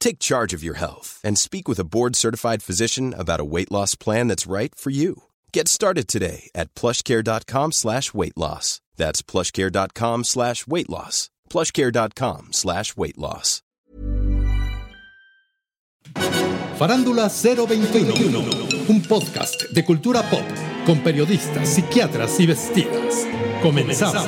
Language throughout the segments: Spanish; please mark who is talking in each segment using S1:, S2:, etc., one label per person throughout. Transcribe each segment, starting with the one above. S1: Take charge of your health and speak with a board-certified physician about a weight loss plan that's right for you. Get started today at plushcare.com slash weight loss. That's plushcare.com slash weight loss. plushcare.com slash weight loss.
S2: Farándula 021, un podcast de cultura pop con periodistas, psiquiatras y vestidas. Comenzamos.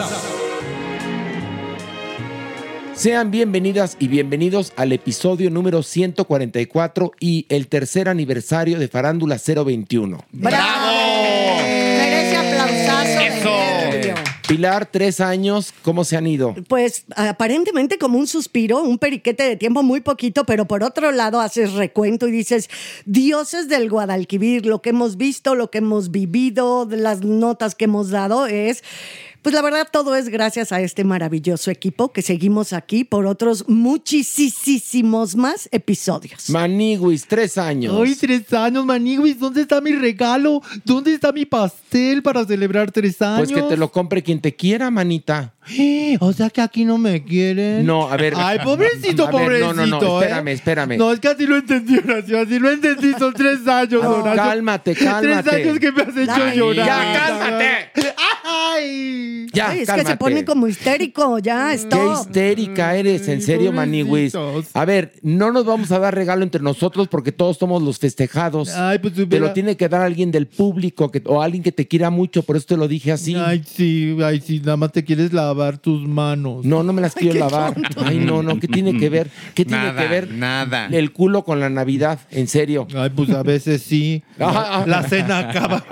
S3: Sean bienvenidas y bienvenidos al episodio número 144 y el tercer aniversario de Farándula 021.
S4: ¡Bravo! Merece aplausazo. de nervio.
S3: Pilar, tres años, ¿cómo se han ido?
S4: Pues aparentemente como un suspiro, un periquete de tiempo muy poquito, pero por otro lado haces recuento y dices, dioses del Guadalquivir, lo que hemos visto, lo que hemos vivido, de las notas que hemos dado es... Pues la verdad todo es gracias a este maravilloso equipo que seguimos aquí por otros muchísimos más episodios.
S3: Maniguis, tres años.
S5: Ay, tres años, Maniguis. ¿Dónde está mi regalo? ¿Dónde está mi pastel para celebrar tres años?
S3: pues que te lo compre quien te quiera, manita.
S5: Eh, O sea que aquí no me quieren.
S3: No, a ver.
S5: Ay, pues, pobrecito,
S3: A ver,
S5: pobrecito.
S3: No, no, no,
S5: ¿eh?
S3: espérame, espérame.
S5: No, es que así lo entendí, Horacio. Así lo entendí. Son tres años,
S3: No,
S5: Horacio.
S3: cálmate, cálmate.
S5: Tres años que me has hecho
S4: Ay,
S5: llorar.
S3: ya, cálmate.
S5: ¡Ay!
S3: Ya,
S4: Ay, es que
S3: cálmate.
S4: se pone como histérico, ya,
S3: Qué
S4: stop.
S3: histérica eres, en
S5: Ay,
S3: serio, Maniwis.
S5: Mm, pobrecitos.
S3: A ver, no nos vamos a dar regalo entre nosotros porque todos somos los festejados.
S5: Ay, pues
S3: te lo
S5: hubiera-
S3: tiene que dar alguien del público que, o alguien que te quiera mucho, por eso te lo dije así.
S5: Ay, sí, ay, sí. Nada más te quieres lavar tus manos.
S3: No, no me las quiero lavar. Ay, no, no, ¿qué tiene que ver? ¿Qué tiene
S6: Nada,
S3: que ver
S6: nada.
S3: el culo con la Navidad? En serio.
S5: Ay, pues a veces sí.
S3: Ah, ah.
S5: La, la cena acaba.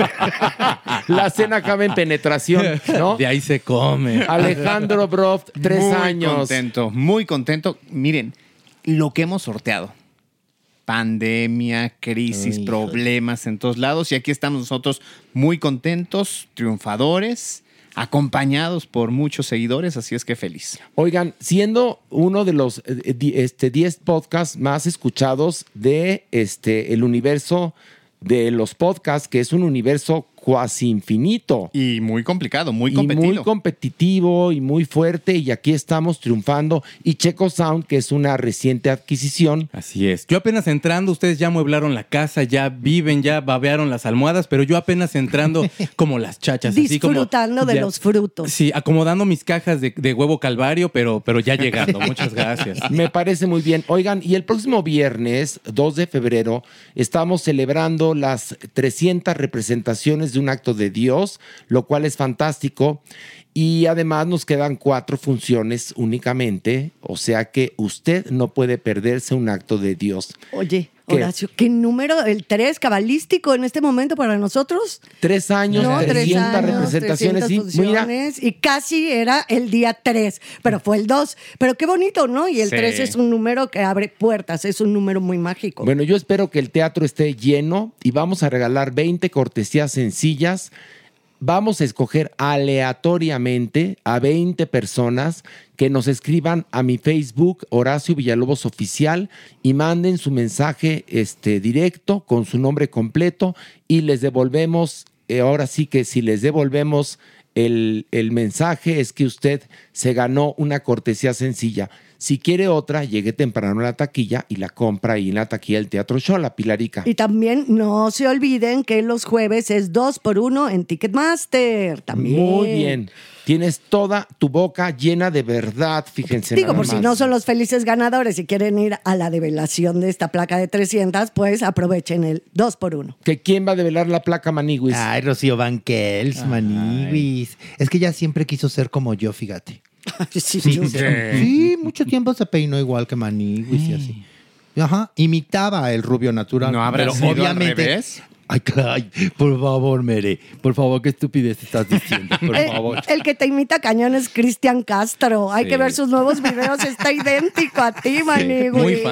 S3: La cena acaba en penetración, ¿no?
S6: De ahí se come.
S3: Alejandro Broft, tres
S6: muy
S3: años.
S6: contento, muy contento. Miren, lo que hemos sorteado. Pandemia, crisis, problemas en todos lados. Y aquí estamos nosotros muy contentos, triunfadores, acompañados por muchos seguidores. Así es que feliz.
S3: Oigan, siendo uno de los eh, di- este, 10 podcasts más escuchados de este, el universo de los podcasts, que es un universo cuasi infinito.
S6: Y muy complicado, muy
S3: y
S6: competido.
S3: muy competitivo y muy fuerte y aquí estamos triunfando y Checo Sound que es una reciente adquisición
S7: Así es. Yo apenas entrando, ustedes ya mueblaron la casa, ya viven, ya babearon las almohadas, pero yo apenas entrando como las chachas. así como-
S4: Disfrutando de
S7: ya-
S4: los frutos.
S7: Sí, acomodando mis cajas de, de huevo calvario, pero, pero ya llegando. Muchas gracias.
S3: Me parece muy bien. Oigan, y el próximo viernes, 2 de febrero, estamos celebrando las 300 representaciones de un acto de Dios, lo cual es fantástico. Y además nos quedan cuatro funciones únicamente, o sea que usted no puede perderse un acto de Dios.
S4: Oye,
S3: ¿Qué?
S4: Horacio, ¿qué número? ¿El 3 cabalístico en este momento para nosotros?
S3: Tres años,
S4: No,
S3: 300
S4: tres años,
S3: representaciones.
S4: 300
S3: sí, mira,
S4: funciones, y casi era el día 3, pero fue el 2. Pero qué bonito, ¿no? Y el
S6: Sí.
S4: 3 es un número que abre puertas, es un número muy mágico.
S3: Bueno, yo espero que el teatro esté lleno y vamos a regalar 20 cortesías sencillas. Vamos a escoger aleatoriamente a 20 personas que nos escriban a mi Facebook Horacio Villalobos Oficial y manden su mensaje este, directo con su nombre completo y les devolvemos, eh, ahora sí que si les devolvemos El, el mensaje es que usted se ganó una cortesía sencilla. Si quiere otra, llegue temprano a la taquilla y la compra ahí en la taquilla del Teatro Shola, Pilarica.
S4: Y también no se olviden que los jueves es dos por uno en Ticketmaster. También.
S3: Muy bien. Tienes toda tu boca llena de verdad, fíjense.
S4: Digo,
S3: nada
S4: por si
S3: más.
S4: no son los felices ganadores y quieren ir a la develación de esta placa de 300, pues aprovechen el 2 por 1
S3: ¿Que ¿Quién va a develar la placa Maniguis?
S8: Ay, Rocío Banquels, maniguis. Es que ya siempre quiso ser como yo, fíjate.
S4: Sí,
S8: sí,
S4: yo-
S8: mucho tiempo se peinó igual que maniguis y así. Ajá, imitaba el rubio natural.
S6: ¿No habrá
S8: pero
S6: sido al
S8: obviamente.
S6: revés?
S8: Ay, caray, por favor, Mere. Por favor, qué estupidez estás diciendo. Por
S4: Eh,
S8: favor.
S4: el que te imita a cañón es Cristian Castro. Hay
S8: Sí.
S4: que ver sus nuevos videos. Está idéntico a ti, Manigui.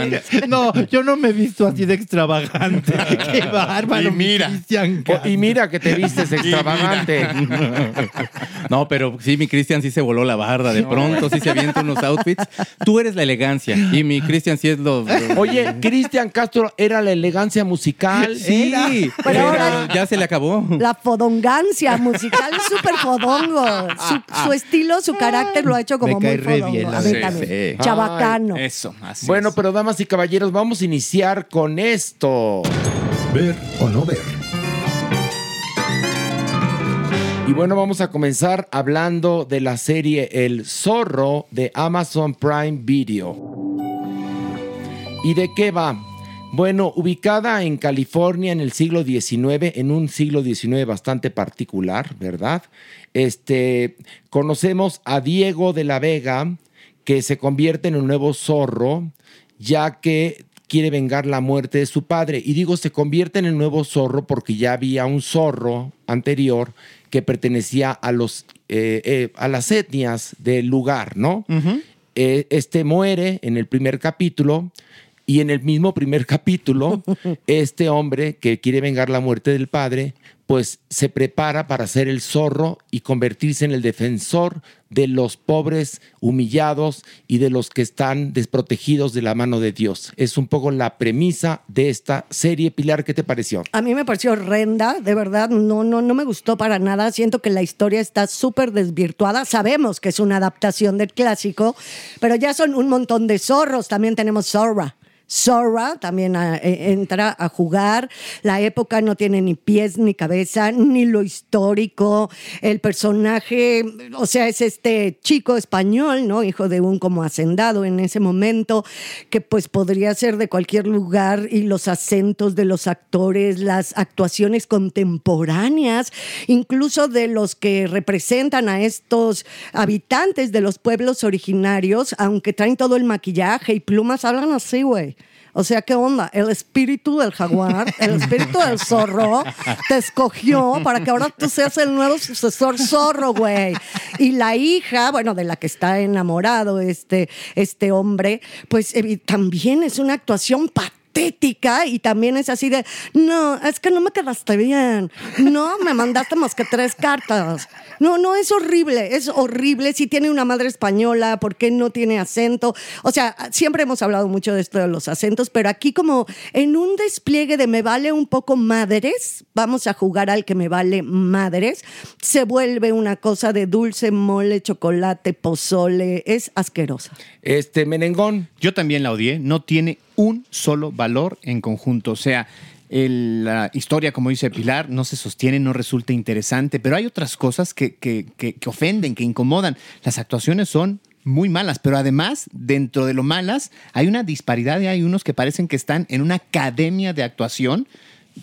S8: No, yo no me he visto así de extravagante. Qué bárbaro.
S6: Y mira.
S8: Cristian
S3: Oh, y mira que te vistes
S7: Y mira.
S3: extravagante.
S7: No, pero sí, mi Cristian sí se voló la barda. De
S3: No.
S7: pronto sí se avienta unos outfits. Tú eres la elegancia y mi Cristian sí es lo... lo-
S3: Oye, Cristian Castro era la elegancia musical.
S7: Sí,
S4: Pero
S7: era-
S4: ahora-
S7: ya se le acabó.
S4: La fodongancia musical es súper fodongo. Su, su estilo, su carácter lo ha hecho como
S8: Me cae
S4: muy
S8: re
S4: fodongo.
S8: bien, la
S4: A mí
S6: verdad.
S4: también.
S6: Sí, sí.
S4: Chabacano.
S6: Eso, así
S3: bueno,
S6: es.
S3: pero damas y caballeros, vamos a iniciar con esto.
S2: Ver o no ver.
S3: Y bueno, vamos a comenzar hablando de la serie El Zorro de Amazon Prime Video. ¿Y de qué va? Bueno, ubicada en California en el siglo XIX, en un siglo XIX bastante particular, ¿verdad? Este, conocemos a Diego de la Vega, que se convierte en el nuevo zorro, ya que quiere vengar la muerte de su padre. Y digo, se convierte en el nuevo zorro porque ya había un zorro anterior que pertenecía a, los, eh, eh, a las etnias del lugar, ¿no? Eh, este muere en el primer capítulo y en el mismo primer capítulo, este hombre que quiere vengar la muerte del padre, pues se prepara para ser el zorro y convertirse en el defensor de los pobres humillados y de los que están desprotegidos de la mano de Dios. Es un poco la premisa de esta serie. Pilar, ¿qué te pareció?
S4: A mí me pareció horrenda, de verdad, no, no, no me gustó para nada. Siento que la historia está súper desvirtuada. Sabemos que es una adaptación del clásico, pero ya son un montón de zorros. También tenemos Zorra. Zorra también ah, eh, entra a jugar. La época no tiene ni pies ni cabeza, ni lo histórico. El personaje, o sea, es este chico español, ¿no? Hijo de un como hacendado en ese momento, que pues podría ser de cualquier lugar y los acentos de los actores, las actuaciones contemporáneas, incluso de los que representan a estos habitantes de los pueblos originarios, aunque traen todo el maquillaje y plumas, hablan así, güey. O sea, ¿qué onda? El espíritu del jaguar, el espíritu del zorro, te escogió para que ahora tú seas el nuevo sucesor zorro, güey. Y la hija, bueno, de la que está enamorado este, este hombre, pues evi- también es una actuación patética y también es así de, no, es que no me quedaste bien, no, me mandaste más que tres cartas. No, no, es horrible, es horrible. Si tiene una madre española, ¿por qué no tiene acento? O sea, siempre hemos hablado mucho de esto de los acentos, pero aquí como en un despliegue de me vale un poco madres, vamos a jugar al que me vale madres, se vuelve una cosa de dulce, mole, chocolate, pozole, es asquerosa.
S3: Este, Merengón.
S6: Yo también la odié. No tiene un solo valor en conjunto. O sea, el- la historia, como dice Pilar, no se sostiene, no resulta interesante, pero hay otras cosas que, que- que- que ofenden, que incomodan. Las actuaciones son muy malas, pero además, dentro de lo malas, hay una disparidad y hay unos que parecen que están en una academia de actuación.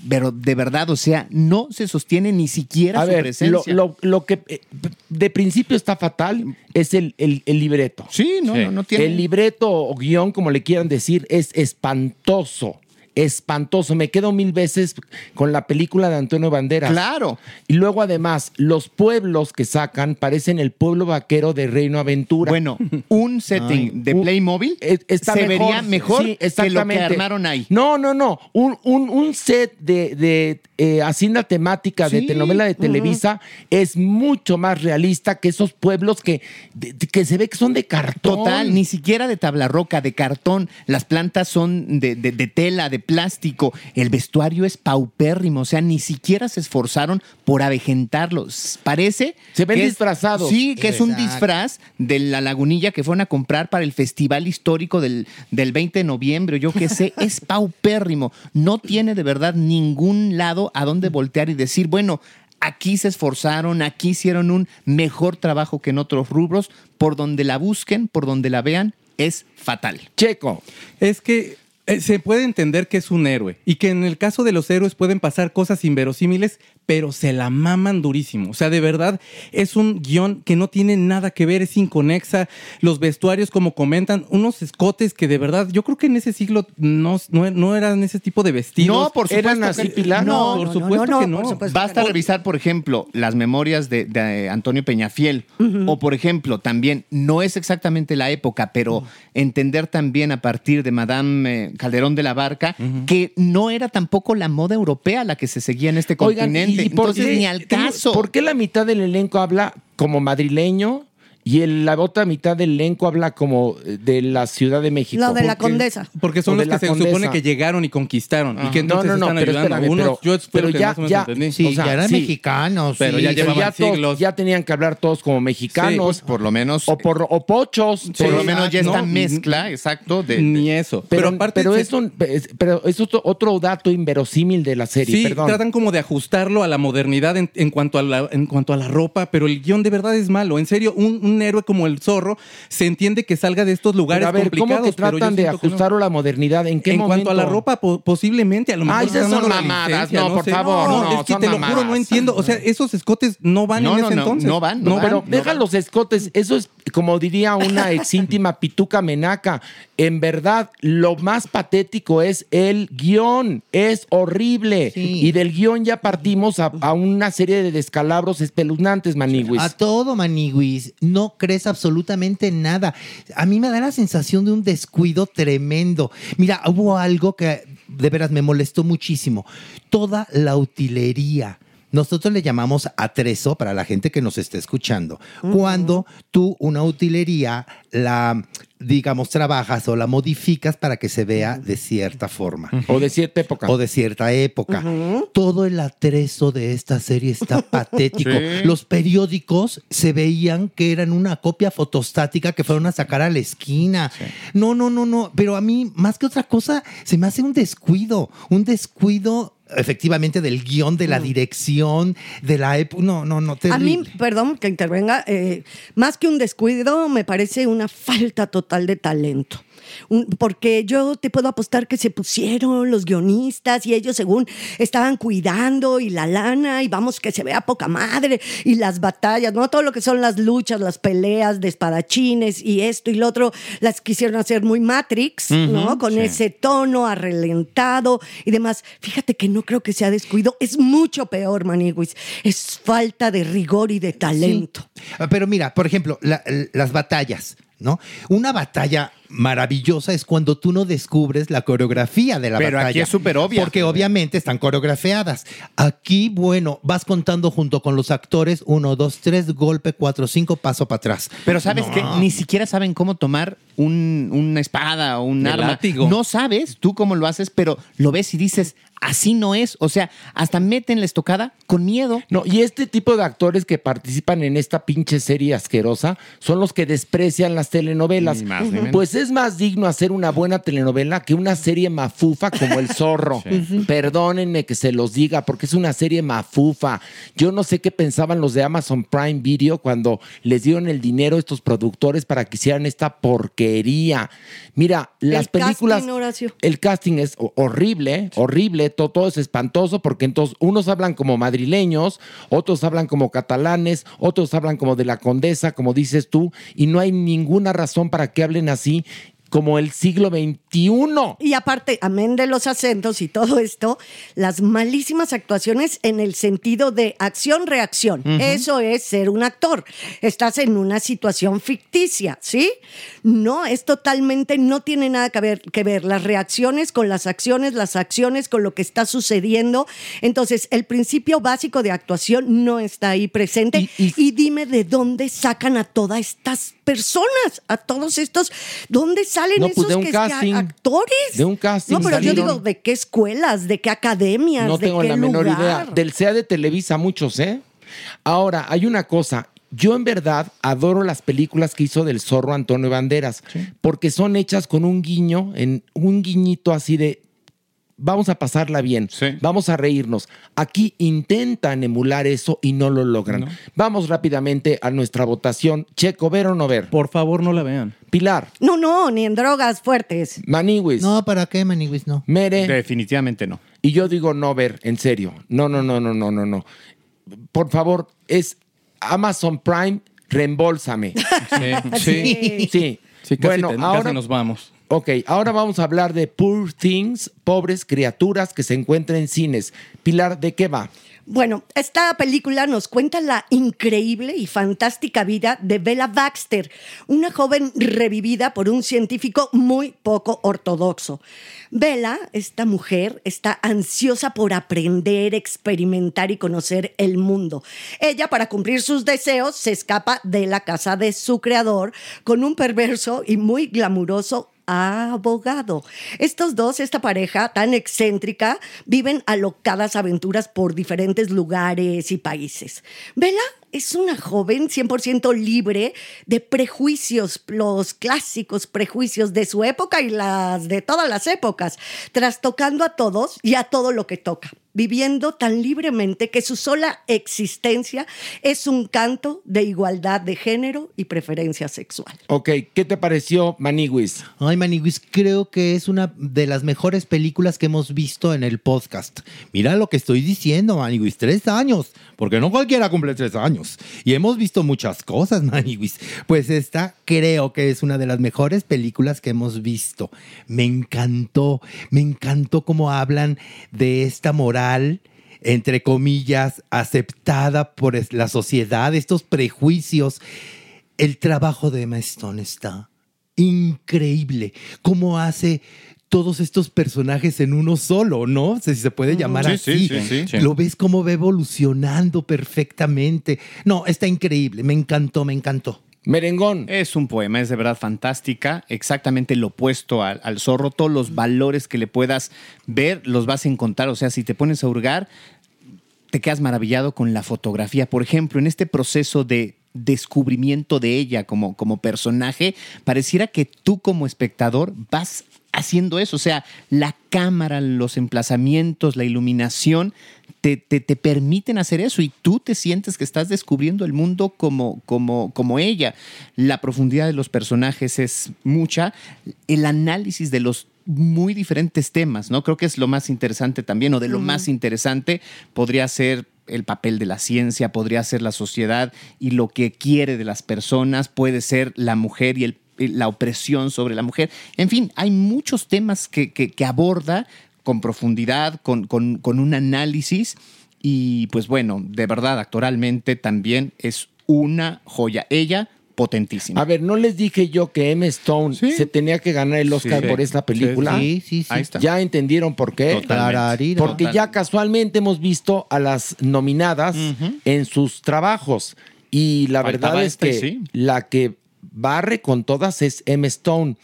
S6: Pero de verdad, o sea, no se sostiene ni siquiera
S3: A
S6: su
S3: ver, lo,
S6: presencia.
S3: lo- lo que eh, de principio está fatal es el, el- el libreto.
S6: Sí, no, no, no tiene.
S3: El libreto o guión, como le quieran decir, es espantoso. Espantoso. Me quedo mil veces con la película de Antonio Banderas.
S6: Claro.
S3: Y luego, además, los pueblos que sacan parecen el pueblo vaquero de Reino Aventura.
S6: Bueno, un setting de Playmobil
S3: Eh, está
S6: se vería mejor
S3: Sí,
S6: que lo que
S3: exactamente.
S6: armaron ahí.
S3: No, no, no. Un, un- un set de, de eh, hacienda temática de
S6: Sí.
S3: telenovela de Televisa es mucho más realista que esos pueblos que, de- de- que se ve que son de cartón.
S6: Total, ni siquiera de tabla roca, de cartón. Las plantas son de, de- de tela, de plástico. El vestuario es paupérrimo, o sea, ni siquiera se esforzaron por avejentarlo. S- Parece.
S3: Se ven
S6: que es-
S3: disfrazados.
S6: Sí, que es un
S3: Exacto.
S6: disfraz de la lagunilla que fueron a comprar para el festival histórico del, del 20 de noviembre, o yo qué sé. es paupérrimo. No tiene de verdad ningún lado a dónde voltear y decir, bueno. Aquí se esforzaron, aquí hicieron un mejor trabajo que en otros rubros. Por donde la busquen, por donde la vean, es fatal.
S3: Checo.
S7: Es que eh, se puede entender que es un héroe y que en el caso de los héroes pueden pasar cosas inverosímiles, pero se la maman durísimo. O sea, de verdad, es un guión que no tiene nada que ver, es inconexa. Los vestuarios, como comentan, unos escotes que de verdad, yo creo que en ese siglo no, no, no eran ese tipo de vestidos.
S6: No, por supuesto.
S7: ¿Eran
S6: que-
S7: así, Pilar?
S6: No,
S7: por supuesto que no.
S6: Basta revisar, por ejemplo, las memorias de, de Antonio Peñafiel. O, por ejemplo, también, no es exactamente la época, pero entender también a partir de Madame eh, Calderón de la Barca que no era tampoco la moda europea la que se seguía en este continente. Entonces, ni al
S3: tengo-
S6: caso.
S3: ¿Por qué la mitad del elenco habla como madrileño y el- la otra mitad del elenco habla como eh, de la Ciudad de México?
S4: La de la
S3: Porque-
S4: Condesa.
S7: Porque son
S3: O de
S7: los
S3: la
S7: que se
S3: condesa.
S7: supone que llegaron y conquistaron y que entonces están ayudando.
S3: espérame,
S7: Unos,
S3: pero-
S7: yo espero
S3: pero
S7: que
S3: ya,
S7: más o menos
S3: ya,
S7: entendí.
S3: o sea, sí.
S7: Pero ya llevaban
S3: ya todos-
S7: siglos. pues,
S3: ya tenían que hablar todos como mexicanos.
S6: por lo menos.
S3: O, por, o pochos.
S6: por lo menos ya
S3: está
S6: esta mezcla, exacto, de,
S7: Ah, Ni eso.
S3: Pero,
S7: Pero aparte
S3: pero
S7: se-
S3: es, un- es- pero es otro, otro dato inverosímil de la serie.
S7: Sí,
S3: perdón.
S7: tratan como de ajustarlo a la modernidad en, en cuanto, a la, en cuanto a la ropa, pero el guión de verdad es malo. En serio, un, un héroe como el zorro se entiende que salga de estos lugares
S3: Pero a ver,
S7: complicados.
S3: ¿cómo que
S7: pero yo
S3: tratan de
S7: siento que no.
S3: ajustar a la modernidad? ¿En qué
S7: en cuanto a la
S3: momento?
S7: ropa, po- posiblemente, a lo mejor.
S3: Ay, esas
S7: están
S3: son
S7: dando la
S3: mamadas,
S7: licencia,
S3: no, por
S7: sé.
S3: favor, no,
S7: es que
S3: son
S7: te lo juro,
S3: mamadas.
S7: no entiendo. O sea, esos escotes no van
S6: No,
S7: en
S6: no,
S7: ese
S6: no,
S7: entonces.
S6: no van, no van.
S3: pero deja los escotes. Eso es, como diría una ex íntima pituca menaca. En verdad, lo más patético es el guión. Es horrible. Y del guión ya partimos a, a una serie de descalabros espeluznantes, Maniguis.
S8: A todo, Maniguis. No crees absolutamente nada. A mí me da la sensación de un descuido tremendo. Mira, hubo algo que de veras me molestó muchísimo. Toda la utilería. Nosotros le llamamos atrezo para la gente que nos está escuchando. Cuando tú una utilería la, digamos, trabajas o la modificas para que se vea de cierta forma.
S3: O de cierta época.
S8: O de cierta época. Todo el atrezo de esta serie está patético.
S9: Sí.
S8: Los periódicos se veían que eran una copia fotostática que fueron a sacar a la esquina. No, no, no, no. Pero a mí, más que otra cosa, se me hace un descuido. Un descuido efectivamente del guión, de la dirección, de la época. No, no, no.
S4: A mí,
S8: Terrible.
S4: perdón que intervenga, eh, más que un descuido, me parece una falta total de talento. Un- porque yo te puedo apostar que se pusieron los guionistas y ellos según estaban cuidando y la lana y vamos que se vea poca madre y las batallas, ¿no? Todo lo que son las luchas, las peleas de espadachines y esto y lo otro, las quisieron hacer muy Matrix, ¿no?
S10: Ujú,
S4: Con
S10: sí.
S4: ese este tono arrelentado y demás. Fíjate que no creo que sea descuido, es mucho peor, Maniguis. Es falta de rigor y de talento.
S8: Ah, Pero mira, por ejemplo, la- l- las batallas, ¿no? Una batalla maravillosa es cuando tú no descubres la coreografía de la
S6: Pero
S8: batalla.
S6: aquí es súper obvia.
S8: Porque obviamente están coreografiadas. Aquí, bueno, vas contando junto con los actores, uno, dos, tres, golpe, cuatro, cinco, paso para atrás.
S6: Pero sabes
S8: No.
S6: que ni siquiera saben cómo tomar un- una espada o un
S8: El
S6: arma.
S8: látigo.
S6: No sabes tú cómo lo haces, pero lo ves y dices, así no es. O sea, hasta meten la estocada con miedo.
S3: No, y este tipo de actores que participan en esta pinche serie asquerosa son los que desprecian las telenovelas.
S6: Ni más ni menos.
S3: Pues es más digno hacer una buena telenovela que una serie mafufa como El Zorro.
S6: Sí.
S3: Perdónenme que se los diga, porque es una serie mafufa. Yo no sé qué pensaban los de Amazon Prime Video cuando les dieron el dinero a estos productores para que hicieran esta porquería. Mira, las
S4: El
S3: películas.
S4: casting, Horacio.
S3: El casting es ho- horrible, horrible, to- todo, es espantoso porque entonces unos hablan como madrileños, otros hablan como catalanes, otros hablan como de la condesa, como dices tú, y no hay ninguna razón para que hablen así como el siglo XXI.
S4: Y aparte, amén de los acentos y todo esto, las malísimas actuaciones en el sentido de acción-reacción.
S10: Ujú.
S4: Eso es ser un actor. Estás en una situación ficticia, ¿sí? No, es totalmente, no tiene nada que ver, que ver las reacciones con las acciones, las acciones con lo que está sucediendo. Entonces, el principio básico de actuación no está ahí presente. Y, dime de dónde sacan a todas estas personas, a todos estos, ¿dónde sacan? salen
S3: No, pues,
S4: esos
S3: de un
S4: que- que
S3: casting.
S4: actores?
S3: De un casting
S4: No, pero yo
S3: salieron.
S4: digo, ¿de qué escuelas? ¿De qué academias?
S3: No
S4: ¿De
S3: tengo
S4: qué
S3: la menor
S4: lugar?
S3: idea. Del sea de Televisa, muchos, ¿eh? Ahora, hay una cosa. Yo en verdad adoro las películas que hizo del zorro Antonio Banderas, porque son hechas con un guiño, en un guiñito así de vamos a pasarla bien, vamos a reírnos. Aquí intentan emular eso y no lo logran. Vamos rápidamente a nuestra votación. Checo, ver o no ver.
S7: Por favor, no la vean.
S3: Pilar,
S4: No, no, ni en drogas fuertes.
S3: Maniwis.
S8: No, ¿para qué, Maniwis? No.
S3: Mere.
S6: Definitivamente no.
S3: Y yo digo no ver, en serio. No, no, no, no, no, no, no. Por favor, es Amazon Prime, reembolsame.
S7: Sí.
S3: Sí.
S7: Sí, casi
S3: bueno,
S7: te- casi
S3: ahora
S7: nos vamos.
S3: Ok, ahora vamos a hablar de Poor Things, pobres criaturas que se encuentran en cines. Pilar, ¿de qué va?
S4: Bueno, esta película nos cuenta la increíble y fantástica vida de Bella Baxter, una joven revivida por un científico muy poco ortodoxo. Bella, esta mujer, está ansiosa por aprender, experimentar y conocer el mundo. Ella, para cumplir sus deseos, se escapa de la casa de su creador con un perverso y muy glamuroso abogado. Estos dos, esta pareja tan excéntrica, viven alocadas aventuras por diferentes lugares y países. Vela es una joven 100% libre de prejuicios, los clásicos prejuicios de su época y las de todas las épocas, trastocando a todos y a todo lo que toca, viviendo tan libremente que su sola existencia es un canto de igualdad de género y preferencia sexual.
S3: Ok, ¿qué te pareció Maniwis?
S8: Ay, Maniwis, creo que es una de las mejores películas que hemos visto en el podcast. Mira lo que estoy diciendo, Maniwis. Tres años, porque no cualquiera cumple tres años. Y hemos visto muchas cosas, Maniwis. Pues esta creo que es una de las mejores películas que hemos visto. Me encantó, me encantó cómo hablan de esta moral entre comillas, aceptada por es- la sociedad, estos prejuicios. El trabajo de Emma Stone está increíble. Cómo hace todos estos personajes en uno solo, ¿no? Si se puede llamar
S6: Sí, sí,
S8: así.
S6: sí, sí.
S8: Lo ves cómo va evolucionando perfectamente. No, está increíble. Me encantó, me encantó.
S3: Merengón.
S6: Es un poema, es de verdad fantástica, exactamente lo opuesto al, al zorro, todos los valores que le puedas ver los vas a encontrar, o sea, si te pones a hurgar, te quedas maravillado con la fotografía. Por ejemplo, en este proceso de descubrimiento de ella como, como personaje, pareciera que tú como espectador vas haciendo eso. O sea, la cámara, los emplazamientos, la iluminación, te, te- te permiten hacer eso y tú te sientes que estás descubriendo el mundo como, como, como ella. La profundidad de los personajes es mucha. El análisis de los muy diferentes temas, ¿no? Creo que es lo más interesante también, o de lo
S9: Ujú.
S6: más interesante podría ser el papel de la ciencia, podría ser la sociedad y lo que quiere de las personas, puede ser la mujer y el- y la opresión sobre la mujer. En fin, hay muchos temas que, que- que aborda con profundidad, con, con- con un análisis y pues bueno, de verdad, actoralmente también es una joya. Ella, potentísima.
S3: A ver, ¿no les dije yo que M. Stone se tenía que ganar el Oscar
S6: Sí.
S3: por esta película?
S6: Sí, sí, sí. Ahí está.
S3: ¿Ya entendieron por qué?
S6: Totalmente. Tararira.
S3: Porque ya
S6: Totalmente.
S3: casualmente hemos visto a las nominadas en sus trabajos. Y la
S6: Faltaba
S3: verdad es
S6: esta y
S3: que
S6: sí.
S3: la que barre con todas es M. Stone.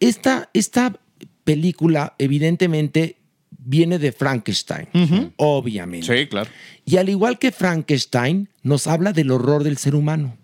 S3: Esta, esta película, evidentemente, viene de Frankenstein, obviamente.
S6: Sí, claro.
S3: Y al igual que Frankenstein, nos habla del horror del ser humano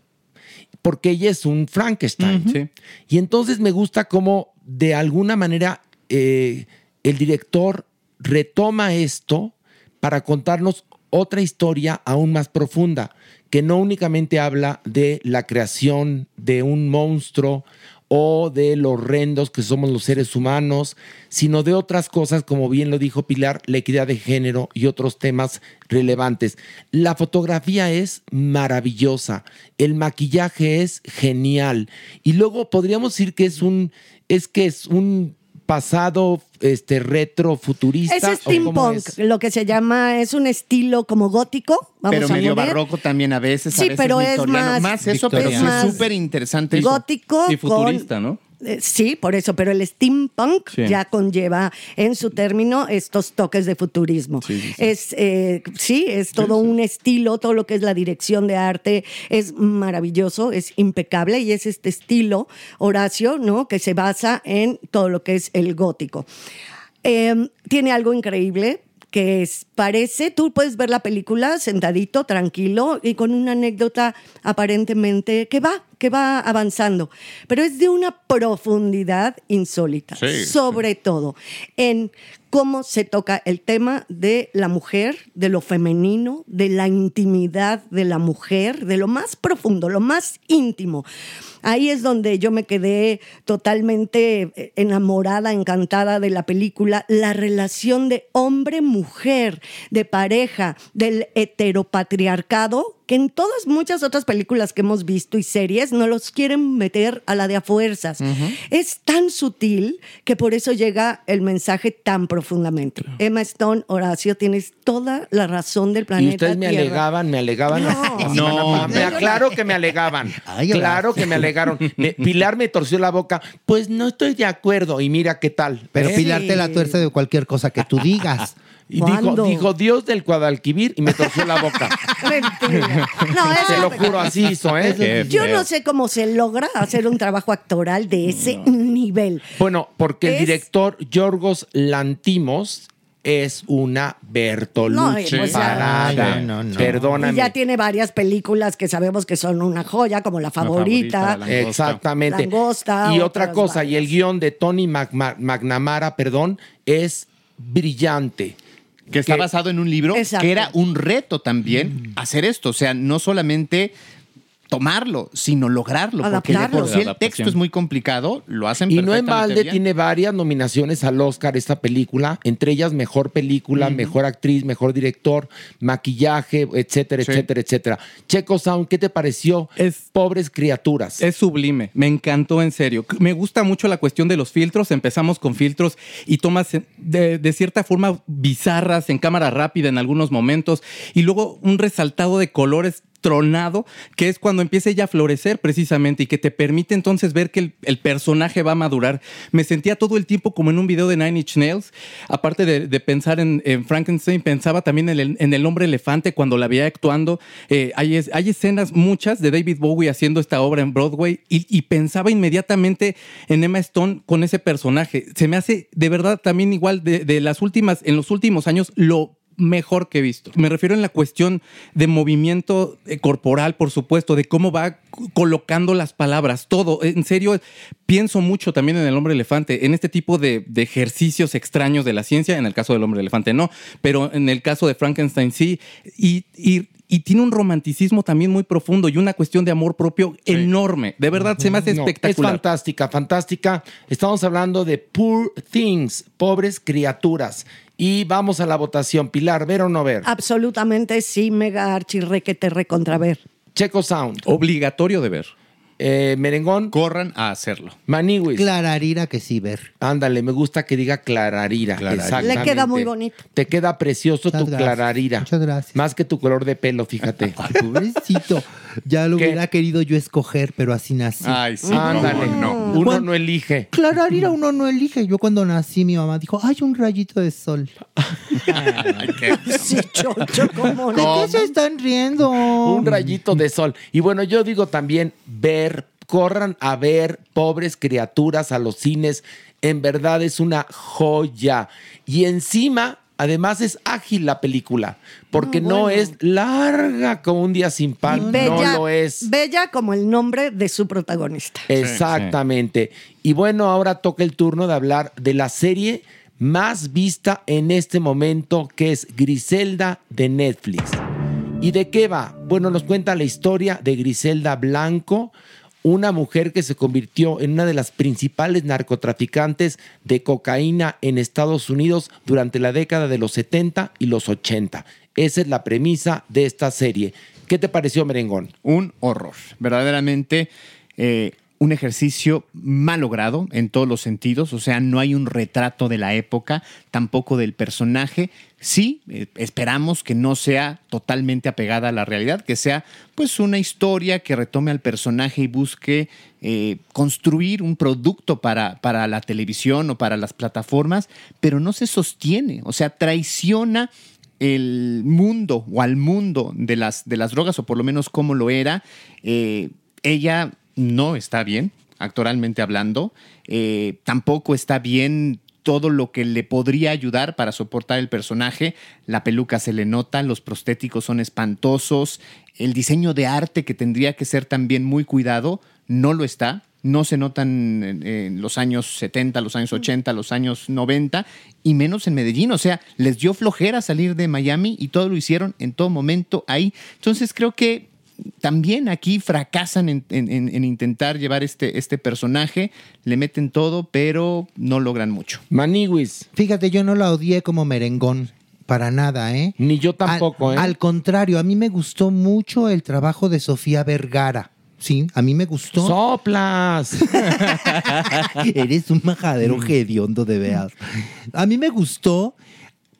S3: porque ella es un Frankenstein. Y entonces me gusta cómo de alguna manera eh, el director retoma esto para contarnos otra historia aún más profunda, que no únicamente habla de la creación de un monstruo o de los horrendos que somos los seres humanos, sino de otras cosas, como bien lo dijo Pilar, la equidad de género y otros temas relevantes. La fotografía es maravillosa, el maquillaje es genial. Y luego podríamos decir que es un, es que es un pasado este, retrofuturista.
S4: Ese Es
S3: ¿o cómo
S4: steampunk,
S3: es?
S4: lo que se llama, es un estilo como gótico, vamos
S6: pero
S4: a
S6: medio
S4: poner.
S6: barroco también a veces, a
S4: Sí,
S6: veces
S4: pero es
S6: victoriano.
S4: más-
S6: eso, pero sí
S4: victoriano.
S6: es súper interesante. eso.
S4: gótico Y futurista,
S6: ¿no?
S4: Eh, Sí, por eso, pero el steampunk
S9: Sí.
S4: ya conlleva en su término estos toques de futurismo.
S9: Sí, sí, sí.
S4: Es, eh, sí, es todo un estilo, todo lo que es la dirección de arte es maravilloso, es impecable y es este estilo, Horacio, ¿no? que se basa en todo lo que es el gótico. Eh, tiene algo increíble que es, parece, tú puedes ver la película sentadito, tranquilo y con una anécdota aparentemente que va, que va avanzando, pero es de una profundidad insólita,
S10: Sí,
S4: sobre todo en cómo se toca el tema de la mujer, de lo femenino, de la intimidad de la mujer, de lo más profundo, lo más íntimo. Ahí es donde yo me quedé totalmente eh, enamorada, encantada de la película, la relación de hombre-mujer, de pareja, del heteropatriarcado, que en todas muchas otras películas que hemos visto y series no los quieren meter a la de a fuerzas. Es tan sutil que por eso llega el mensaje tan profundamente. Emma Stone, Horacio, tienes toda la razón del planeta.
S3: Y ustedes me
S4: Tierra.
S3: alegaban, me alegaban. la semana
S4: No.
S3: pasada. Me- claro que me alegaban. claro que me alegaron. Me- Pilar me torció la boca. Pues no estoy de acuerdo. Y mira qué tal.
S8: Pero
S3: ¿Eh?
S8: Pilar te la tuerce de cualquier cosa que tú digas.
S3: Y dijo, dijo Dios del Guadalquivir y me torció la boca.
S4: No, eso-
S3: Te lo juro, así hizo, ¿eh?
S4: Yo no sé cómo se logra hacer un trabajo actoral de ese nivel.
S3: Bueno, porque
S4: Es-
S3: el director Yorgos Lantimos es una Bertolucci
S4: No, pues ya-
S3: parada.
S8: Ay, no, no, no.
S3: Perdóname.
S4: Y ya tiene varias películas que sabemos que son una joya, como La Favorita.
S3: Exactamente.
S4: Langosta,
S3: y otra
S4: otras
S3: cosa, y el guión de Tony Mac- Ma- McNamara, perdón, es brillante.
S6: que está basado en un libro,
S3: Exacto.
S6: que era un reto
S3: Mm.
S6: también hacer esto. O sea, no solamente tomarlo, sino lograrlo. Porque de
S3: Adaptarlo.
S6: por sí el
S3: Adaptación.
S6: texto es muy complicado, lo hacen
S3: Y no en balde
S6: perfectamente bien.
S3: tiene varias nominaciones al Oscar esta película, entre ellas mejor película, mejor actriz, mejor director, maquillaje, etcétera, etcétera, etcétera. Checo Sound, ¿qué te pareció? Pobres criaturas.
S7: Es sublime, me encantó en serio. C- Me gusta mucho la cuestión de los filtros. Empezamos con filtros y tomas en- de, de cierta forma bizarras en cámara rápida en algunos momentos y luego un resaltado de colores tronado, que es cuando empieza ella a florecer precisamente y que te permite entonces ver que el, el personaje va a madurar. Me sentía todo el tiempo como en un video de Nine Inch Nails, aparte de, de pensar en, en Frankenstein, pensaba también en el, en el hombre elefante cuando la veía actuando. Eh, hay, es- hay escenas muchas de David Bowie haciendo esta obra en Broadway y, y pensaba inmediatamente en Emma Stone con ese personaje. Se me hace de verdad también igual de, de las últimas, en los últimos años, lo mejor que he visto. Me refiero en la cuestión de movimiento eh, corporal, por supuesto, de cómo va c- colocando las palabras, todo. En serio, pienso mucho también en el hombre elefante, en este tipo de, de ejercicios extraños de la ciencia, en el caso del hombre elefante no, pero en el caso de Frankenstein sí, y, y- y tiene un romanticismo también muy profundo y una cuestión de amor propio enorme. De verdad, se me hace
S3: No,
S7: espectacular.
S3: Es fantástica, fantástica. Estamos hablando de Poor Things, pobres criaturas. Y vamos a la votación. Pilar, ¿ver o no ver?
S4: Absolutamente sí, mega archirre que te recontraver.
S3: Checo Sound. Eh,
S7: Obligatorio de ver.
S3: merengón.
S6: Corran a hacerlo.
S3: Maniwis.
S8: Clararira que sí ver.
S3: Ándale, me gusta que diga clararira.
S4: Le
S3: Exactamente.
S4: queda muy bonito.
S3: Te queda precioso tu
S8: gracias.
S3: clararira. Muchas
S8: gracias.
S3: Más que tu color de pelo, fíjate.
S8: Pobrecito. Ya lo hubiera querido yo escoger, pero así nací.
S3: Ándale. Uno
S8: Cuando-
S3: no elige.
S8: Clararira uno no elige. Yo cuando nací, mi mamá dijo, hay un rayito de sol.
S4: Sí, chocho, cómo
S8: ¿De qué se están riendo?
S3: Un rayito de sol. Y bueno, yo digo también ver, corran a ver pobres criaturas a los cines. En verdad es una joya. Y encima, además es ágil la película,
S8: Ah,
S3: porque no,
S4: bueno.
S3: es larga como un día sin pan.
S4: Bella,
S3: no lo es.
S4: bella como el nombre de su protagonista.
S3: Exactamente. Y bueno, ahora toca el turno de hablar de la serie más vista en este momento, que es Griselda de Netflix. ¿Y de qué va? Bueno, nos cuenta la historia de Griselda Blanco, una mujer que se convirtió en una de las principales narcotraficantes de cocaína en Estados Unidos durante la década de los 70 y los 80. Esa es la premisa de esta serie. ¿Qué te pareció, Merengón?
S6: Un horror. Verdaderamente eh, un ejercicio mal logrado en todos los sentidos, o sea, no hay un retrato de la época, tampoco del personaje. Sí, eh, esperamos que no sea totalmente apegada a la realidad, que sea pues una historia que retome al personaje y busque eh, construir un producto para, para la televisión o para las plataformas, pero no se sostiene, o sea, traiciona el mundo o al mundo de las, de las drogas, o por lo menos como lo era. Eh, ella no está bien, actualmente hablando. Eh, tampoco está bien todo lo que le podría ayudar para soportar el personaje. La peluca se le nota, los prostéticos son espantosos, el diseño de arte que tendría que ser también muy cuidado, no lo está. No se notan en, en los años 70, los años 80, los años 90 y menos en Medellín. O sea, les dio flojera salir de Miami y todo lo hicieron en todo momento ahí. Entonces creo que también aquí fracasan en, en- en- en intentar llevar este, este personaje, le meten todo, pero no logran mucho.
S3: Maniwis.
S8: Fíjate, yo no la odié como merengón. Para nada, ¿eh?
S3: Ni yo tampoco,
S8: al,
S3: ¿eh?
S8: Al contrario, a mí me gustó mucho el trabajo de Sofía Vergara. Sí, a mí me gustó.
S3: ¡Soplas! Mm.
S8: Eres un majadero hediondo de veas. A mí me gustó.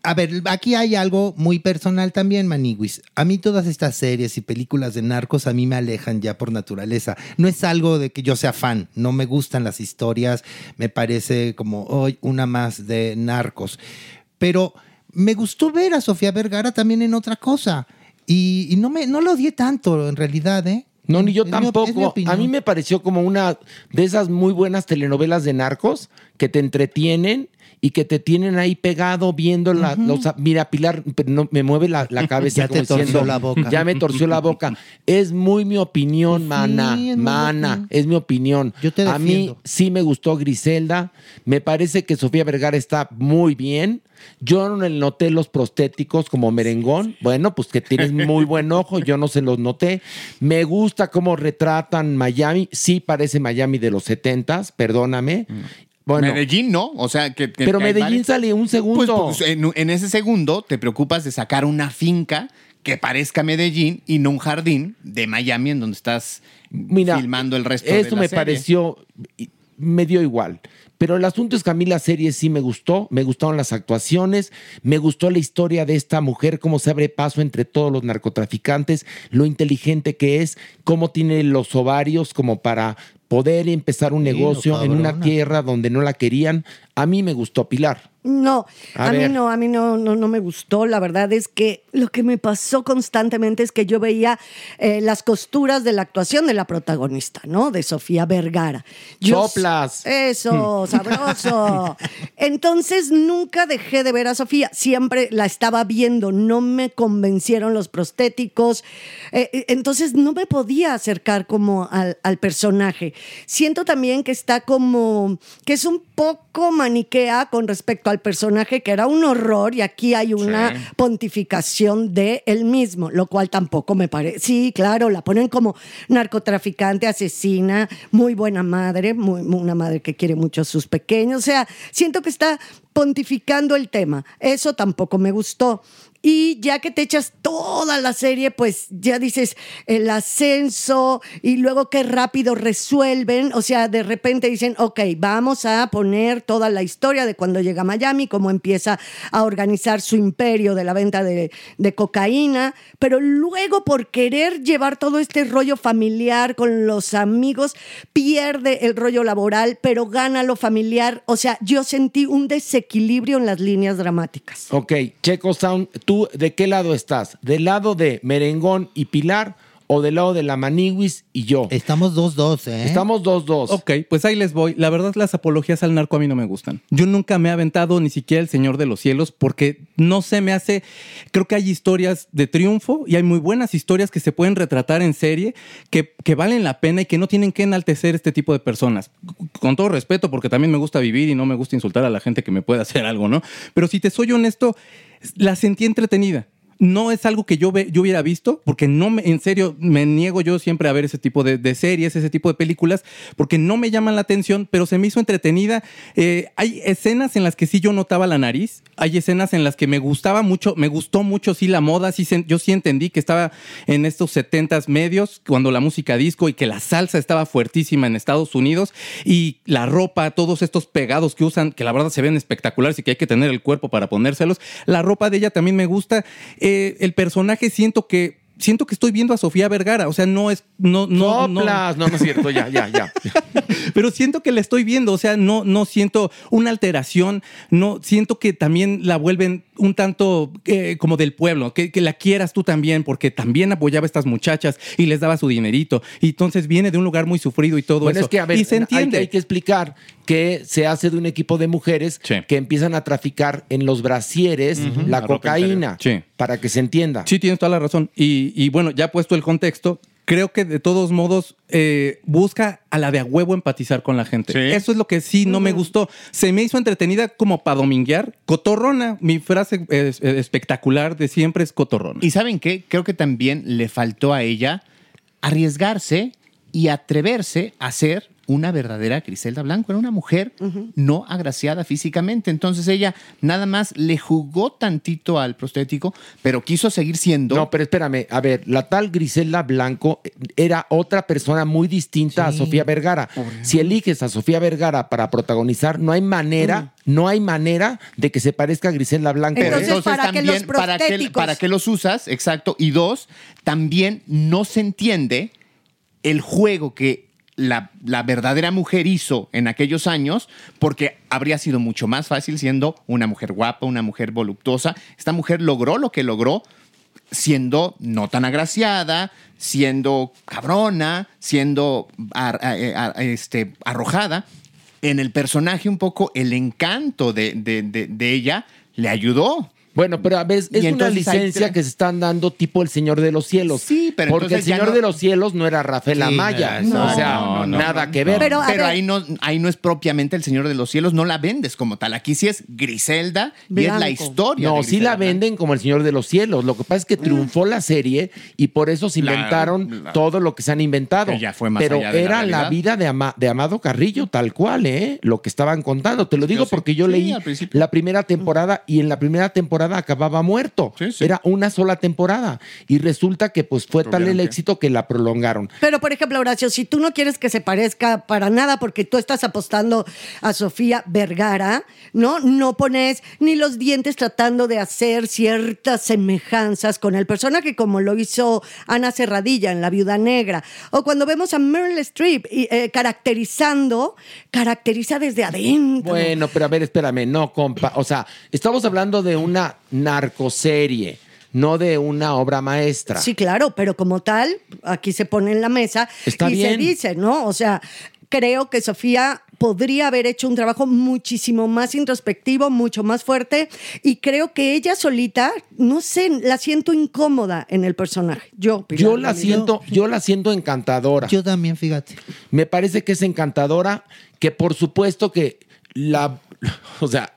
S8: A ver, aquí hay algo muy personal también, Maniguis. A mí todas estas series y películas de narcos a mí me alejan ya por naturaleza. No es algo de que yo sea fan. No me gustan las historias. Me parece como hoy una más de narcos. Pero me gustó ver a Sofía Vergara también en otra cosa. Y, y no me no la odié tanto en realidad, ¿eh?
S3: No, ni yo
S8: Es mi op- es mi
S3: tampoco. A
S8: opinión.
S3: mí me pareció como una de esas muy buenas telenovelas de narcos que te entretienen y que te tienen ahí pegado viendo la. la- o sea, mira, Pilar pero no, me mueve la, la cabeza.
S8: Ya
S3: como
S8: te torció
S3: diciendo,
S8: la boca.
S3: Ya me torció la boca. Es muy mi opinión, mana.
S8: es muy mi
S3: mana,
S8: opinión.
S3: es mi opinión.
S8: te
S3: A mí
S8: defiendo.
S3: sí me gustó Griselda. Me parece que Sofía Vergara está muy bien. Yo no le noté los prostéticos como merengón. Bueno, pues que tienes muy buen ojo. Yo no se los noté. Me gusta cómo retratan Miami. Sí parece Miami de los 70 perdóname. Bueno,
S6: Mm. Medellín no, o sea que... que-
S3: pero
S6: que hay
S3: Medellín
S6: varios-
S3: sale un segundo.
S6: Pues, pues, en, en ese segundo te preocupas de sacar una finca que parezca Medellín y no un jardín de Miami en donde estás filmando el resto de
S3: Eso
S6: la
S3: me
S6: serie.
S3: pareció, y- me dio igual. Pero el asunto es que a mí la serie sí me gustó, me gustaron las actuaciones, me gustó la historia de esta mujer, cómo se abre paso entre todos los narcotraficantes, lo inteligente que es, cómo tiene los ovarios como para poder empezar un
S8: Sí, lo
S3: negocio en una
S8: cabrona.
S3: tierra donde no la querían. A mí me gustó Pilar.
S4: No,
S3: A
S4: a, mí
S3: ver.
S4: no, a mí no, no, no me gustó. La verdad es que lo que me pasó constantemente es que yo veía eh, las costuras de la actuación de la protagonista, ¿no? De Sofía Vergara. Yo-
S3: ¡Soplas!
S4: Eso, sabroso. Entonces nunca dejé de ver a Sofía, siempre la estaba viendo, no me convencieron los prostéticos, eh, eh, entonces no me podía acercar como al, al personaje. Siento también que está como, que es un poco maniquea con respecto al personaje, que era un horror y aquí hay una
S9: Sí.
S4: pontificación de él mismo, lo cual tampoco me parece. Sí, claro, la ponen como narcotraficante, asesina, muy buena madre, muy- muy- una madre que quiere mucho a sus pequeños. O sea, siento que está pontificando el tema. Eso tampoco me gustó. Y ya que te echas toda la serie, pues ya dices el ascenso y luego qué rápido resuelven. O sea, de repente dicen, ok, vamos a poner toda la historia de cuando llega a Miami, cómo empieza a organizar su imperio de la venta de, de cocaína. Pero luego, por querer llevar todo este rollo familiar con los amigos, pierde el rollo laboral, pero gana lo familiar. O sea, yo sentí un desequilibrio en las líneas dramáticas.
S3: Ok, Checo Sound, ¿tú de qué lado estás? ¿Del lado de Merengón y Pilar o del lado de la Maniwis y yo?
S8: Estamos 2-2, ¿eh?
S3: Estamos 2-2.
S7: Ok, pues ahí les voy. La verdad, las apologías al narco a mí no me gustan. Yo nunca me he aventado ni siquiera el Señor de los Cielos porque no se me hace. Creo que hay historias de triunfo y hay muy buenas historias que se pueden retratar en serie que, que valen la pena y que no tienen que enaltecer este tipo de personas. Con todo respeto, porque también me gusta vivir y no me gusta insultar a la gente que me puede hacer algo, ¿no? Pero si te soy honesto, la sentí entretenida. No es algo que yo, ve- yo hubiera visto, porque no me, en serio, me niego yo siempre a ver ese tipo de, de series, ese tipo de películas, porque no me llaman la atención, pero se me hizo entretenida. Eh, hay escenas en las que sí yo notaba la nariz, hay escenas en las que me gustaba mucho, me gustó mucho sí la moda, sí sen- yo sí entendí que estaba en estos 70s medios, cuando la música disco y que la salsa estaba fuertísima en Estados Unidos y la ropa, todos estos pegados que usan, que la verdad se ven espectaculares y que hay que tener el cuerpo para ponérselos. La ropa de ella también me gusta. Eh, el personaje siento que siento que estoy viendo a Sofía Vergara, o sea, no es no no no,
S3: Soplas. No, no es cierto, ya, ya, ya.
S7: pero siento que la estoy viendo, o sea, no, no siento una alteración, no siento que también la vuelven un tanto eh, como del pueblo, que, que la quieras tú también, porque también apoyaba a estas muchachas y les daba su dinerito, y entonces viene de un lugar muy sufrido y todo
S3: Bueno,
S7: eso.
S3: es que a ver,
S7: y se
S3: hay-
S7: entiende.
S3: Hay, que explicar que se hace de un equipo de mujeres que empiezan a traficar en los brasieres la,
S7: La ropa
S3: cocaína
S7: interior.
S3: para que se entienda.
S7: Sí, tienes toda la razón. Y, y bueno, ya puesto el contexto, creo que de todos modos eh, busca a la de a huevo empatizar con la gente. Eso es lo que sí no me gustó. Se me hizo entretenida como para dominguear. Cotorrona, mi frase eh, es- eh, espectacular de siempre es cotorrona.
S6: ¿Y saben qué? Creo que también le faltó a ella arriesgarse y atreverse a ser una verdadera Griselda Blanco. Era una mujer no agraciada físicamente. Entonces ella nada más le jugó tantito al prostético, pero quiso seguir siendo.
S3: No, pero espérame, a ver, la tal Griselda Blanco eh, era otra persona muy distinta a Sofía Vergara. Si eliges a Sofía Vergara para protagonizar, no hay manera,
S7: Mm.
S3: no hay manera de que se parezca a Griselda Blanco.
S6: Pero
S3: ¿eh?
S6: ¿para qué- para qué los usas? Exacto. Y dos, también no se entiende el juego que la, la verdadera mujer hizo en aquellos años, porque habría sido mucho más fácil siendo una mujer guapa, una mujer voluptuosa. Esta mujer logró lo que logró siendo no tan agraciada, siendo cabrona, siendo ar- a- a- a- este, arrojada. En el personaje un poco el encanto de, de- de- de ella le ayudó.
S3: Bueno, pero a veces es una licencia que se están dando tipo el Señor de los Cielos. Sí,
S6: pero
S3: Porque el
S6: entonces ya
S3: Señor
S6: no-
S3: de los Cielos no era Rafael
S6: Sí,
S3: Amaya.
S6: no,
S3: o sea,
S6: no, no,
S3: nada
S6: no,
S3: que
S6: no.
S3: ver.
S6: Pero, ahí, no, ahí no es propiamente el Señor de los Cielos, no la vendes como tal. Aquí sí es Griselda y es la historia.
S3: No,
S6: de
S3: sí
S6: Griselda.
S3: la venden como el Señor de los Cielos. Lo que pasa es que triunfó la serie y por eso se
S6: La-
S3: inventaron
S6: la-
S3: todo lo que se han inventado.
S6: Que ya fue más
S3: Pero
S6: allá de la
S3: era la,
S6: realidad.
S3: vida de, Ama- de Amado Carrillo, tal cual, ¿eh? Lo que estaban contando. Te lo digo porque yo
S6: Sí,
S3: leí
S6: al principio.
S3: la primera temporada y en la primera temporada acababa muerto. Era una sola temporada. Y resulta que pues fue tal
S4: Tuvieron
S3: el
S4: que-
S3: éxito que la prolongaron.
S4: Pero, por ejemplo, Horacio, si tú no quieres que se parezca para nada porque tú estás apostando a Sofía Vergara, ¿no? No pones ni los dientes tratando de hacer ciertas semejanzas con el personaje, como lo hizo Ana Serradilla en La Viuda Negra. O cuando vemos a Meryl Streep y, eh, caracterizando, caracteriza desde adentro.
S3: Bueno, pero a ver, espérame, no, compa. O sea, estamos hablando de una narcoserie, no de una obra maestra.
S4: Sí, claro, pero como tal, aquí se pone en la mesa
S3: Está
S4: y se
S3: bien.
S4: dice, ¿no? O sea, creo que Sofía podría haber hecho un trabajo muchísimo más introspectivo, mucho más fuerte, y creo que ella solita, no sé, la siento incómoda en el personaje. Yo, Pilar,
S3: Yo la
S4: mira.
S3: siento, yo la siento encantadora. Yo
S8: también, fíjate.
S3: Me parece que es encantadora, que por supuesto que la, o sea,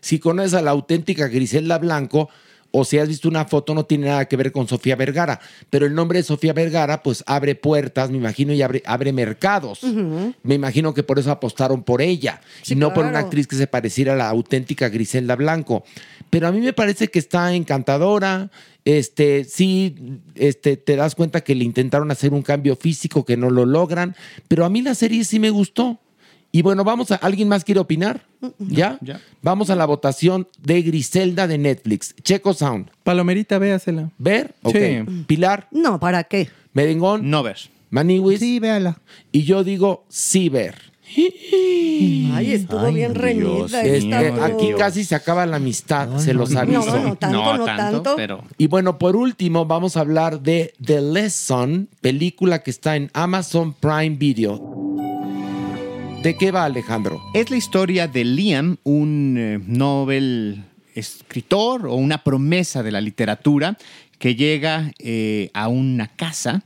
S3: si conoces a la auténtica Griselda Blanco o si has visto una foto no tiene nada que ver con Sofía Vergara, pero el nombre de Sofía Vergara pues abre puertas, me imagino, y abre, abre mercados.
S4: Ujú.
S3: Me imagino que por eso apostaron por ella y no por una
S4: claro.
S3: actriz que se pareciera a la auténtica Griselda Blanco. Pero a mí me parece que está encantadora. Este, sí, este, te das cuenta que le intentaron hacer un cambio físico que no lo logran. Pero a mí la serie sí me gustó. Y bueno, vamos a. ¿Alguien más quiere opinar? ¿Ya? Vamos a la votación de Griselda de Netflix. Checo Sound.
S7: Palomerita, véasela.
S3: ¿Ver? Ok.
S7: Sí.
S3: Pilar.
S4: No, ¿para qué?
S3: Merengón.
S6: No ver.
S3: Maniwis. Sí,
S8: véala.
S3: Y yo digo sí ver.
S4: Ay, estuvo bien reñida.
S3: Este,
S4: esta voz.
S3: aquí casi se acaba la amistad, se los
S4: no,
S3: aviso.
S4: no, no, tanto, No, no tanto, tanto. pero-
S3: Y bueno, por último, vamos a hablar de The Lesson, película que está en Amazon Prime Video. ¿De qué va, Alejandro?
S6: Es la historia de Liam, un eh, Nobel escritor o una promesa de la literatura que llega eh, a una casa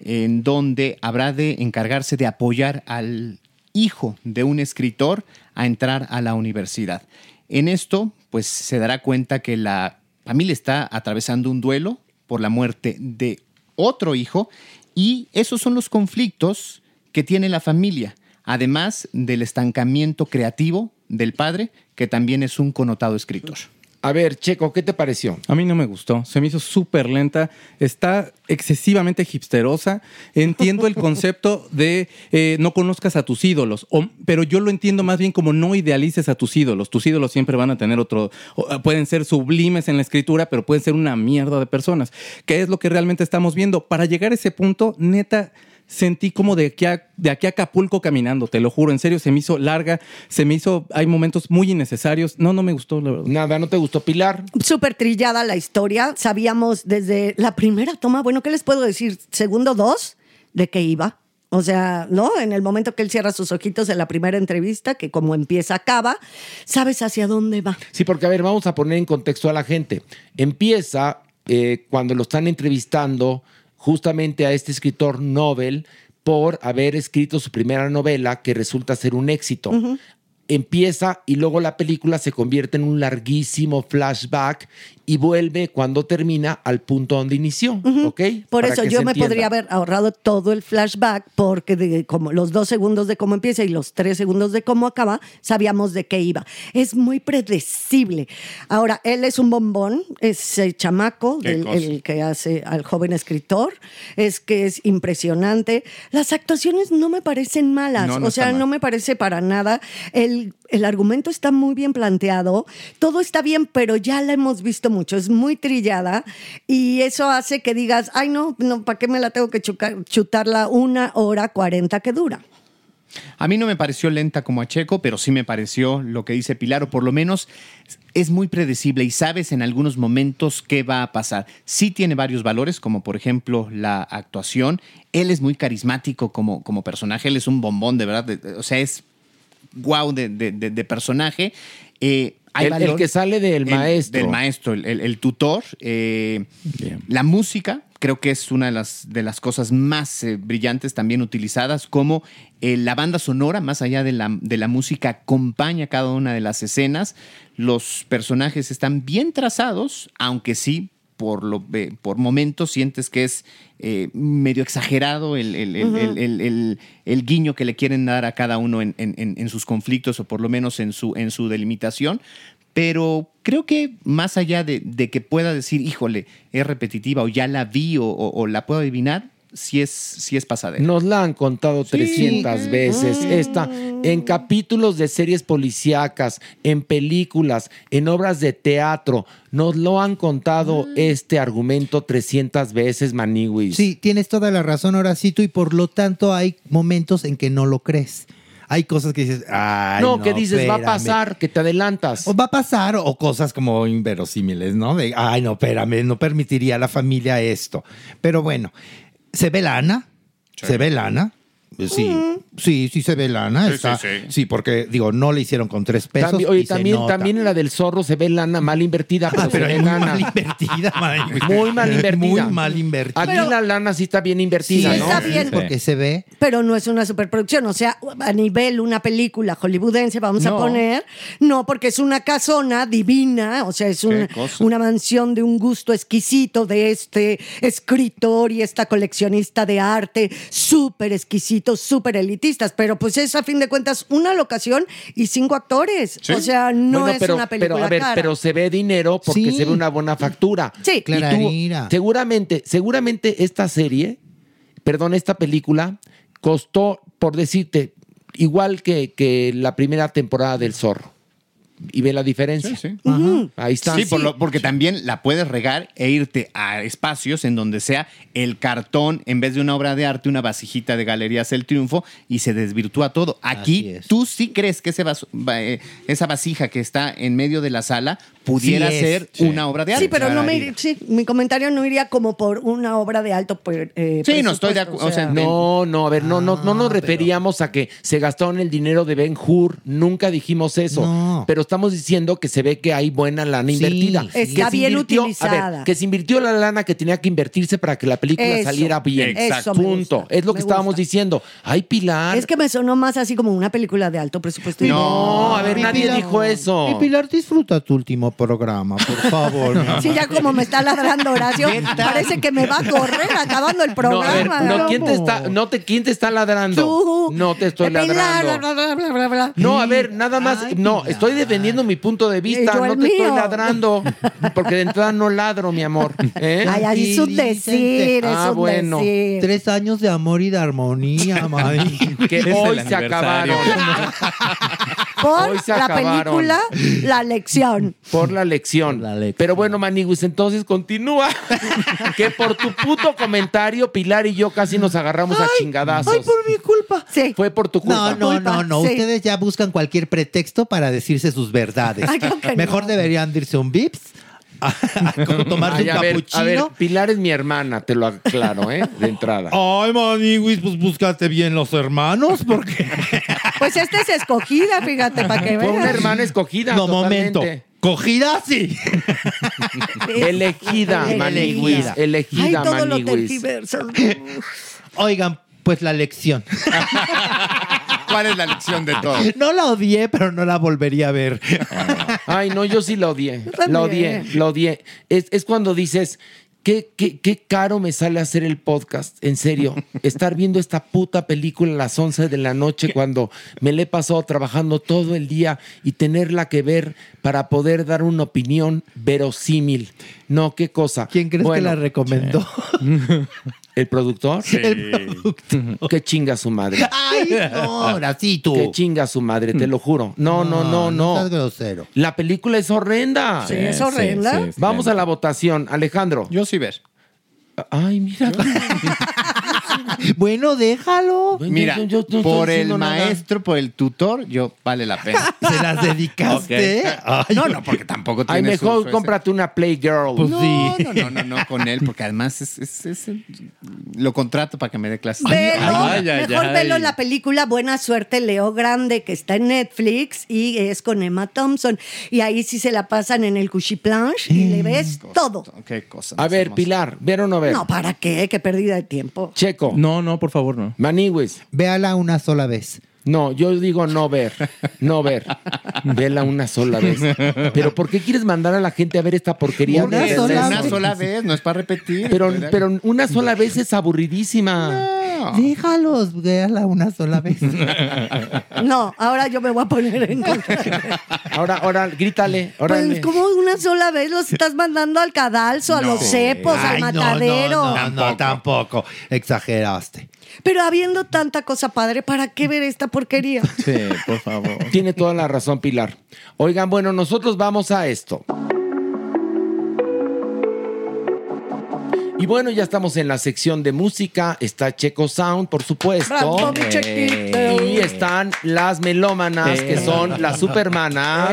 S6: en donde habrá de encargarse de apoyar al hijo de un escritor a entrar a la universidad. En esto, pues se dará cuenta que la Pamila está atravesando un duelo por la muerte de otro hijo y esos son los conflictos que tiene la familia, además del estancamiento creativo del padre, que también es un connotado escritor.
S3: A ver, Checo, ¿qué te pareció?
S7: A mí no me gustó, se me hizo súper lenta, está excesivamente hipsterosa, entiendo el concepto de eh, no conozcas a tus ídolos, o- pero yo lo entiendo más bien como no idealices a tus ídolos, tus ídolos siempre van a tener otro, o- eh, pueden ser sublimes en la escritura, pero pueden ser una mierda de personas, que es lo que realmente estamos viendo. Para llegar a ese punto, neta, sentí como de aquí, a, de aquí a Acapulco caminando, te lo juro, en serio, se me hizo larga, se me hizo, hay momentos muy innecesarios, no, no me gustó, la verdad.
S3: Nada, no te gustó Pilar.
S4: Súper trillada la historia. Sabíamos desde la primera toma, bueno, ¿qué les puedo decir? Segundo dos, de qué iba. O sea, ¿no? En el momento que él cierra sus ojitos en la primera entrevista, que como empieza, acaba, sabes hacia dónde va.
S3: Sí, porque a ver, vamos a poner en contexto a la gente. Empieza eh, cuando lo están entrevistando justamente a este escritor Nobel por haber escrito su primera novela que resulta ser un éxito. Empieza y luego la película se convierte en un larguísimo flashback y vuelve cuando termina al punto donde inició, ¿ok?
S4: Por
S3: Para
S4: eso
S3: que
S4: yo
S3: se
S4: me
S3: entienda.
S4: podría haber ahorrado todo el flashback porque de como los dos segundos de cómo empieza y los tres segundos de cómo acaba, sabíamos de qué iba. Es muy predecible. Ahora, él es un bombón, es el chamaco,
S9: Qué
S4: del-
S9: cosa.
S4: el que hace al joven escritor, es que es impresionante. Las actuaciones no me parecen malas,
S9: No, no
S4: o sea,
S9: están mal.
S4: no me parece para nada. El, el argumento está muy bien planteado, todo está bien, pero ya la hemos visto mucho, es muy trillada y eso hace que digas, ay no, no ¿para qué me la tengo que chucar- chutar la una hora cuarenta que dura?
S6: A mí no me pareció lenta como a Checo, pero sí me pareció lo que dice Pilar, o por lo menos es muy predecible y sabes en algunos momentos qué va a pasar. Sí tiene varios valores, como por ejemplo la actuación. Él es muy carismático como, como personaje, él es un bombón, de verdad. de- de- o sea, es guau de, de- de- de personaje. Eh, hay
S3: El- el
S6: valor-
S3: que sale del maestro.
S6: Del maestro, el, el- el tutor. eh, La música, creo que es una de las, de las cosas más eh, brillantes también utilizadas, como eh, la banda sonora, más allá de la, de la música, acompaña cada una de las escenas. Los personajes están bien trazados, aunque sí, por, lo, eh, por momentos sientes que es eh, medio exagerado el, el- el-
S10: Ujú.
S6: el- el- el- el guiño que le quieren dar a cada uno en, en- en- en sus conflictos o por lo menos en su, en su delimitación. Pero creo que más allá de, de que pueda decir, híjole, es repetitiva o ya la vi o, o- o la puedo adivinar, si es, si es pasadera.
S3: Nos la han contado
S4: Mm.
S3: 300 veces. Esta en capítulos de series policíacas, en películas, en obras de teatro. Nos lo han
S4: Mm.
S3: contado este argumento 300 veces, Maniwis.
S8: Sí, tienes toda la razón, Horacito, y por lo tanto hay momentos en que no lo crees. Hay cosas que dices, ay,
S3: no,
S8: no,
S3: que dices, va a
S8: espérame".
S3: pasar, que te adelantas.
S8: O va a pasar, o cosas como inverosímiles, ¿no? De, ay, no, espérame, no permitiría a la familia esto. Pero bueno, se ve lana, se ve lana. Sí, sí, sí se ve lana.
S3: Sí,
S8: está-
S3: sí,
S8: sí,
S3: sí.
S8: porque, digo, no le hicieron con tres pesos.
S3: También- oye,
S8: y se
S3: también,
S8: nota. Ah,
S3: también en la del zorro se ve lana mal invertida, pero, se ve lana. Mal
S8: invertida,
S3: Muy mal invertida.
S8: Muy mal invertida.
S3: Aquí
S8: Pero-
S3: la lana sí está bien
S8: Sí,
S3: invertida, ¿no?
S8: está bien. Porque se ve
S4: Pero no es una superproducción, o sea, a nivel una película hollywoodense, vamos
S8: No.
S4: a poner, no, porque es una casona divina, o sea, es un-
S9: cosa.
S4: una mansión de un gusto exquisito de este escritor y esta coleccionista de arte, súper exquisitos, súper elitistas, pero pues es a fin de cuentas una locación y cinco actores, o sea, no
S3: Bueno,
S4: es
S3: pero-
S4: una película
S3: Pero, a ver,
S4: cara.
S3: pero se ve dinero porque
S4: Sí.
S3: se ve una buena factura.
S4: Sí.
S3: Y tú,
S4: Clararira.
S3: seguramente, seguramente esta serie, perdón, esta película costó, por decirte, igual que, que la primera temporada del Zorro. Y ve la diferencia. Ahí está.
S6: Sí, por lo- porque también la puedes regar e irte a espacios en donde sea el cartón, en vez de una obra de arte, una vasijita de galerías El Triunfo, y se desvirtúa todo.
S8: Así
S6: Aquí
S8: es.
S6: tú sí crees que ese vas- va- eh, esa vasija que está en medio de la sala pudiera
S8: Sí es,
S6: ser
S8: sí.
S6: una obra de arte.
S4: Sí, pero no me, sí, mi comentario no iría como por una obra de alto per- eh, presupuesto,
S3: no, no, a ver, no,
S4: Ah,
S3: no, no nos referíamos a que se gastaron el dinero de Ben Hur, nunca dijimos eso. Pero estamos diciendo que se ve que hay buena lana
S4: Sí,
S3: invertida.
S4: sí.
S3: Que
S4: Está
S3: se
S4: bien
S3: invirtió- a ver,
S4: utilizada.
S3: que se invirtió la lana que tenía que invertirse para que la película
S4: Eso,
S3: saliera bien.
S4: eso me
S3: Punto.
S4: gusta,
S3: es lo
S4: me
S3: que estábamos diciendo. Ay, Pilar.
S4: Es que me sonó más así como una película de alto presupuesto.
S3: No, a ver, nadie dijo eso.
S8: Y Pilar, disfruta tu último programa, por favor. mi amor.
S4: Sí, ya como me está ladrando Horacio, parece que me va a correr acabando el
S3: No, a ver,
S4: programa.
S3: no, ¿quién te está, no te, ¿quién te está ladrando? No te estoy
S4: Pilar,
S3: ladrando.
S4: bla, bla, bla, bla, bla.
S3: No, a ver, nada más, no, estoy defendiendo mi punto de vista,
S4: Y yo
S3: no
S4: el
S3: te estoy
S4: mío.
S3: ladrando, porque de entrada no ladro, mi amor. ¿eh?
S4: Ay, ay, es un decir, es
S3: Ah,
S4: un
S3: bueno.
S4: decir.
S8: Tres años de amor y de armonía, May.
S3: Que hoy se acabaron.
S4: Por
S3: Hoy se
S4: la
S3: acabaron.
S4: película, la lección.
S3: Por la lección. Pero bueno, Maniguis, entonces continúa. que por tu puto comentario, Pilar y yo casi nos agarramos a chingadazos. Ay, por
S8: mi culpa.
S3: Fue por tu culpa.
S8: No, no, no, no. Ustedes ya buscan cualquier pretexto para decirse sus verdades.
S3: Ay, creo que no.
S8: Mejor deberían irse un vips, a, a tomarse
S3: Ay,
S8: un
S3: a ver,
S8: capuchino.
S3: a ver, Pilar es mi hermana, te lo aclaro, ¿eh? De entrada.
S8: Ay, maniguis, pues búscate bien los hermanos, porque.
S4: Pues esta es escogida, fíjate, para que
S3: Fue
S4: veas.
S3: una hermana escogida.
S8: No,
S3: totalmente.
S8: momento. Cogida, sí.
S3: Elegida,
S8: Elegida.
S3: maniguis.
S8: Ay,
S3: Elegida,
S8: todo lo
S3: maniguis.
S4: tergiversan.
S8: Oigan, pues la lección.
S6: ¿Cuál es la lección
S8: Ah,
S6: de todo?
S8: No la odié, pero no la volvería a ver.
S3: Ay, no, yo sí la odié.
S8: también.
S3: La odié, la odié. Es, es cuando dices, ¿qué, qué, qué caro me sale hacer el podcast, en serio. Estar viendo esta puta película a las 11 de la noche cuando me le he pasado trabajando todo el día y tenerla que ver para poder dar una opinión verosímil. No, qué cosa. ¿Quién
S8: ¿Crees que la recomendó?
S3: ¿El productor?
S8: El
S3: productor. Que chinga su madre.
S8: Ay, no, ahora sí tú.
S3: Que chinga su madre, te lo juro. No, no, no, no.
S8: seas grosero.
S3: La película es horrenda.
S8: Sí, es Sí, horrenda. sí, sí, es
S3: Vamos a la votación, Alejandro. Yo sí ver. Ay, mira.
S8: Bueno, déjalo.
S6: Mira, por el maestro, por el tutor, yo vale la pena.
S8: ¿Se las dedicaste?
S6: No, no, porque tampoco
S3: Ay,
S6: tiene
S3: mejor
S6: su- Pues su-
S3: cómprate una Playgirl.
S6: no, no, no, no, no, con él, porque además es, es- es- lo contrato para que me dé clases.
S4: Velo, mejor velo la película Buena Suerte Leo Grande, que está en Netflix y es con Emma Thompson. Y ahí sí se la pasan en el Cuchiplanche y le ves todo.
S6: Qué cosa.
S3: A ver, Pilar, ¿ver o no ver?
S4: No, ¿para qué? Qué pérdida de tiempo.
S3: Checo. No, no, por favor, no. Manigües.
S8: Véala una sola vez.
S3: No, yo digo no ver, no ver. Vela una sola vez. Pero ¿por qué quieres mandar a la gente a ver esta porquería?
S6: Una
S3: de
S6: sola,
S3: Ernesto?
S6: una sola vez, no es para repetir.
S3: Pero, pero una sola vez es aburridísima.
S8: Ah. Déjalos, véala una sola vez.
S4: No, ahora yo me voy a poner en contra.
S3: Ahora, ahora, grítale, órale.
S4: Pues, como una sola vez los estás mandando al cadalso, a los
S11: pues,
S4: cepos, al
S8: Ay, no, no,
S4: matadero.
S8: No, no, tampoco. Exageraste.
S4: Pero habiendo tanta cosa padre, ¿para qué ver esta porquería?
S3: Sí, por favor. Tiene toda la razón, Pilar. Oigan, bueno, nosotros vamos a esto. Y bueno, ya estamos en la sección de música. Está Checo Sound, por supuesto. Eh,
S4: Bravo, mi Chequito.
S3: Y están las melómanas, que son la supermana.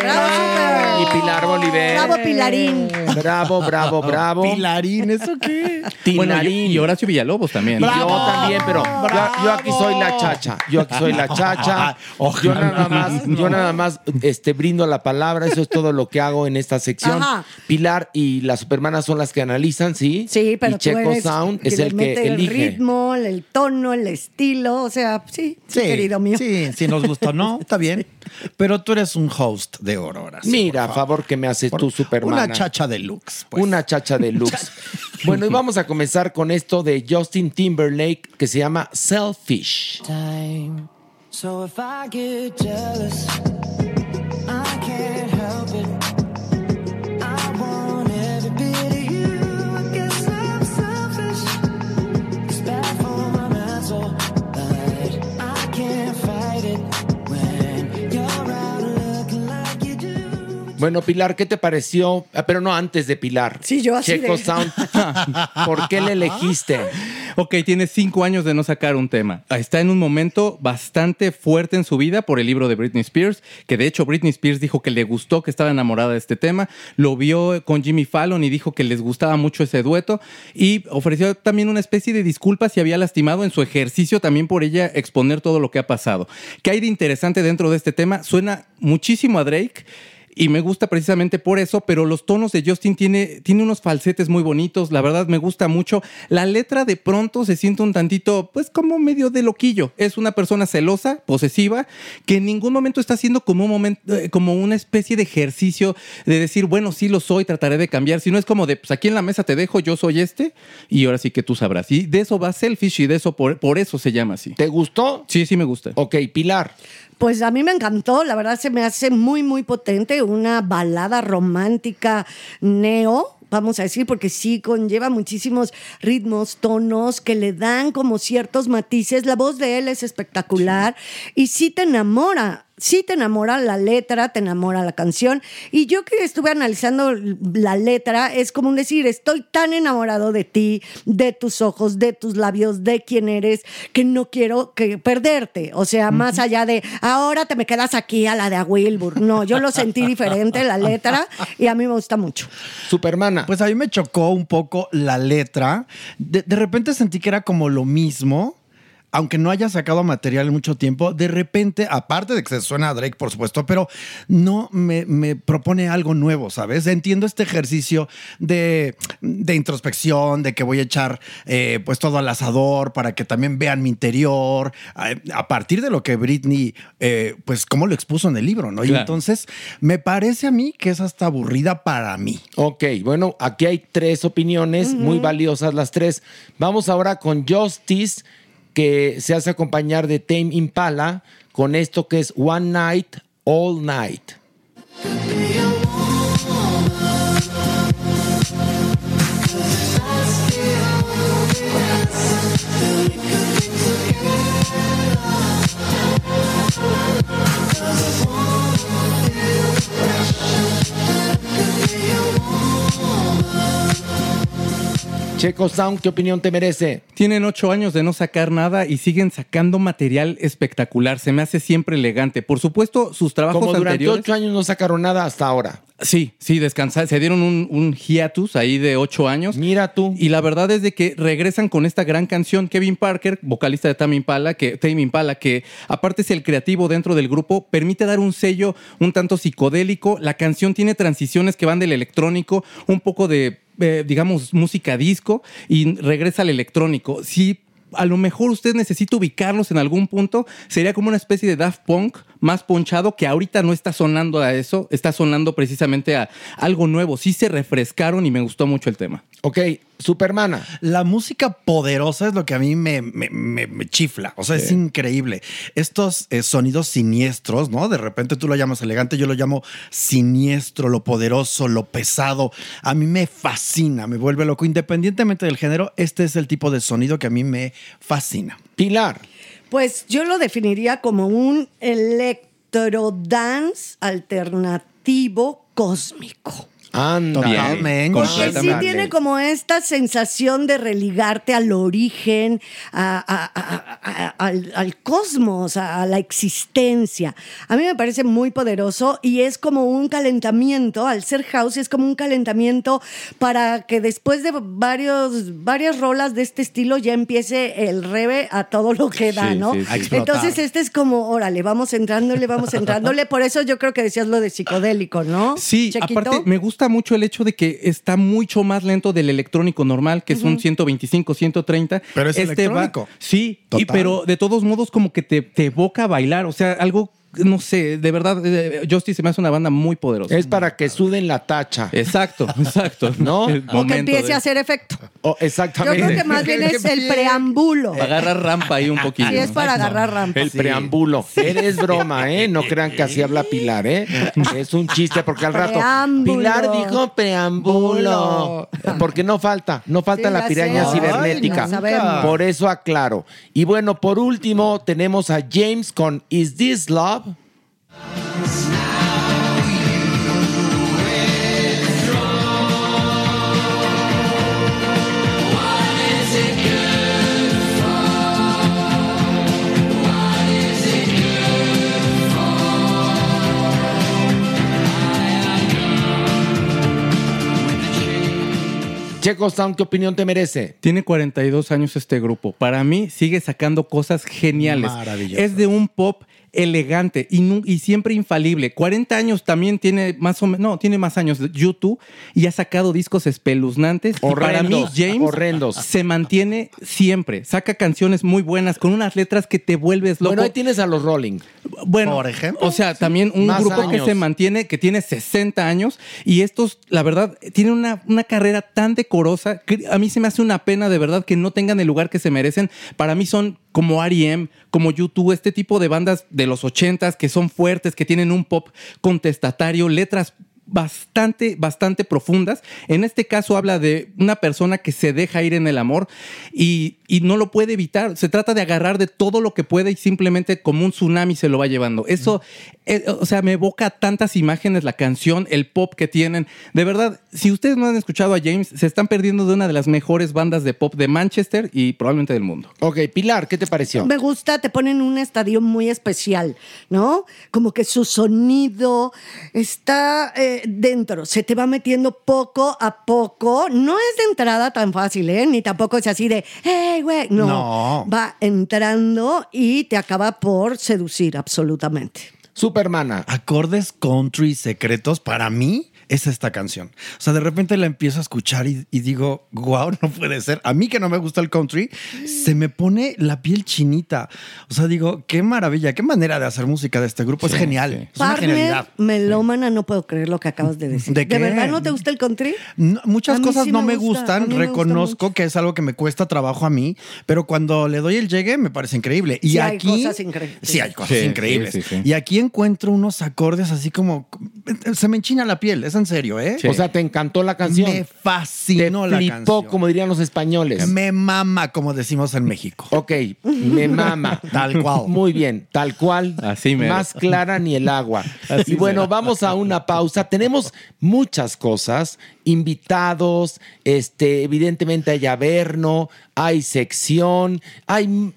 S3: Y Pilar Bolívar.
S4: Bravo, Pilarín.
S3: Bravo, bravo, bravo.
S7: Pilarín, ¿eso qué? Bueno, y, y Horacio Villalobos también.
S3: Y yo también, pero yo, yo aquí soy la chacha. Yo aquí soy la chacha. Yo nada más, yo nada más este, brindo la palabra. Eso es todo lo que hago en esta sección.
S4: Ajá.
S3: Pilar y la supermana son las que analizan, ¿sí? Sí,
S4: Pero
S3: Y
S4: tú
S3: Checo
S4: eres
S3: Sound es
S4: le
S3: el que
S4: mete
S3: elige.
S4: El ritmo, el tono, el estilo, o sea, sí, sí, querido mío.
S9: Sí, sí nos gustó, ¿no? Está bien. Pero tú eres un host de Aurora.
S3: Mira, favor. que me haces tú, supermana.
S9: Una chacha pues. de looks.
S3: Una chacha de looks. bueno, y vamos a comenzar con esto de Justin Timberlake que se llama Selfish.
S10: So if I get jealous, I can't help it. I want every bit of you. I guess I'm selfish. It's bad for my mental, but I can't fight it when you're out looking like you do.
S3: Bueno, Pilar, ¿qué te pareció? Ah, Pero no antes de Pilar.
S4: Sí, yo así
S3: Checo
S4: de-
S3: Sound. ¿Por qué le elegiste?
S7: Ok, tiene cinco años de no sacar un tema. Está en un momento bastante fuerte en su vida por el libro de Britney Spears, que de hecho Britney Spears dijo que le gustó, que estaba enamorada de este tema. Lo vio con Jimmy Fallon y dijo que les gustaba mucho ese dueto. Y ofreció también una especie de disculpa si había lastimado en su ejercicio también por ella exponer todo lo que ha pasado. ¿Qué hay de interesante dentro de este tema? Suena muchísimo a Drake. y me gusta precisamente por eso, pero los tonos de Justin tiene, tiene unos falsetes muy bonitos, la verdad me gusta mucho. La letra de pronto se siente un tantito, pues como medio de loquillo. Es una persona celosa, posesiva, que en ningún momento está haciendo como, un momento, eh, como una especie de ejercicio de decir, bueno, sí lo soy, trataré de cambiar, sino es como de, pues aquí en la mesa te dejo, yo soy este, y ahora sí que tú sabrás. Y de eso va Selfish y de eso, por, por eso se llama así.
S3: ¿Te gustó?
S7: Sí, sí me gusta.
S3: Ok, Pilar.
S4: Pues a mí me encantó, la verdad se me hace muy, muy potente, una balada romántica neo, vamos a decir, porque sí conlleva muchísimos ritmos, tonos que le dan como ciertos matices. La voz de él es espectacular y sí te enamora. Sí te enamora la letra, te enamora la canción. Y yo que estuve analizando la letra, es como un decir, estoy tan enamorado de ti, de tus ojos, de tus labios, de quién eres, que no quiero que perderte. O sea, más allá de, ahora te me quedas aquí a la de a Wilbur. No, yo lo sentí diferente, la letra, y a mí me gusta mucho.
S3: Supermana.
S9: Pues a mí me chocó un poco la letra. De, de repente sentí que era como lo mismo. Aunque no haya sacado material en mucho tiempo, de repente, aparte de que se suena a Drake, por supuesto, pero no me, me propone algo nuevo, ¿sabes? Entiendo este ejercicio de, de introspección, de que voy a echar eh, pues todo al asador para que también vean mi interior, a, a partir de lo que Britney, eh, pues cómo lo expuso en el libro, ¿no? Y
S3: Claro.
S9: entonces me parece a mí que es hasta aburrida para mí.
S3: Ok, bueno, aquí hay tres opiniones muy valiosas las tres. Vamos ahora con Justice, que se hace acompañar de Tame Impala con esto que es One Night, All Night. Checo Sound, ¿qué opinión te merece?
S7: Tienen ocho años de no sacar nada y siguen sacando material espectacular. Se me hace siempre elegante. Por supuesto, sus trabajos
S3: Como durante
S7: anteriores.
S3: ocho años no sacaron nada hasta ahora.
S7: Sí, sí, descansaron, se dieron un, un hiatus ahí de ocho años.
S3: Mira tú.
S7: Y la verdad es de que regresan con esta gran canción, Kevin Parker, vocalista de Tame Impala, que, Tame Impala, que aparte es el creativo dentro del grupo, permite dar un sello un tanto psicodélico. La canción tiene transiciones que van del electrónico, un poco de, eh, digamos, música disco y regresa al electrónico. Si a lo mejor usted necesita ubicarlos en algún punto, sería como una especie de Daft Punk más ponchado que ahorita no está sonando a eso, está sonando precisamente a algo nuevo. Sí se refrescaron y me gustó mucho el tema.
S3: Ok, Supermana.
S9: La música poderosa es lo que a mí me, me- me- me chifla. O sea, es
S7: Sí.
S9: increíble. Estos eh, sonidos siniestros, ¿no? De repente tú lo llamas elegante, yo lo llamo siniestro, lo poderoso, lo pesado. A mí me fascina, me vuelve loco. Independientemente del género, este es el tipo de sonido que a mí me fascina.
S3: Pilar.
S4: Pues yo lo definiría como un electro dance alternativo cósmico.
S3: Anda,
S9: Totalmente.
S4: Porque sí tiene como esta sensación de religarte al origen, a- a- a- a- a- al, al cosmos, a, a la existencia. A mí me parece muy poderoso y es como un calentamiento, al ser house, es como un calentamiento para que después de varios, varias rolas de este estilo ya empiece el rebe a todo lo que da,
S10: Sí,
S4: ¿no?
S10: sí, sí. A explotar.
S4: Entonces este es como, órale, vamos entrándole, vamos entrándole. Por eso yo creo que decías lo de psicodélico, ¿no?
S7: Sí,
S4: Chequito.
S7: aparte me gusta mucho el hecho de que está mucho más lento del electrónico normal, que es un
S4: Ujú.
S7: 125, 130.
S9: Pero es
S7: Este va-
S9: electrónico.
S7: sí, y,
S9: Total.
S7: pero de todos modos como que te, te evoca a bailar, o sea, algo, no sé, de verdad, eh, Justice se me hace una banda muy poderosa.
S3: Es para que suden la tacha.
S7: Exacto, exacto. ¿No?
S4: O que empiece a hacer efecto. Yo
S3: Oh, exactamente.
S4: creo que más bien es el preámbulo.
S7: Agarra rampa ahí un poquito.
S4: Sí, es para agarrar rampa.
S3: El preámbulo. Eres broma, ¿eh? No crean que así habla Pilar, ¿eh? Es un chiste porque al rato.
S4: Preámbulo.
S3: Pilar dijo preámbulo. Eh, Porque no falta, no falta
S4: Sí,
S3: la
S4: ya
S3: piraña
S4: sé.
S3: cibernética.
S4: Ay, no sabemos.
S3: por eso aclaro. Y bueno, por último, tenemos a James con Is This Love? Checo Sound, ¿qué opinión te merece?
S7: Tiene 42 años este grupo. Para mí sigue sacando cosas geniales.
S9: Maravilloso.
S7: Es de un pop elegante y, nu- y siempre infalible. 40 años también tiene más o menos, no, tiene más años de YouTube y ha sacado discos espeluznantes. Y para mí,
S3: Horrendos,
S7: James
S3: horrendos.
S7: se mantiene siempre. Saca canciones muy buenas con unas letras que te vuelves loco.
S3: Bueno, ahí tienes a los Rolling.
S7: Bueno,
S3: Por ejemplo.
S7: O sea, también un
S3: Más
S7: grupo que
S3: años.
S7: se mantiene, que tiene 60 años y estos, la verdad, tienen una, una carrera tan decorosa que a mí se me hace una pena de verdad que no tengan el lugar que se merecen. Para mí son como R.E.M., como YouTube, este tipo de bandas de los 80s que son fuertes, que tienen un pop contestatario, letras bastante, bastante profundas. En este caso habla de una persona que se deja ir en el amor y, y no lo puede evitar. Se trata de agarrar de todo lo que puede y simplemente como un tsunami se lo va llevando. Eso, eh, o sea, me evoca tantas imágenes, la canción, el pop que tienen. De verdad, si ustedes no han escuchado a James, se están perdiendo de una de las mejores bandas de pop de Manchester y probablemente del mundo.
S3: Ok, Pilar, ¿qué te pareció?
S4: Me gusta, te ponen un estadio muy especial, ¿no? Como que su sonido está eh, dentro, se te va metiendo poco a poco. No es de entrada tan fácil, ¿eh? Ni tampoco es así de, hey, güey. No,
S3: No.
S4: Va entrando y te acaba por seducir, absolutamente.
S3: Supermana.
S9: Acordes country secretos para mí es esta canción. O sea, de repente la empiezo a escuchar y, y digo, wow, no puede ser. A mí que no me gusta el country, se me pone la piel chinita. O sea, digo, qué maravilla, qué manera de hacer música de este grupo. es genial. Es una
S4: Partner,
S9: genialidad.
S4: melómana, no puedo creer lo que acabas de decir.
S9: ¿De qué?
S4: verdad no te gusta el country?
S9: No,
S4: A
S9: muchas
S4: mí
S9: cosas
S4: sí
S9: no
S4: me
S9: me
S4: gusta, a
S9: gustan,
S4: mí me gusta
S9: reconozco que es algo que me cuesta trabajo a mí, pero cuando le doy el llegue me parece increíble. Y
S4: Sí hay
S9: aquí
S4: cosas increíbles.
S9: Sí, hay cosas
S7: Sí,
S9: increíbles.
S7: sí, sí, sí.
S9: Y aquí encuentro unos acordes así como se me enchina la piel, es en serio, ¿eh?
S3: O sea, te encantó la canción.
S9: Me fascinó
S3: Te
S9: la
S3: flipó,
S9: canción.
S3: como dirían los españoles.
S9: Me mama, como decimos en México.
S3: Ok, me mama.
S9: Tal cual.
S3: Muy bien, tal cual.
S7: Así mero.
S3: Más clara ni el agua.
S7: Así
S3: y bueno,
S7: mero.
S3: vamos a una pausa. Tenemos muchas cosas, invitados, este, evidentemente hay averno, hay sección, hay... mm,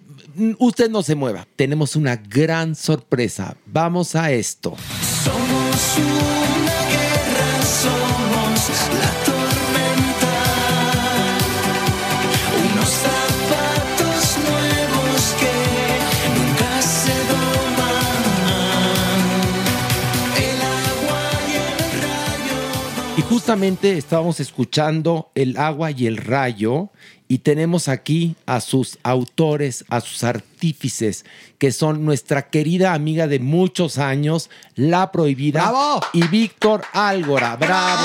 S3: Usted no se mueva. Tenemos una gran sorpresa. Vamos a esto.
S10: Somos una guerra, somos la tormenta. Unos zapatos nuevos que nunca se doman. El agua y el rayo.
S3: Y justamente estábamos escuchando El agua y el rayo y tenemos aquí a sus autores, a sus artífices, que son nuestra querida amiga de muchos años, La Prohibida y Víctor Álgora. ¡Bravo!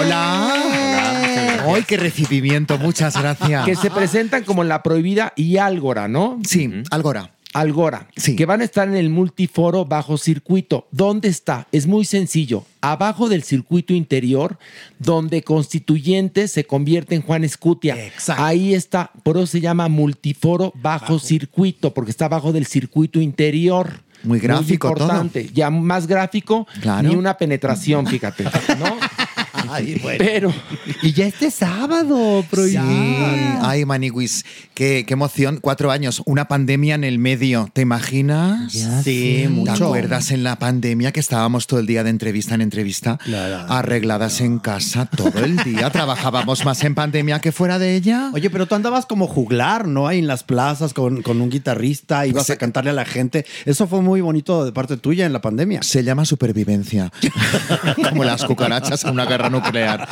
S11: Hola. Hoy qué recibimiento, muchas gracias.
S3: Que se presentan como La Prohibida y Álgora, ¿no?
S11: Sí, Álgora.
S3: Algora, que van a estar en el multiforo bajo circuito. ¿Dónde está? Es muy sencillo. Abajo del circuito interior, donde Constituyente se convierte en Juan Escutia. Ahí está, por eso se llama multiforo bajo, circuito, porque está abajo del circuito interior.
S11: Muy gráfico todo.
S3: importante. Ya más gráfico,
S11: Claro.
S3: ni una penetración, fíjate.
S11: Ay, bueno.
S3: Pero.
S11: Y ya este sábado, prohibido. Ay, Maniwis, qué, qué emoción. Cuatro años, una pandemia en el medio. ¿Te imaginas?
S8: Sí, mucho.
S11: ¿Te acuerdas en la pandemia que estábamos todo el día de entrevista en entrevista?
S8: Ah,
S11: Arregladas en casa todo el día. Trabajábamos más en pandemia que fuera de ella.
S9: Oye, pero tú andabas como juglar, ¿no? Ahí en las plazas con, con un guitarrista, ibas a cantarle a la gente. Eso fue muy bonito de parte tuya en la pandemia.
S11: Se llama supervivencia. Como las cucarachas en una guerra nuclear.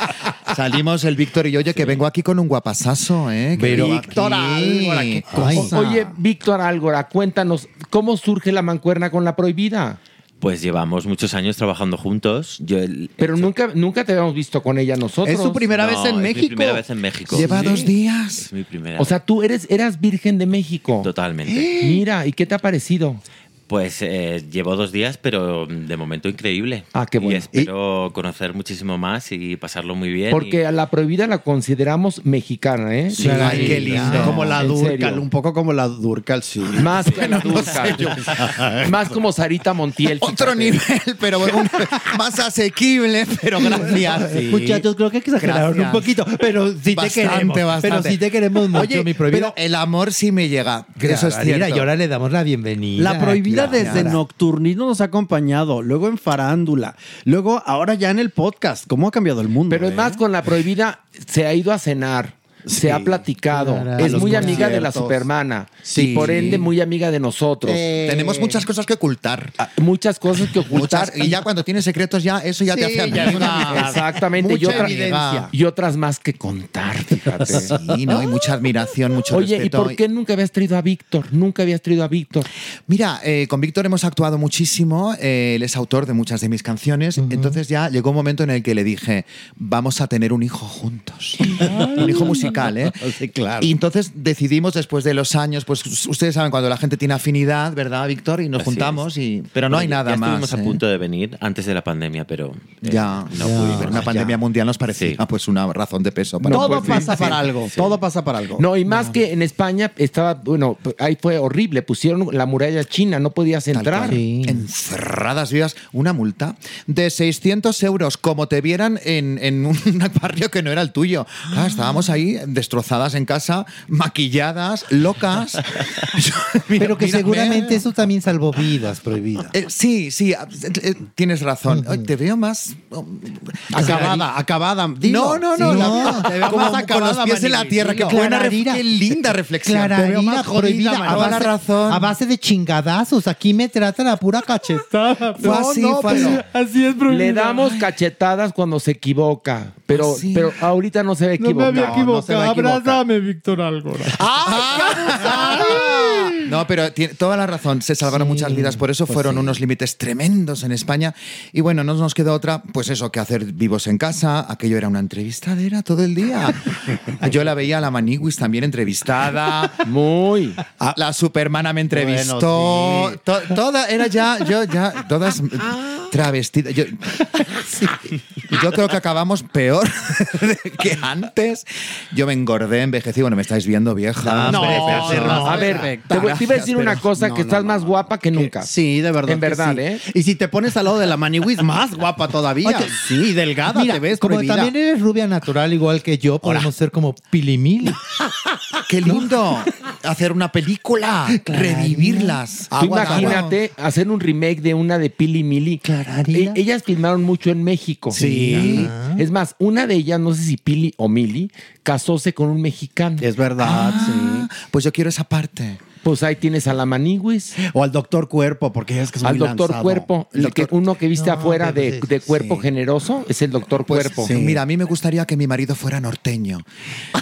S11: Salimos el Víctor y yo, oye, que vengo aquí con un guapasazo, ¿eh? Que
S9: Pero
S11: vengo
S9: Víctor
S11: aquí.
S9: Álvaro, qué
S11: Ay,
S3: O- Oye, Víctor Algora, cuéntanos, ¿cómo surge la mancuerna con la prohibida?
S12: Pues llevamos muchos años trabajando juntos. Yo el-
S3: Pero nunca, nunca te habíamos visto con ella nosotros.
S12: No, Es mi primera vez en México.
S3: Lleva dos
S11: días.
S12: Es mi primera.
S3: O sea, tú eres, eras virgen de México.
S12: Totalmente.
S3: Mira, ¿y qué te ha parecido?
S12: Pues eh, llevo dos días, pero mm, de momento increíble.
S3: Ah, qué bueno.
S12: Y espero conocer muchísimo más y pasarlo muy bien.
S3: Porque a la prohibida la consideramos mexicana, ¿eh?
S12: Sí, ay, qué lindo.
S9: Como la
S3: En serio.
S9: Durcal, un poco como la Durcal, sí.
S3: Más que la Durcal. Más como Sarita Montiel.
S11: Otro nivel, pero un- más asequible, pero gracias.
S8: Muchachos, creo que exageraron
S11: Gracias.
S8: un poquito, pero sí
S11: Bastante,
S8: te queremos.
S11: bastante.
S8: Pero sí te queremos mucho,
S11: Oye,
S8: mi
S11: Pero
S8: prohibida.
S11: el amor sí me llega. que eso es
S8: Mira,
S11: cierto.
S8: y ahora le damos la bienvenida.
S9: La prohibida
S8: Claro.
S9: desde Nocturnismo nos ha acompañado, luego en Farándula, luego ahora ya en el podcast. ¿Cómo ha cambiado el mundo? eh?
S3: Pero es más, con la prohibida se ha ido a cenar. se ha platicado.
S11: Claro,
S3: es
S11: los
S3: muy amiga de la
S11: conciertos.
S3: supermana
S11: Sí. Eh,
S3: y por ende muy amiga de nosotros.
S11: Tenemos muchas cosas que ocultar.
S3: Eh, Ah, Muchas cosas que
S11: ocultar. y ya cuando tienes secretos, ya eso ya te
S3: Sí,
S11: hace
S3: ya es una
S11: amiga.
S3: amiga. Exactamente, y
S11: Mucha
S3: otra- Ah.
S11: evidencia.
S3: y otras más que contar, fíjate.
S11: Sí, ¿no? Y mucha admiración, mucho
S3: Oye, ¿y
S11: respeto.
S3: por qué nunca habías traído a Víctor? Nunca habías traído a Víctor.
S11: Mira, eh, con Víctor hemos actuado muchísimo, eh, él es autor de muchas de mis canciones, entonces ya llegó un momento en el que le dije, vamos a tener un hijo juntos, un hijo musical, ¿eh?
S9: claro.
S11: Y entonces decidimos después de los años, pues ustedes saben cuando la gente tiene afinidad, ¿verdad, Víctor? Y nos
S12: Así
S11: juntamos, y, pero
S12: Bueno,
S11: no hay
S12: ya-
S11: nada
S12: ya
S11: más.
S12: Estuvimos
S11: ¿eh?
S12: a punto de venir antes de la pandemia, pero eh,
S11: Ya,
S12: no
S11: ya.
S12: pudimos.
S11: una pandemia mundial nos parecía pues una razón de peso. para-
S3: No, pues, sí, sí. Sí.
S9: todo pasa para algo.
S3: No, y más que en España estaba, bueno, ahí fue horrible, pusieron la muralla china, no podías entrar.
S11: cual. Encerradas vivas, una multa de 600 euros, como te vieran en, en un barrio que no era el tuyo. Claro, estábamos ahí destrozadas en casa, maquilladas, locas.
S8: Pero que seguramente eso también salvó vidas prohibidas.
S11: sí, sí, ah, eh, tienes razón. Ay, te veo más oh,
S9: Acabada, acabada. dilo.
S11: No, no, no.
S9: No.
S11: la- te veo
S9: Como
S11: más
S9: con
S11: acabada,
S9: los pies en la
S11: Manigui,
S9: tierra,
S11: dilo.
S9: qué buena ref-
S11: Clararira.
S9: qué
S11: linda reflexión. Te veo
S8: Clararina
S11: más jodida,
S8: prohibida a
S11: Manolo.
S8: base,
S11: Toda la razón.
S8: a base de chingadazos. Aquí me trata la pura cachetada.
S3: Fue así, fue así.
S9: Así es,
S3: Le damos cachetadas cuando se equivoca, pero, pero ahorita no se ve
S5: No me
S3: equivocar.
S5: había
S3: equivocar.
S5: equivocado. Abrázame, Víctor Algora.
S6: Ah.
S8: Ah.
S11: No, pero tiene toda la razón. Se salvaron muchas vidas. Por
S3: Pues
S11: eso fueron unos límites tremendos en España. Y bueno, no nos queda otra, pues eso, que hacer vivos en casa. Aquello era una entrevistadera todo el día. Yo la veía a la Maniguis también entrevistada.
S3: Muy.
S11: La Supermana me entrevistó.
S9: Bueno,
S11: To- toda era ya, yo ya, todas travestidas. Yo, yo creo que acabamos peor que antes. Yo me engordé, envejecí. Bueno, me estáis viendo vieja.
S3: No, hombre, a ver, te, voy- te iba a decir una cosa, que estás más guapa que nunca.
S9: Sí, de verdad.
S3: En
S9: que
S3: verdad,
S9: sí.
S3: ¿eh?
S9: Y si te pones al lado de la maniwis, más guapa todavía.
S8: Oye,
S9: sí, delgada
S8: Mira,
S9: te ves
S8: como
S9: prohibida.
S8: también eres rubia natural igual que yo, podemos ser como pilimili.
S11: ¡Qué lindo! Hacer una película, revivirlas.
S9: Ah,
S3: Tú imagínate hacer un remake de una de Pili Mili. E- ellas filmaron mucho en México.
S9: Sí. Ajá.
S3: Es más, una de ellas, no sé si Pili o Mili, casóse con un mexicano.
S9: Es verdad, sí.
S11: Pues yo quiero esa parte.
S3: Pues ahí tienes a la Maniguis.
S9: O al doctor cuerpo, porque ya es que es
S3: Al
S9: muy
S3: doctor
S9: lanzado.
S3: Cuerpo,
S9: El
S3: el que-
S9: doctor-
S3: uno que viste
S9: No,
S3: afuera
S9: pero
S3: de,
S9: sí,
S3: de Cuerpo Generoso, es el doctor
S11: Pues,
S3: Cuerpo.
S11: sí. Mira, a mí me gustaría que mi marido fuera norteño.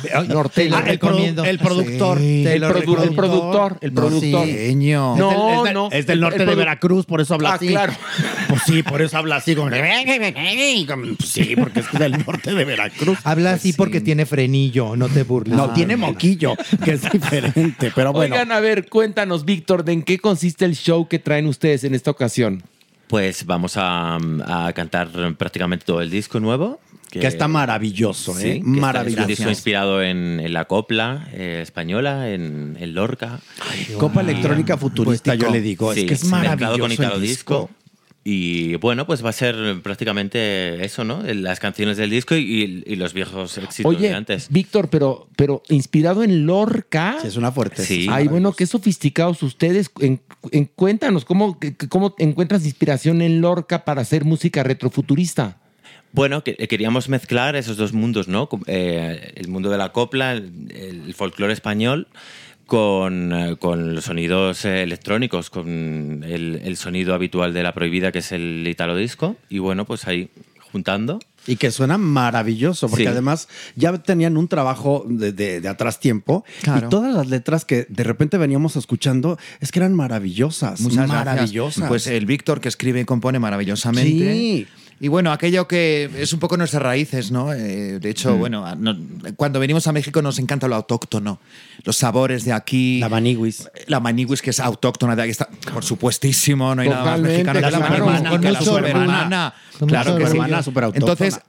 S3: Eh, norteño.
S9: Ah, el, produ- el productor.
S11: Sí.
S9: Te
S3: El
S9: lo
S3: produ- el
S9: recuerdo.
S3: productor, el productor.
S11: Norteño.
S9: Es del-
S3: No,
S9: es del,
S3: no.
S9: Es del norte
S3: El
S9: de
S3: produ-
S9: Veracruz, por eso habla
S3: Ah,
S9: así.
S3: claro.
S9: Pues sí, por eso habla así. Como... pues Sí, porque es del norte de Veracruz.
S8: Habla así porque tiene frenillo, Pues no te burles.
S9: No, tiene moquillo, que es diferente, pero bueno.
S3: Oigan, a ver, cuéntanos, Víctor, ¿de en qué consiste el show que traen ustedes en esta ocasión?
S12: Pues vamos a, a cantar prácticamente todo el disco nuevo.
S9: que, está maravilloso,
S12: Sí, que
S9: ¿eh?
S12: está- Es un disco
S9: maravilloso.
S12: inspirado en, en la copla eh, española, en, en Lorca.
S9: Copa
S12: Y-
S9: electrónica futurista, yo le digo.
S12: Sí,
S9: es que es
S12: mezclado
S9: maravilloso.
S12: con Italo
S9: el
S12: Disco. Y bueno, pues va a ser prácticamente eso, ¿no? Las canciones del disco y, y los viejos éxitos de
S3: Oye,
S12: antes.
S3: Víctor, pero, pero inspirado en Lorca.
S9: Sí, es una fuerte.
S12: Sí.
S3: Ay, bueno, qué sofisticados ustedes. En, en- cuéntanos, ¿cómo, que- que- ¿cómo encuentras inspiración en Lorca para hacer música retrofuturista?
S12: Bueno, que- eh, queríamos mezclar esos dos mundos, ¿no? Com- eh, el mundo de la copla, el, el folclore español, con, eh, con los sonidos eh, electrónicos, con el, el sonido habitual de la prohibida, que es el italo disco. Y bueno, pues ahí juntando.
S9: Y que suena maravilloso, porque
S12: Sí.
S9: además ya tenían un trabajo de, de- de atrás tiempo.
S11: Claro.
S9: Y todas las letras que de repente veníamos escuchando es que eran maravillosas.
S11: Muchas gracias.
S9: maravillosas.
S11: Pues el Víctor que escribe y compone maravillosamente.
S9: Sí.
S11: Y bueno, aquello que es un poco nuestras raíces, ¿no? Eh, de
S9: Mm.
S11: hecho, bueno, a- no- cuando venimos a México nos encanta lo autóctono, los sabores de aquí. La
S9: maniguis.
S11: La maniguis que es autóctona de aquí, está, por supuestísimo, no hay nada más
S9: Totalmente,
S11: mexicano que la
S9: claro,
S11: maniguis,
S9: con
S11: que la
S9: mucho hermana.
S11: superhermana.
S9: Con
S11: Claro
S9: mucho
S11: que sí.
S9: hermana, superautóctona.
S11: Entonces,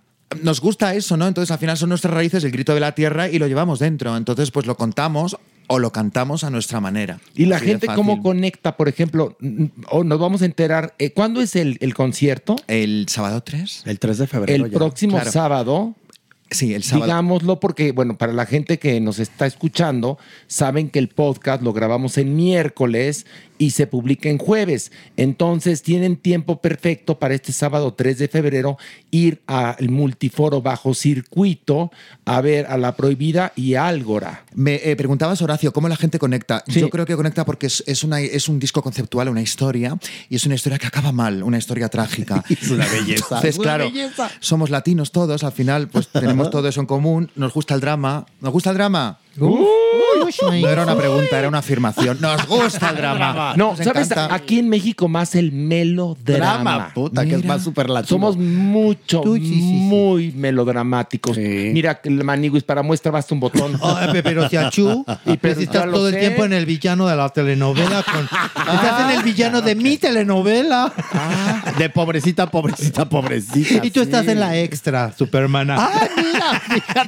S11: nos gusta eso, ¿no? Entonces, al final son nuestras raíces, el grito de la tierra y lo llevamos dentro. Entonces, pues lo contamos o lo cantamos a nuestra manera.
S3: Y la
S11: Así de
S3: gente,
S11: fácil.
S3: ¿cómo conecta? Por ejemplo, mm, o nos vamos a enterar, eh, ¿cuándo es el, el concierto?
S11: El sábado 3.
S9: El 3 de febrero.
S3: El
S9: ya.
S3: próximo
S9: Claro.
S3: sábado.
S11: Sí, el sábado.
S3: Digámoslo porque, bueno, para la gente que nos está escuchando, saben que el podcast lo grabamos en miércoles y se publica en jueves. Entonces tienen tiempo perfecto para este sábado 3 de febrero ir al multiforo bajo circuito a ver a La Prohibida y a Álgora.
S11: Me eh, preguntabas, Horacio, ¿cómo la gente conecta? Yo creo que conecta porque es, es una, es un disco conceptual, una historia, y es una historia que acaba mal, una historia trágica.
S9: Es una belleza,
S11: Entonces,
S9: es una
S11: claro,
S9: belleza.
S11: somos latinos todos, al final pues tenemos todo eso en común, nos gusta el drama. ¿Nos gusta el drama? no era una pregunta, era una afirmación. Nos gusta el drama.
S3: No,
S11: Nos
S3: ¿sabes?
S11: encanta.
S3: Aquí en México más el melodrama.
S11: Drama, puta, que es Mira. más superlativo.
S3: Somos mucho, muy melodramáticos. Mira, el maniguis, para muestra basta un botón.
S8: Ah, pe- pero si a Chu,
S11: Ah,
S3: Y
S8: pues
S3: pero ya
S8: estás
S3: lo
S8: todo el
S3: sé.
S8: tiempo en el villano de la telenovela. con- estás
S6: Ah.
S8: en el villano de mi telenovela.
S9: De pobrecita, pobrecita, pobrecita.
S8: y tú estás en la extra, Ah, Supermana.
S11: Ah,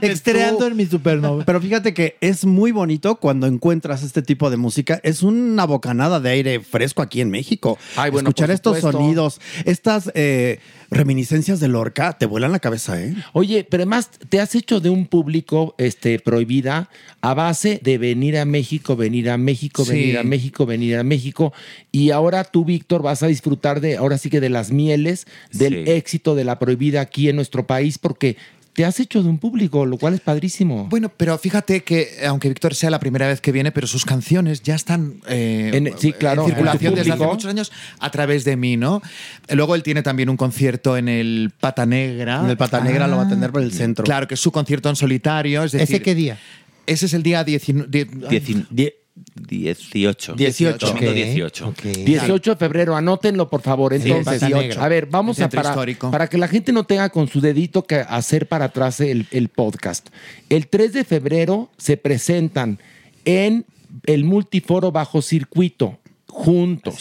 S8: Estreando en mi supernova.
S9: Pero fíjate que es muy bonito cuando encuentras este tipo de música. Es una bocanada de aire fresco aquí en México.
S3: Ay, bueno,
S9: Escuchar
S3: por
S9: estos
S3: supuesto.
S9: sonidos, estas eh, reminiscencias de Lorca, te vuelan la cabeza, ¿eh?
S3: Oye, pero además te has hecho de un público este, prohibida a base de venir a México, venir a México,
S9: Sí.
S3: venir a México, venir a México. Y ahora tú, Víctor, vas a disfrutar de, ahora sí que de las mieles, del
S12: Sí.
S3: éxito de la prohibida aquí en nuestro país, porque te has hecho de un público, lo cual es padrísimo.
S11: Bueno, pero fíjate que eh, aunque Víctor sea la primera vez que viene, pero sus canciones ya están eh,
S3: En- sí, claro,
S11: en circulación
S3: en tu
S11: desde hace
S3: público.
S11: muchos años a través de mí, ¿no? Eh, Luego él tiene también un concierto en el Pata Negra.
S9: En el Pata Negra lo va a tener
S11: por el centro. Claro, que es su concierto en solitario. Es decir,
S8: ¿Ese qué día?
S11: Ese es el día 19.
S12: Diecin- die- 18.
S11: 18.
S12: Domingo
S11: Ok,
S12: 18.
S3: 18 de febrero, anótenlo por favor.
S12: Sí,
S3: Entonces,
S12: 18.
S3: a ver, vamos
S12: El
S3: a
S12: centro
S3: para,
S12: histórico.
S3: para que la gente no tenga con su dedito que hacer para atrás el, el podcast. El 3 de febrero se presentan en el multiforo bajo circuito juntos.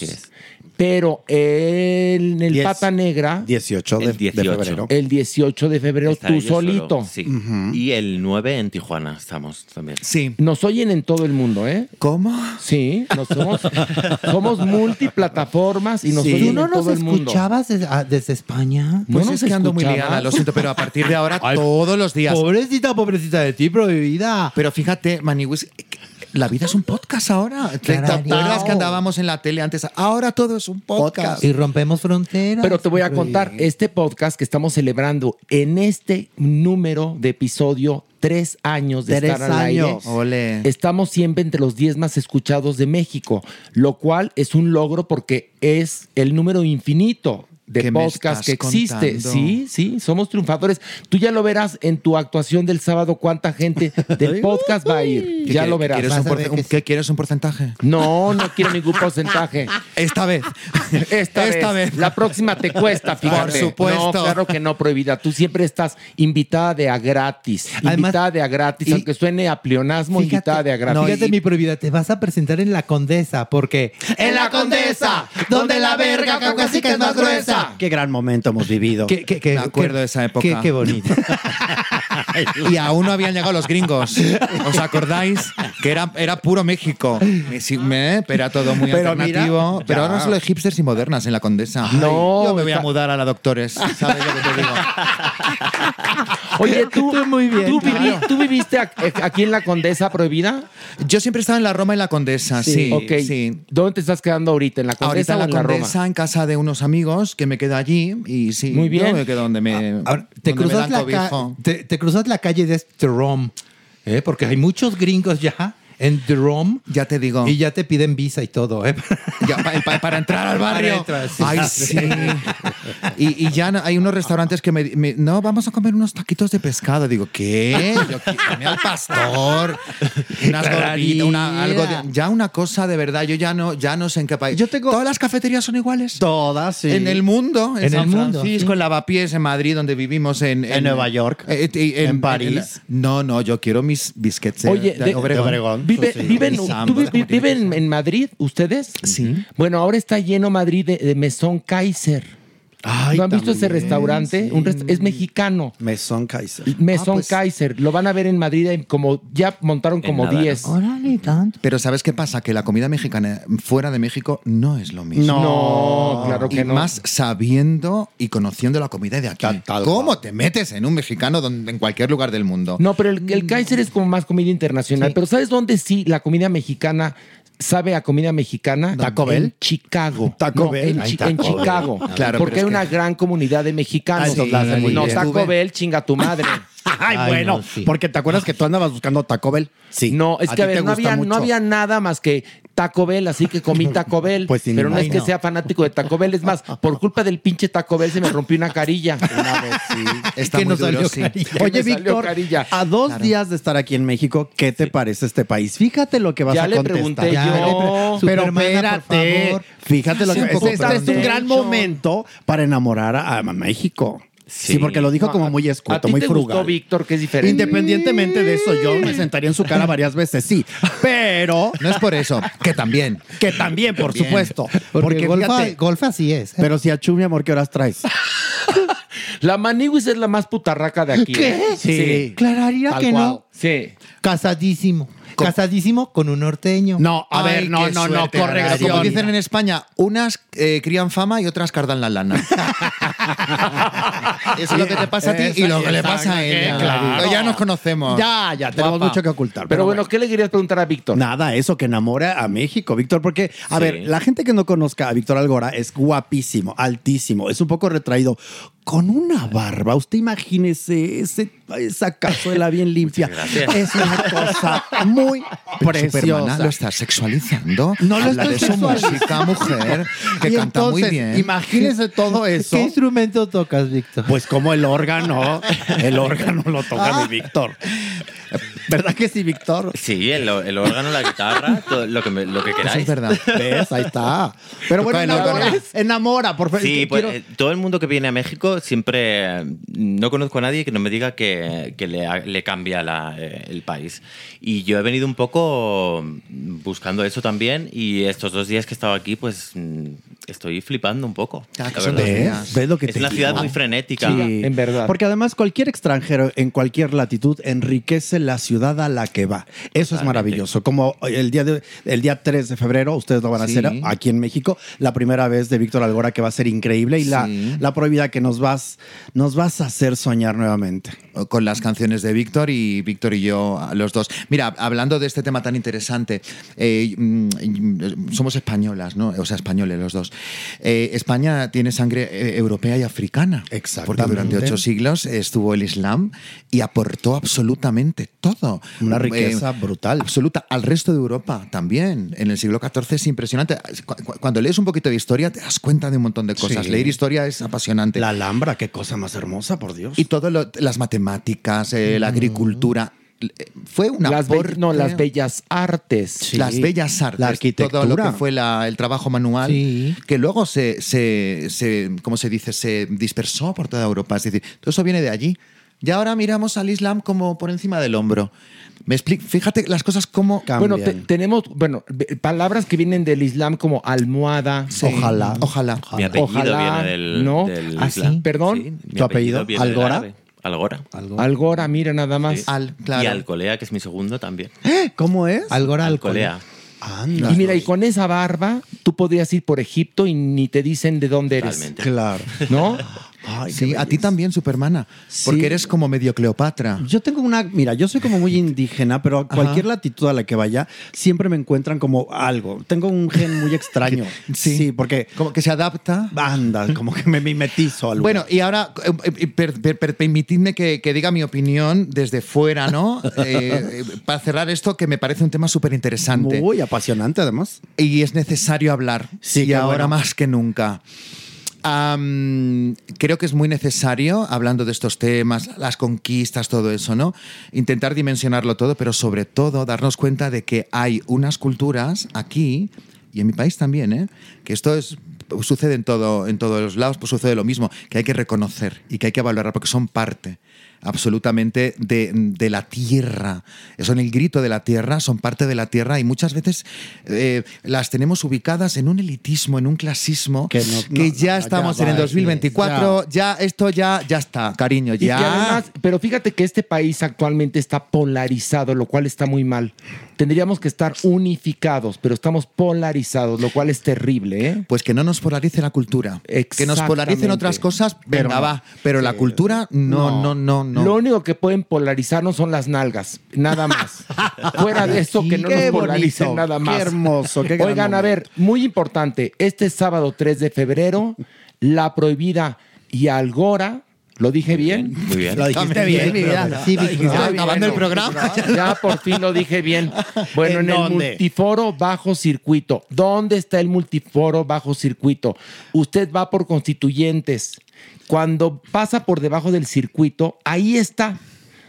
S3: Pero en el
S9: Diez-
S3: Pata Negra,
S9: 18 de, de
S12: 18.
S9: febrero.
S3: el 18 de febrero,
S12: Estaré
S3: tú
S12: yo solo,
S3: solito.
S12: sí. Y el 9 en Tijuana estamos también.
S11: Sí.
S3: Nos oyen en todo el mundo, ¿eh?
S11: ¿Cómo?
S3: Sí, nos somos, somos multiplataformas y nos
S8: Sí.
S3: oyen
S8: ¿Tú no
S3: en todo
S8: nos
S3: el mundo.
S8: escuchabas des- ah, desde, España?
S3: No Pues nos es que ando muy
S11: escuchaba. liada, lo siento, pero a partir de ahora todos los días.
S8: Pobrecita, pobrecita de ti, prohibida.
S11: Pero fíjate, Maniwis, la vida es un podcast ahora. ¿Te te
S8: Tararao.
S11: acuerdas que andábamos en la tele antes? Ahora todo es un podcast.
S8: Y rompemos fronteras.
S3: Pero te voy a contar, este podcast que estamos celebrando en este número de episodio, tres años de
S11: Tres
S3: estar al
S11: años.
S3: aire. Estamos siempre entre los 10 más escuchados de México, lo cual es un logro porque es el número infinito de
S11: ¿Qué me
S3: podcast que
S11: estás
S3: existe.
S11: contando?
S3: Sí, sí, somos triunfadores. Tú ya lo verás en tu actuación del sábado cuánta gente del podcast va a ir.
S11: ¿Qué
S3: Ya
S11: quiere-
S3: lo
S11: qué
S3: verás.
S11: quieres un porce- un- ¿Qué quieres un porcentaje?
S3: No, no quiero ningún porcentaje.
S11: Esta vez.
S3: Esta,
S11: Esta
S3: vez. La próxima te cuesta,
S11: Por
S3: fíjate.
S11: supuesto.
S3: No, claro que no, prohibida. Tú siempre estás invitada de a gratis. invitada de a gratis. aunque suene a pleonasmo, invitada de a gratis.
S8: No, fíjate mi prohibida, te vas a presentar en la condesa, porque
S3: En la Condesa, donde la verga caucásica es más gruesa.
S9: Qué gran momento hemos vivido.
S8: Qué- qué- qué- Me acuerdo qué- de esa época. qué- qué bonito.
S11: Y aún no habían llegado los gringos. ¿Os acordáis? Que era, era puro México. Me si- me- pero era todo muy
S9: Pero mira,
S11: alternativo.
S9: ya.
S11: pero ahora solo hay hipsters y modernas en la condesa.
S3: No,
S11: Yo me voy a
S3: está-
S11: mudar a la doctores. ¿Sabes lo que te digo?
S3: Oye, tú, tú,
S11: claro.
S3: vivi- tú viviste ac- eh, aquí en la Condesa Prohibida.
S11: Yo siempre estaba en la Roma y la Condesa, sí.
S3: Ok.
S11: sí.
S3: ¿Dónde te estás quedando ahorita? ¿En la
S11: Ahorita
S3: Condesa
S11: en
S3: o
S11: la
S3: en la Roma?
S11: condesa, en casa de unos amigos que me quedo allí y sí.
S3: Muy bien.
S11: yo me quedo donde me.
S8: te
S11: Eh, donde me
S8: cruzas,
S11: dan
S8: la ca-
S11: cobijo.
S8: te, te cruzas la calle de Drom, ¿eh? porque hay muchos gringos ya en Drom.
S11: Ya te digo.
S8: Y ya te piden visa y todo. ¿eh?
S11: Ya, pa- pa- para entrar al
S8: Para
S11: barrio.
S8: entrar, sí.
S11: Ay, sí. Y, y ya no- hay unos restaurantes que me, me- No, vamos a comer unos taquitos de pescado. Digo, ¿qué? Yo, "Dame al pastor. Unas gorditas, una- algo de- Ya una cosa de verdad. Yo ya no, ya no sé en qué país. Todas las cafeterías son iguales.
S9: Todas, sí.
S11: En el mundo, en,
S9: En
S11: San
S9: el mundo,
S11: Francisco,
S9: sí.
S11: en Lavapiés, en Madrid, donde vivimos, en,
S9: En Nueva York,
S11: eh, eh,
S9: en París.
S11: en- no, no, yo quiero mis biscuits de-
S3: Oye,
S11: de,
S3: de- pues
S11: Obregón.
S3: Vive-
S11: Sí.
S3: viven,
S11: Mis
S3: ¿tú vi-
S11: sambas,
S3: vi- viven en Madrid ustedes? Sí. Bueno, ahora está lleno Madrid de, de Mesón Kaiser. ¿No han visto ese
S9: también,
S3: restaurante? Un resta- es mexicano.
S9: Mesón Kaiser.
S3: Mesón Kaiser. Lo van a ver en Madrid en como ya montaron como 10.
S8: Órale, tanto.
S11: Pero ¿sabes qué pasa? Que la comida mexicana fuera de México no es lo mismo.
S3: No, No, claro que
S11: Y
S3: no.
S11: más sabiendo y conociendo la comida de aquí. ¿Cómo te metes en un mexicano donde, en cualquier lugar del mundo?
S9: Mm.
S3: No, pero el, el Kaiser es como más comida internacional. Pero ¿sabes dónde sí la comida mexicana sabe a comida mexicana
S9: ¿Taco Bell?
S3: en Chicago.
S9: Taco
S3: No,
S9: Bell.
S3: En,
S9: Ay,
S3: Chi-
S9: Taco
S3: en
S9: Bell.
S3: Chicago.
S9: Claro, pero
S3: porque
S9: es
S3: hay una
S9: que-
S3: gran comunidad de mexicanos.
S9: Ah, sí, la hacen muy
S3: no,
S9: bien.
S3: Taco Bell, chinga tu madre.
S9: Ay, bueno, porque te acuerdas que tú andabas buscando Taco Bell. Sí.
S3: No, es que a ver, no había, no había nada más que Taco Bell, así que comí Taco Bell.
S9: Pues sí,
S3: pero no
S9: ay,
S3: es que
S9: no.
S3: sea fanático de Taco Bell. Es más, por culpa del pinche Taco Bell se me rompió una carilla. Una vez, sí.
S9: Está muy duro, sí. Oye, Víctor, a dos días de estar aquí en México, ¿qué te parece este país? Fíjate lo que vas
S3: Ya
S9: a
S3: le
S9: contestar.
S3: pregunté Ya yo. le pre-
S9: Pero
S3: Supermana, por
S9: espérate,
S3: favor. Ah,
S9: fíjate lo
S3: Sí,
S9: que
S3: un poco
S9: este, este es un
S3: protection.
S9: gran momento para enamorar a, a México. Sí. porque lo dijo
S3: No,
S9: como muy
S3: ¿A
S9: escueto,
S3: ti
S9: muy
S3: te
S9: frugal.
S3: gustó Víctor, que es diferente?
S9: Independientemente de eso, yo me sentaría en su cara varias veces, sí. Pero. No es por eso, que también. Que también, por
S8: También.
S9: supuesto.
S8: Porque, golfa,
S9: fíjate,
S8: golfa así es. ¿eh?
S9: pero si a Chu, mi amor, ¿qué horas traes?
S3: La Maniwis es la más putarraca de aquí.
S8: ¿Qué?
S3: ¿eh?
S8: Sí. Clararía
S3: Tal
S8: que
S3: cual.
S8: no.
S3: Sí.
S8: Casadísimo. Casadísimo con un norteño.
S9: No,
S11: Ay, qué suerte, Horacio. Como dicen en España, unas eh, crían fama y otras cardan la lana. Eso es lo que te pasa a ti y lo que le pasa a ella.
S9: Claro.
S11: Ya nos conocemos.
S9: Ya, ya, tenemos
S11: Guapa.
S9: mucho que ocultar.
S11: Pero bueno,
S3: ¿qué le querías preguntar a Víctor?
S9: Nada, eso que enamora a México, Víctor, porque, a
S11: Sí.
S9: ver, la gente que no conozca a Víctor Algora es guapísimo, altísimo, es un poco retraído, con una barba. Usted imagínese ese- esa cazuela bien limpia.
S11: gracias.
S9: Es una cosa muy
S11: Pero
S9: preciosa.
S11: Supermaná lo estás sexualizando.
S9: No lo
S11: Habla
S9: estoy
S11: de su
S9: sexualizando.
S11: música, mujer, que
S9: Y
S11: canta muy
S9: entonces,
S11: bien.
S9: Imagínese todo eso.
S8: ¿Qué instrumento tocas, Víctor?
S9: Pues como el órgano, el órgano lo
S11: Ah.
S9: toca mi Víctor. Ah, ¿Verdad que sí, Víctor?
S12: Sí, el, el órgano, la guitarra, todo lo que, me- lo que queráis.
S9: Eso es verdad. ¿Ves? Ahí está. Pero bueno,
S12: Bueno,
S9: enamora,
S12: ¿ves?
S9: enamora, por favor.
S12: Sí, pues,
S9: Quiero-
S12: eh, todo el mundo que viene a México siempre eh, no conozco a nadie que no me diga que, que le, ha- le cambia la, eh, el país. Y yo he venido un poco mm, buscando eso también y estos dos días que he estado aquí pues mm, estoy flipando un poco.
S9: Ah, que
S12: la verdad.
S9: son dos días. ¿Ves lo que
S12: es
S9: te
S12: una ciudad
S9: digo?
S12: muy frenética.
S9: Sí. Porque además cualquier extranjero en cualquier latitud enriquece la ciudad a la que va. Eso es maravilloso. Como el día, de- el día 3 de febrero, ustedes lo van a
S11: Sí.
S9: hacer aquí en México, la primera vez de Víctor Algora que va a ser increíble y la,
S11: Sí.
S9: la prohibida que nos vas, nos vas a hacer soñar nuevamente.
S11: con las canciones de Víctor y Víctor y yo, los dos. Mira, hablando de este tema tan interesante, eh, mm, somos españolas, ¿no? O sea, españoles los dos. Eh, España tiene sangre eh, europea y africana. Exacto. Porque durante ocho siglos estuvo el Islam y aportó absolutamente todo. Eh,
S9: Una riqueza
S11: brutal. Absoluta. Al resto de Europa también. En el siglo XIV es impresionante. Cu- cu- Cuando lees un poquito de historia te das cuenta de un montón de cosas.
S9: Sí.
S11: Leer historia es apasionante.
S9: La Alhambra, qué cosa más hermosa, por Dios.
S11: Y todas las matemáticas, eh, la agricultura. l- eh, Fue una
S3: Las be- no, las bellas artes.
S11: Las bellas artes.
S3: La
S11: Todo lo
S3: arquitectura.
S11: que fue la- el trabajo manual,
S3: Sí.
S11: que luego se, se, se- ¿cómo se dice? Se dispersó por toda Europa. Es decir, todo eso viene de allí. Y ahora miramos al Islam como por encima del hombro. Me explico, fíjate las cosas como
S3: Bueno, te- tenemos bueno be- palabras que vienen del Islam como almohada.
S11: Ojalá. Ojalá.
S12: Mi apellido viene del,
S3: ¿no?
S12: del
S3: ¿Ah, sí?
S12: Islam.
S3: Perdón.
S12: Sí, mi viene del árabe. Algora.
S3: Algora, mira nada más.
S12: Sí. Y Alcolea, que es mi segundo también.
S9: ¿Cómo es?
S8: Algora
S12: Alcolea.
S3: y mira, y con esa barba tú podrías ir por Egipto y ni te dicen de dónde eres.
S11: Totalmente.
S9: Claro.
S3: ¿No?
S11: sí, a ti también, Supermana. Porque eres como medio Cleopatra.
S9: Yo tengo una, mira, yo soy como muy indígena, pero a cualquier latitud a la que vaya, siempre me encuentran como algo. Tengo un gen muy extraño. sí. porque...
S11: Como que se adapta.
S9: Anda, como que me mimetizo al
S11: Bueno, y ahora eh, eh, per- per- per- permitidme que, que diga mi opinión desde fuera, ¿no? Eh, eh, para cerrar esto, que me parece un tema súper interesante.
S9: Muy apasionante, además.
S11: Y es necesario hablar.
S9: Sí,
S11: y
S9: qué
S11: ahora
S9: bueno.
S11: más que nunca. Am, creo que es muy necesario, hablando de estos temas, las conquistas, todo eso, ¿no? Intentar dimensionarlo todo, pero sobre todo darnos cuenta de que hay unas culturas aquí, y en mi país también, ¿eh? que esto es, sucede en, todo, en todos los lados, pues sucede lo mismo, que hay que reconocer y que hay que valorar porque son parte absolutamente de, de la tierra. Son el grito de la tierra, son parte de la tierra y muchas veces eh, las tenemos ubicadas en un elitismo, en un clasismo, que,
S9: no,
S11: ya
S9: no,
S11: estamos
S9: ya
S11: en el
S9: va,
S11: 2024, ya. esto ya, ya está, cariño,
S3: Y que
S11: ya.
S3: además- pero fíjate que este país actualmente está polarizado, lo cual está muy mal. Tendríamos que estar unificados, pero estamos polarizados, lo cual es terrible, ¿eh?
S11: Pues que no nos polarice la cultura. Que nos polaricen otras cosas, venga,
S3: Pero no.
S11: va. Pero la cultura, no, no, no, no, no.
S3: Lo único que pueden polarizarnos son las nalgas, nada más. Fuera de eso, que no
S9: Qué
S3: nos polaricen
S9: bonito,
S3: nada más.
S9: qué hermoso, qué gran
S3: Oigan, a ver, muy importante, este sábado 3 de febrero, La Prohibida y Algora, ¿lo dije bien?
S12: Muy bien.
S3: Lo dijiste bien, mi vida.
S8: Sí, Vicky,
S3: Ya,
S8: acabando
S3: bueno,
S8: el programa.
S3: Ya por fin lo dije bien. Bueno,
S8: ¿En
S3: en, el
S8: dónde?
S3: multiforo bajo circuito. ¿Dónde está el multiforo bajo circuito? Usted va por constituyentes. Cuando pasa por debajo del circuito, ahí está.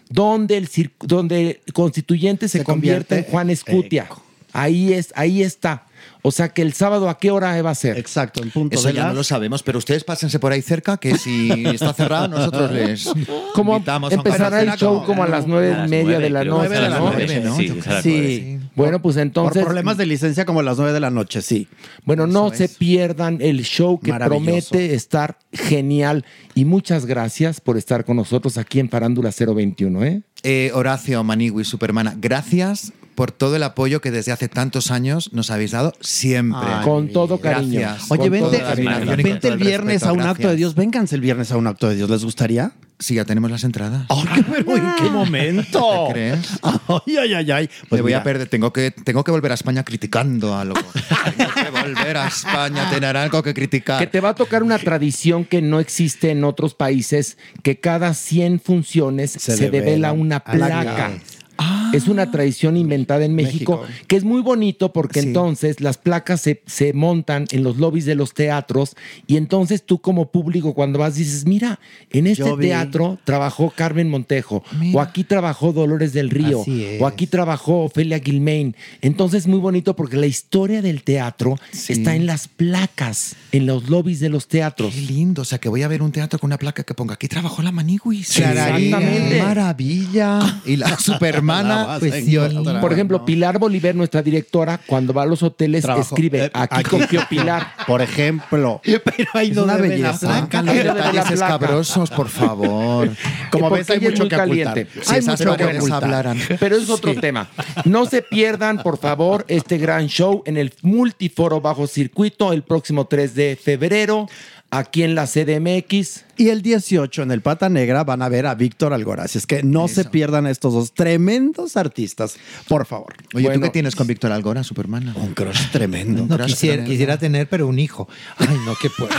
S3: Donde el, cir- donde el constituyente se, convierte,
S9: convierte
S3: en Juan Escutia. Ahí es, ahí está. O sea que el sábado a qué hora va a ser.
S8: Exacto, en punto
S11: Eso ya no lo sabemos, pero ustedes pásense por ahí cerca, que si está cerrado, nosotros les
S3: ¿Cómo
S11: invitamos.
S3: empezará el show como a las nueve y media de la noche?
S9: Nueve de la
S3: ¿no?
S9: noche, ¿no? Yo creo. Sí.
S3: Bueno, pues entonces.
S9: Por problemas de licencia como a las 9 de la noche, sí.
S3: Bueno, no se pierdan el show que
S9: Maravilloso.
S3: promete estar genial. Y muchas gracias por estar con nosotros aquí en Farándula 021, ¿eh?
S11: Eh, Horacio, Manigui, Supermana, gracias por todo el apoyo que desde hace tantos años nos habéis dado siempre.
S9: Ay, Ah, Con
S3: todo
S9: cariño.
S11: Gracias.
S9: Oye,
S11: Con
S9: vente,
S11: toda la admiración y con
S9: vente
S11: todo
S9: el viernes
S11: respeto,
S9: a un
S11: gracias.
S9: acto de Dios. Vénganse el viernes a un acto de Dios. ¿Les gustaría?
S11: Sí, ya tenemos las entradas.
S9: pero ¿en qué momento?
S11: ¿Te crees?
S9: Ay, ay, ay, ay.
S11: Me voy
S9: mira.
S11: a perder. Tengo que, tengo que volver a España criticando algo. tengo que volver a España, tener algo que criticar.
S9: Ah,
S3: Que te va a tocar una tradición que no existe en otros países, que cada 100 funciones se, devela
S9: devela
S3: una
S9: a la
S3: placa.
S9: que-
S11: Ah.
S3: Es una tradición inventada en México, que es muy bonito porque entonces las placas se, se montan en los lobbies de los teatros y entonces tú como público cuando vas dices, mira, en este
S9: Yo vi.
S3: teatro trabajó Carmen Montejo, o aquí trabajó Dolores del Río,
S9: Así es.
S3: o aquí trabajó Ofelia Gilmain. Entonces muy bonito porque la historia del teatro está en las placas, en los lobbies de los teatros.
S11: Qué lindo, o sea que voy a ver un teatro con una placa que ponga aquí trabajó la Manigui.
S3: Exactamente.
S11: Maravilla. Y la
S9: La
S11: Supermana.
S9: vas
S11: pues,
S9: a
S11: sí,
S9: encontrar.
S3: Por ejemplo, Pilar Bolívar, nuestra directora, cuando va a los hoteles,
S9: Trabajo.
S3: escribe,
S9: Eh,
S3: aquí,
S9: aquí.
S3: confió Pilar.
S9: Por ejemplo. Pero ahí
S11: Es
S9: no
S11: una
S9: debe la
S11: belleza.
S9: placa.
S11: Los
S9: Ahí debe la
S11: detalles
S9: placa.
S11: escabrosos, por favor.
S9: Como ves, hay
S3: Eh, ella es
S9: mucho
S3: muy
S9: que
S3: caliente.
S9: ocultar.
S11: Si esas paredes hablaran.
S3: Pero es otro tema. No se pierdan, por favor, este gran show en el Multiforo Bajo Circuito el próximo 3 de febrero, aquí en la CDMX.
S9: Y el 18 en el Pata Negra van a ver a Víctor Algora. Así es que no se pierdan a estos dos tremendos artistas, por favor.
S11: Oye, ¿tú qué tienes con Víctor Algora, Supermana?
S9: Un crush tremendo.
S8: No, quisiera, quisiera tener, pero un hijo. Ay, no, qué puedo.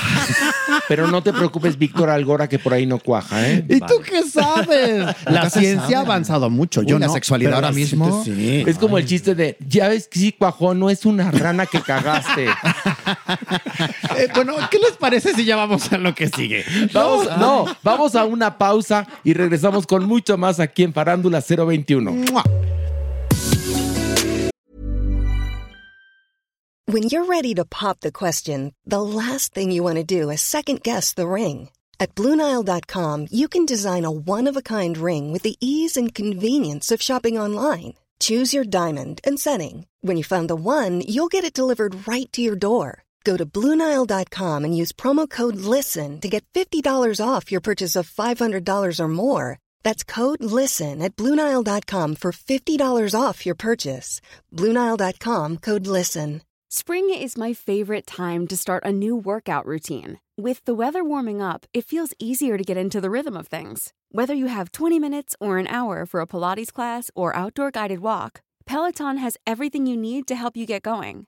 S3: Pero no te preocupes, Víctor Algora, que por ahí no cuaja, ¿eh?
S9: ¿Y tú qué sabes?
S11: Nunca
S9: La
S11: se
S9: ciencia
S11: sabe.
S9: ha avanzado mucho.
S11: Uy,
S9: Yo
S11: la
S9: no,
S11: sexualidad
S9: pero
S11: ahora
S9: la
S11: mismo.
S9: ciencia sí.
S3: Es como el chiste de, ya ves que sí, cuajó, no es una rana que cagaste.
S9: Eh, bueno, ¿qué les parece si ya vamos a lo que sigue?
S3: Vamos, no, vamos a una pausa y regresamos con mucho más aquí en Parándula 021.
S13: When you're ready to pop the question, the last thing you want to do is second guess the ring. At Bluenile.com, you can design a one of a kind ring with the ease and convenience of shopping online. Choose your diamond and setting. When you find the one, you'll get it delivered right to your door. Go to Bluenile.com and use promo code LISTEN to get $50 off your purchase of $500 or more. That's code LISTEN at Bluenile.com for $50 off your purchase. Bluenile.com code LISTEN.
S14: Spring is my favorite time to start a new workout routine. With the weather warming up, it feels easier to get into the rhythm of things. Whether you have 20 minutes or an hour for a Pilates class or outdoor guided walk, Peloton has everything you need to help you get going.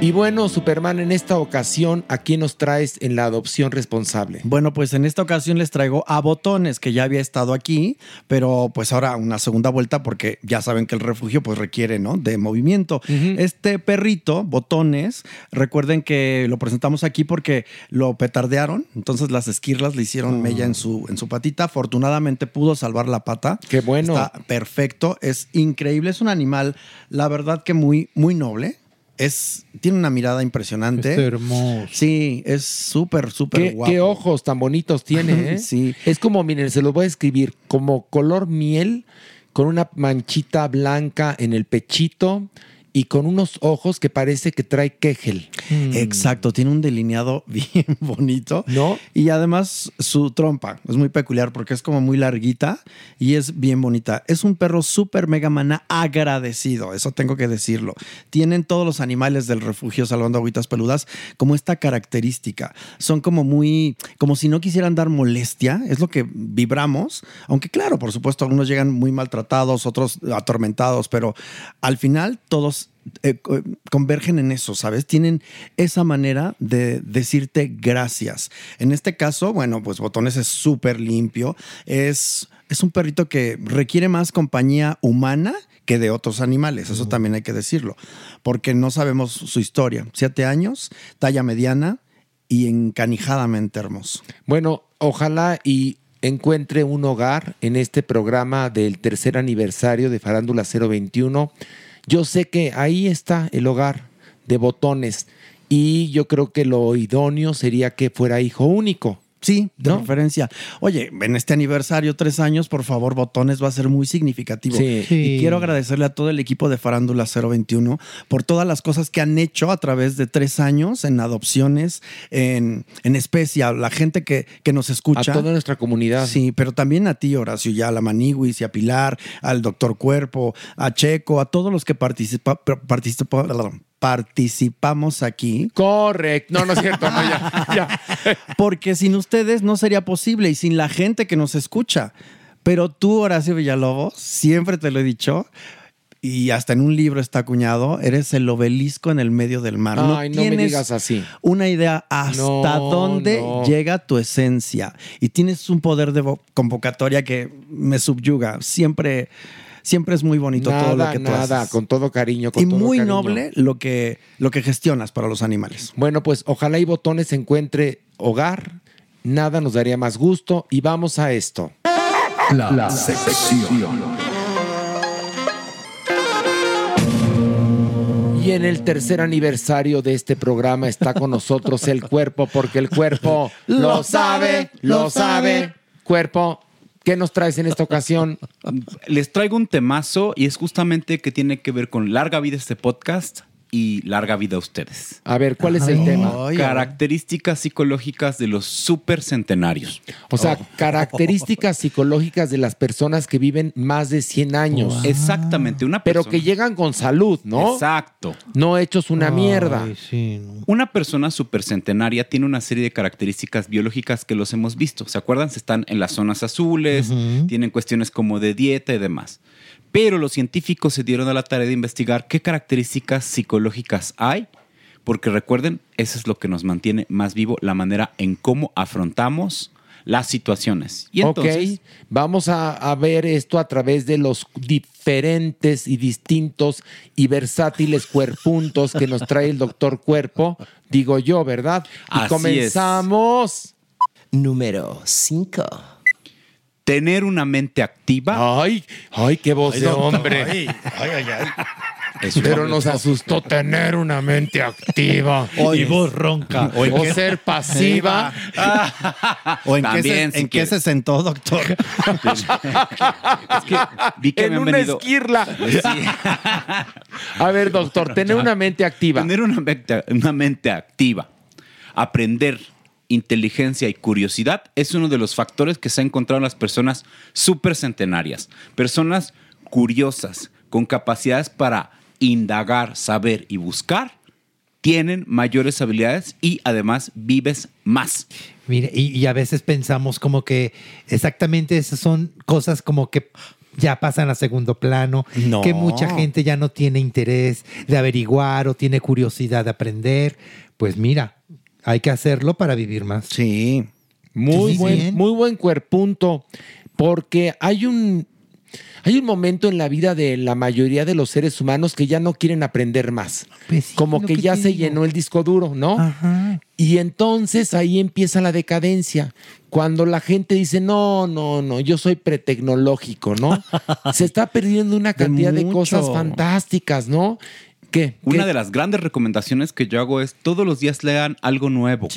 S3: Y bueno, Superman, en esta ocasión, ¿a quién nos traes en la adopción responsable?
S9: Bueno, pues en esta ocasión les traigo a Botones, que ya había estado aquí, pero pues ahora una segunda vuelta porque ya saben que el refugio pues requiere, ¿no? De movimiento. Este perrito, Botones, recuerden que lo presentamos aquí porque lo petardearon, entonces las esquirlas le
S3: Ah.
S9: hicieron mella en su, en su patita. Afortunadamente pudo salvar la pata. Qué bueno. Está perfecto, es increíble, es un animal, la verdad que muy, muy noble. Es, tiene una mirada impresionante.
S3: Es hermoso.
S9: Sí, es súper, súper
S3: ¿Qué,
S9: guapo.
S3: qué ojos tan bonitos tiene, ¿eh?
S9: Sí.
S3: Es como, miren, se los voy a escribir, como color miel, con una manchita blanca en el pechito y con unos ojos que parece que trae quejel.
S9: Mm. Exacto, tiene un delineado bien bonito. ¿No? Y además su trompa es muy peculiar porque es como muy larguita y es bien bonita. Es un perro súper mega maná agradecido, eso tengo que decirlo. Tienen todos los animales del refugio salvando agüitas peludas como esta característica. Son como muy, como si no quisieran dar molestia, es lo que vibramos. Aunque claro, por supuesto, algunos llegan muy maltratados, otros atormentados, pero al final todos eh, co- convergen en eso, ¿sabes? Tienen esa manera de decirte gracias. En este caso, bueno, pues Botones es súper limpio, es, es un perrito que requiere más compañía humana que de otros animales, eso también hay que decirlo, porque no sabemos su historia. Siete años, talla mediana y encanijadamente hermoso.
S3: Bueno, ojalá y encuentre un hogar en este programa del tercer aniversario de Farándula 021. Yo sé que ahí está el hogar de botones y yo creo que lo idóneo sería que fuera hijo único.
S9: Sí, de referencia. Oye, en este aniversario, tres años, por favor, botones, va a ser muy significativo.
S3: Sí. Sí.
S9: Y quiero agradecerle a todo el equipo de Farándula 021 por todas las cosas que han hecho a través de tres años en adopciones, en, en especie, a la gente que, que nos escucha.
S3: A toda nuestra comunidad.
S9: Sí, pero también a ti, Horacio, ya a la Maniguis y a Pilar, al Doctor Cuerpo, a Checo, a todos los que participa, participa- perdón, participamos aquí.
S3: Correcto. No, no es cierto. no, ya, ya.
S9: Porque sin ustedes no sería posible y sin la gente que nos escucha. Pero tú, Horacio Villalobos, siempre te lo he dicho, y hasta en un libro está acuñado, eres el obelisco en el medio del mar.
S3: Ay, no me
S9: tienes
S3: digas así.
S9: Una idea hasta
S3: No,
S9: dónde
S3: no.
S9: llega tu esencia. Y tienes un poder de vo- convocatoria que me subyuga. Siempre, siempre es muy bonito todo lo
S3: Nada,
S9: que tú
S3: nada,
S9: haces.
S3: con todo cariño. Con
S9: y
S3: todo
S9: muy
S3: cariño.
S9: noble lo que, lo que gestionas para los animales.
S3: Bueno, pues ojalá y Botones encuentre hogar. Nada nos daría más gusto. Y vamos a esto.
S2: La, la sección.
S3: Y en el tercer aniversario de este programa está con nosotros el cuerpo, porque el cuerpo lo sabe, lo sabe. Cuerpo, ¿qué nos traes en esta ocasión?
S15: Les traigo un temazo y es justamente que tiene que ver con larga vida este podcast y larga vida a ustedes.
S3: A ver, ¿cuál es el tema?
S15: Características psicológicas de los supercentenarios.
S3: O sea,
S15: Oh.
S3: características psicológicas de las personas que viven más de 100 años.
S15: Exactamente, una
S3: Pero que llegan con salud, ¿no?
S15: Exacto.
S3: No hechos una mierda.
S15: Una persona supercentenaria tiene una serie de características biológicas que los hemos visto. ¿Se acuerdan? Se Están en las zonas azules, tienen cuestiones como de dieta y demás. Pero los científicos se dieron a la tarea de investigar qué características psicológicas hay, porque recuerden, eso es lo que nos mantiene más vivo, la manera en cómo afrontamos las situaciones. Y entonces,
S3: ok, vamos a, a ver esto a través de los diferentes y distintos y versátiles cuerpuntos que nos trae el doctor cuerpo, digo yo, ¿verdad? Y
S15: Así es.
S3: comenzamos.
S15: Número 5. Tener una mente activa.
S3: Ay, ay, qué voz
S15: Ay,
S3: de
S15: doctor,
S3: hombre.
S15: ay,
S3: Es un Pero hombre. nos asustó tener una mente activa
S9: Oye.
S3: y voz ronca
S9: O
S3: o,
S9: en qué-
S3: ser pasiva.
S9: ¿O en, qué,
S3: También,
S9: se,
S3: si
S9: en qué
S3: quieres.
S9: se sentó, doctor?
S3: en una esquirla. A ver, doctor, tener una mente activa.
S15: Tener una mente, una mente activa. Aprender inteligencia y curiosidad es uno de los factores que se ha encontrado en las personas supercentenarias. Personas curiosas, con capacidades para indagar, saber y buscar, tienen mayores habilidades y además vives más.
S8: Mire, y, y a veces pensamos como que exactamente esas son cosas como que ya pasan a segundo plano,
S16: No.
S8: que mucha gente ya no tiene interés de averiguar o tiene curiosidad de aprender. Pues mira, hay que hacerlo para vivir más.
S9: Sí.
S3: Muy buen, muy buen cuerpunto, porque hay un, hay un momento en la vida de la mayoría de los seres humanos que ya no quieren aprender más. Como
S8: lo
S3: que
S8: que
S3: ya
S8: te
S3: se
S8: digo.
S3: llenó el disco duro, ¿no? Y entonces ahí empieza la decadencia. Cuando la gente dice, no, no, no, yo soy pretecnológico, ¿no? Se está perdiendo una cantidad de,
S15: mucho.
S3: cosas fantásticas, ¿no? ¿Qué?
S15: Una
S3: ¿Qué?
S15: de las grandes recomendaciones que yo hago es todos los días lean algo nuevo.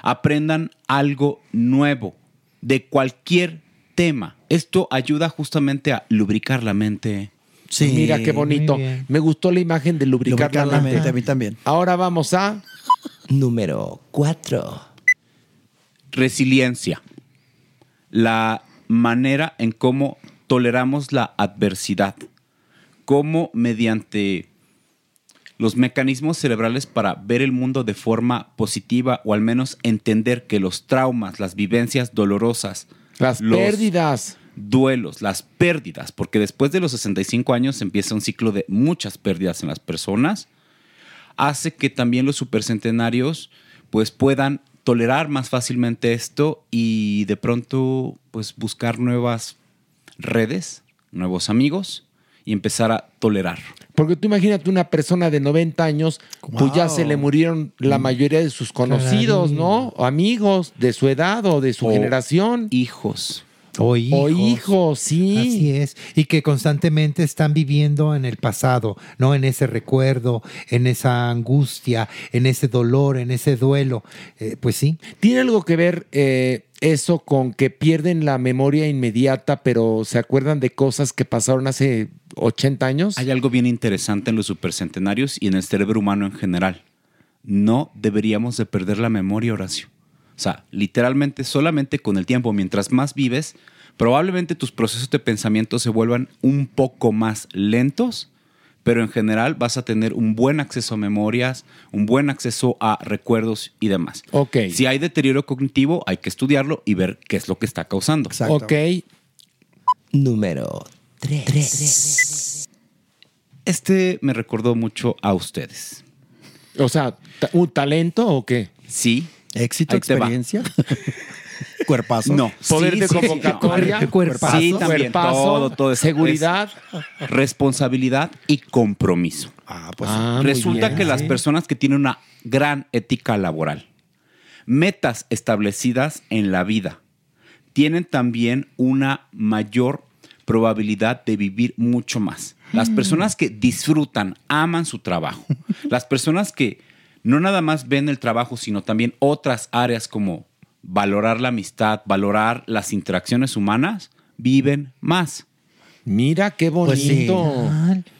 S15: Aprendan algo nuevo de cualquier tema. Esto ayuda justamente a lubricar la mente.
S3: Pues Mira qué bonito. Me gustó la imagen de lubricar,
S15: Lubricar
S3: la
S15: la
S3: mente.
S15: mente, a
S9: mí también.
S3: Ahora vamos a
S15: Número 4. Resiliencia. La manera en cómo toleramos la adversidad. Cómo mediante los mecanismos cerebrales para ver el mundo de forma positiva o al menos entender que los traumas, las vivencias dolorosas,
S3: las pérdidas.
S15: duelos, las pérdidas, porque después de los 65 años empieza un ciclo de muchas pérdidas en las personas, hace que también los supercentenarios pues puedan tolerar más fácilmente esto y de pronto pues buscar nuevas redes, nuevos amigos y empezar a tolerar.
S3: Porque tú imagínate una persona de 90 años, pues ya se le murieron la mayoría de sus conocidos, ¿no? O amigos de su edad o de
S9: Oh.
S3: su
S8: O
S3: generación.
S15: Hijos.
S8: O hijos.
S3: sí.
S8: Así es. Y que constantemente están viviendo en el pasado, ¿no? En ese recuerdo, en esa angustia, en ese dolor, en ese duelo. Eh, pues sí.
S3: ¿Tiene algo que ver eh, eso con que pierden la memoria inmediata, pero se acuerdan de cosas que pasaron hace 80 años?
S15: Hay algo bien interesante en los supercentenarios y en el cerebro humano en general. No deberíamos de perder la memoria, Horacio. O sea, literalmente solamente con el tiempo, mientras más vives, probablemente tus procesos de pensamiento se vuelvan un poco más lentos, pero en general vas a tener un buen acceso a memorias, un buen acceso a recuerdos y demás.
S3: Ok.
S15: Si hay deterioro cognitivo, hay que estudiarlo y ver qué es lo que está causando.
S3: Ok.
S15: Número este me recordó mucho a ustedes.
S3: O sea, ta- ¿un talento o qué?
S15: Sí.
S9: Éxito,
S15: Ahí te va.
S9: experiencia. Cuerpazo.
S15: No.
S9: Poder de convocatoria. Cuerpazo.
S15: Sí, también.
S9: Cuerpazo.
S15: Todo, todo eso.
S9: Seguridad.
S15: Es responsabilidad y compromiso.
S9: muy
S15: Resulta
S9: bien,
S15: que las
S9: Ah, pues sí.
S15: personas que tienen una gran ética laboral, metas establecidas en la vida, tienen también una mayor probabilidad de vivir mucho más. Las
S9: Mm.
S15: personas que disfrutan, aman su trabajo. Las personas que no nada más ven el trabajo, sino también otras áreas como valorar la amistad, valorar las interacciones humanas, viven más.
S3: Mira qué
S9: Pues sí.
S15: bonito.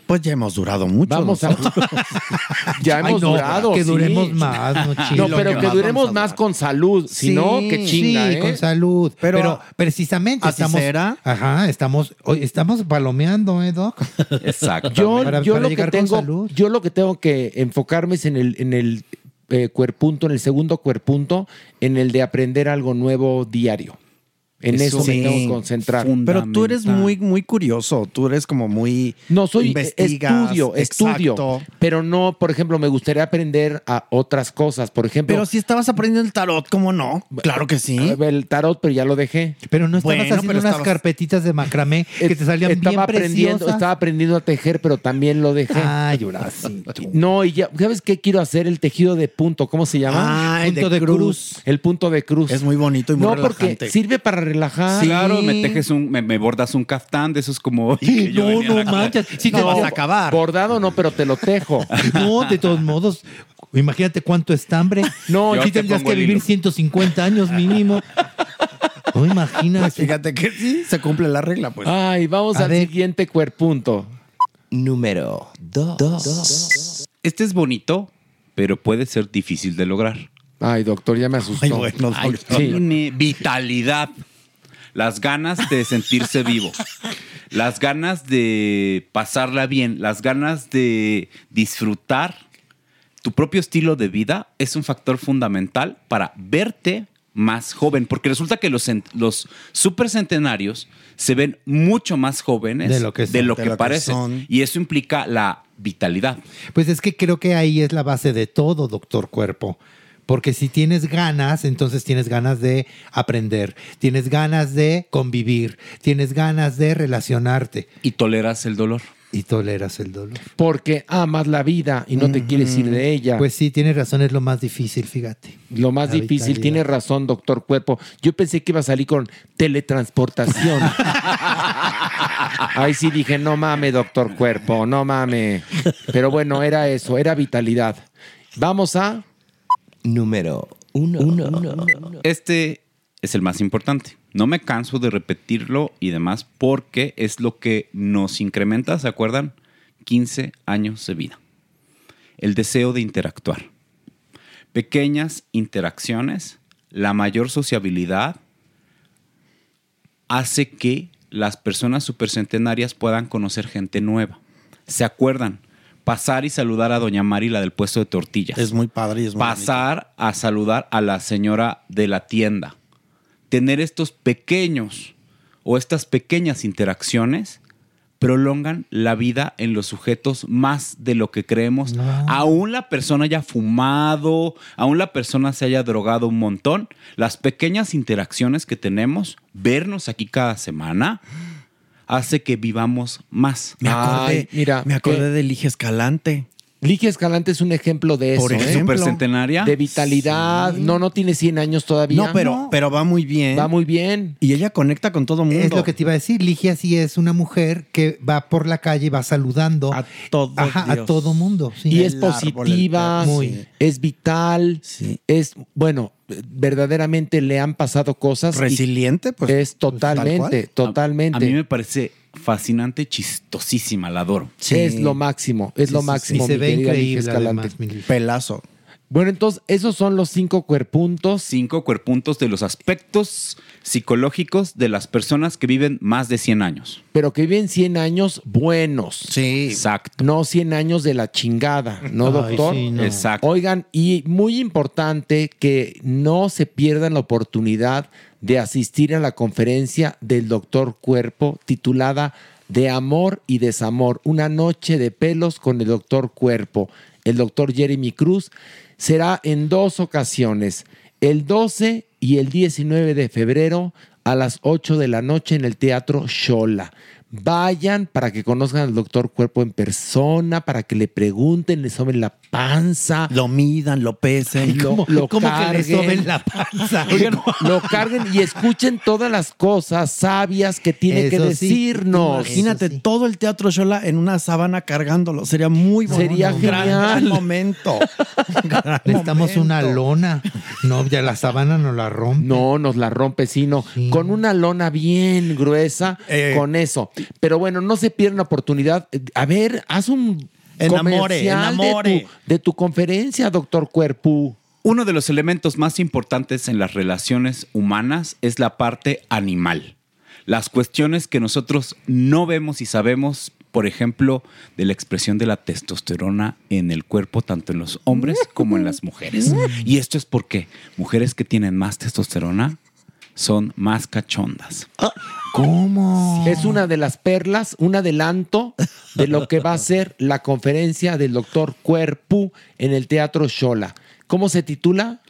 S9: Pues ya hemos durado mucho.
S15: Vamos a-
S9: nosotros.
S3: Ya
S9: Ay,
S3: hemos
S9: no,
S3: durado.
S9: que
S3: sí.
S9: duremos más, no chingues.
S3: No,
S9: Lo
S3: pero
S9: que
S3: que
S9: más
S3: duremos
S9: vamos
S3: más con salud. Si no,
S8: Sí,
S3: qué chinga,
S8: sí,
S3: ¿eh?
S8: con salud. Pero,
S3: Pero-
S8: precisamente
S3: ¿Así
S8: estamos,
S3: será?
S8: ajá, estamos, hoy estamos palomeando, ¿eh, Doc?
S15: Exacto.
S3: Yo,
S8: Para-
S3: yo
S8: para
S3: lo que
S8: llegar con
S3: tengo,
S8: salud.
S3: yo lo que tengo que enfocarme es en el, en el eh, cuerpunto, en el segundo cuerpunto, en el de aprender algo nuevo diario. En eso, me
S9: Sí.
S3: tengo que concentrar.
S9: Pero tú eres muy, muy curioso. Tú eres como muy.
S3: No, soy
S9: investigas,
S3: estudio, estudio.
S9: exacto.
S3: Pero no, por ejemplo, me gustaría aprender a otras cosas. Por ejemplo,
S9: Pero si estabas aprendiendo el tarot, ¿cómo no? Claro que sí.
S3: el tarot, pero ya lo dejé.
S8: Pero no estabas
S3: Bueno,
S8: haciendo
S3: pero
S8: unas
S3: estabas-
S8: carpetitas de macramé que te salían bien
S3: estaba aprendiendo,
S8: preciosas.
S3: estaba aprendiendo a tejer, pero también lo dejé.
S8: Ay, Horacio.
S3: No, y ya, ¿sabes qué quiero hacer? El tejido de punto, ¿cómo se llama?
S9: Ah, el
S3: punto
S9: de cruz.
S3: El punto de cruz. Es muy
S9: bonito y muy
S3: No, porque
S9: relajante.
S3: sirve para
S8: Ah,
S3: relajar.
S15: Claro, me tejes un, me, me bordas un caftán de esos como.
S8: No, no manches, sí te vas a
S3: acabar. Bordado no, pero te lo tejo.
S15: Ah,
S8: No, de todos modos, imagínate cuánto estambre.
S3: No,
S8: sí
S3: yo te
S8: tendrías
S3: pongo
S8: que
S3: el
S8: vivir
S3: hilo.
S8: 150 años mínimo. No imaginas.
S9: Pues Fíjate que sí, se cumple la regla, pues.
S3: Ay,
S8: Ah,
S3: vamos
S9: A
S3: al
S9: ver.
S3: siguiente cuerpunto.
S15: Número
S3: Dos.
S15: Este es bonito, pero puede ser difícil de lograr.
S3: Ay, doctor, ya me asustó.
S15: Ay, tiene vitalidad. Las ganas de sentirse vivo. Las ganas de pasarla bien. Las ganas de disfrutar. Tu propio estilo de vida es un factor fundamental para verte más joven, porque resulta que los, cent- los supercentenarios se ven mucho más jóvenes
S8: De lo que son, de lo que
S15: parecen.
S8: son.
S15: Y eso implica la vitalidad.
S8: Pues es que creo que ahí es la base de todo, doctor cuerpo. Porque si tienes ganas, entonces tienes ganas de aprender, tienes ganas de convivir, tienes ganas de relacionarte.
S15: Y toleras el dolor.
S8: Y toleras el dolor.
S3: Porque amas la vida y no te quieres ir de ella.
S8: Pues sí, tienes razón, es lo más difícil, fíjate.
S3: Lo más
S8: La
S3: difícil,
S8: vitalidad.
S3: tiene razón, doctor Cuerpo. Yo pensé que iba a salir con teletransportación. Ahí sí dije, no mames, doctor Cuerpo, no mames. Pero bueno, era eso, era vitalidad. Vamos a.
S15: Número uno. Este es el más importante. No me canso de repetirlo y demás porque es lo que nos incrementa, ¿se acuerdan? 15 años de vida. El deseo de interactuar. Pequeñas interacciones, la mayor sociabilidad hace que las personas supercentenarias puedan conocer gente nueva. ¿Se acuerdan? Pasar y saludar a Doña Mari, la del puesto de tortillas.
S9: Es muy padre y es muy
S15: Pasar a saludar a la señora de la tienda. Tener estos pequeños o estas pequeñas interacciones prolongan la vida en los sujetos más de lo que creemos. Aún la persona haya fumado, aún la persona se haya drogado un montón, las pequeñas interacciones que tenemos, vernos aquí cada semana, hace que vivamos más.
S9: Me acordé, me acordé de Lige Escalante.
S3: Ligia Escalante es un ejemplo de eso.
S9: Por
S3: ¿eh?
S9: ejemplo. Supercentenaria.
S3: De vitalidad. No, no tiene 100 años todavía.
S9: No, pero, pero va muy bien. Va
S3: muy bien.
S9: Y ella conecta con todo mundo.
S8: Es lo que te iba a decir. Ligia sí es una mujer que va por la calle y va saludando a todo, a
S3: Dios.
S8: todo mundo. sí.
S3: Y es positiva,
S8: Muy.
S3: es vital, es, bueno, verdaderamente le han pasado cosas. y
S15: Resiliente, pues,
S3: Es totalmente, totalmente.
S15: A, mí me parece fascinante, chistosísima, la adoro.
S3: Es lo máximo, es lo máximo. mi querida Ligia Escalante.
S9: Pelazo.
S3: Bueno, entonces, esos son los cinco cuerpuntos.
S15: Cinco cuerpuntos de los aspectos psicológicos de las personas que viven más de 100 años.
S3: Pero que viven 100 años buenos.
S9: Sí.
S15: Exacto.
S3: No 100 años de la chingada, ¿no,
S15: Ay,
S3: doctor?
S15: sí, no. Exacto.
S3: Oigan, y muy importante que no se pierdan la oportunidad de asistir a la conferencia del doctor Cuerpo titulada De Amor y Desamor, una noche de pelos con el doctor Cuerpo. El doctor Jeremy Cruz será en dos ocasiones, el 12 y el 19 de febrero a las 8 de la noche en el Teatro Shola. Vayan para que conozcan al doctor Cuerpo en persona, para que le pregunten, le soben la panza.
S9: Lo midan, lo pesen.
S3: Lo,
S9: ¿Cómo-
S3: lo
S9: cómo que le
S3: carguen,
S9: soben la panza?
S3: Oigan, lo carguen y escuchen todas las cosas sabias que tiene que decirnos.
S9: Imagínate todo el teatro Shola en una sábana cargándolo. Sería muy bonito.
S3: Sería
S9: Un gran-
S3: genial.
S9: gran momento.
S8: Necesitamos una lona. No, ya la sábana no la rompe.
S3: No, nos la rompe, sino con una lona bien gruesa,
S15: Eh.
S3: con eso. Pero bueno, no se pierdan la oportunidad. A ver, haz un
S15: Enamore,
S3: comercial De,
S15: enamore.
S3: tu, de tu conferencia, doctor Cuerpo.
S15: Uno de los elementos más importantes en las relaciones humanas es la parte animal. Las cuestiones que nosotros no vemos y sabemos, por ejemplo, de la expresión de la testosterona en el cuerpo, tanto en los hombres como en las mujeres. Y esto es porque mujeres que tienen más testosterona son más cachondas.
S8: Ah.
S3: ¿Cómo? Es una de las perlas, un adelanto de lo que va a ser la conferencia del doctor Cuerpo en el Teatro Shola. ¿Cómo se titula?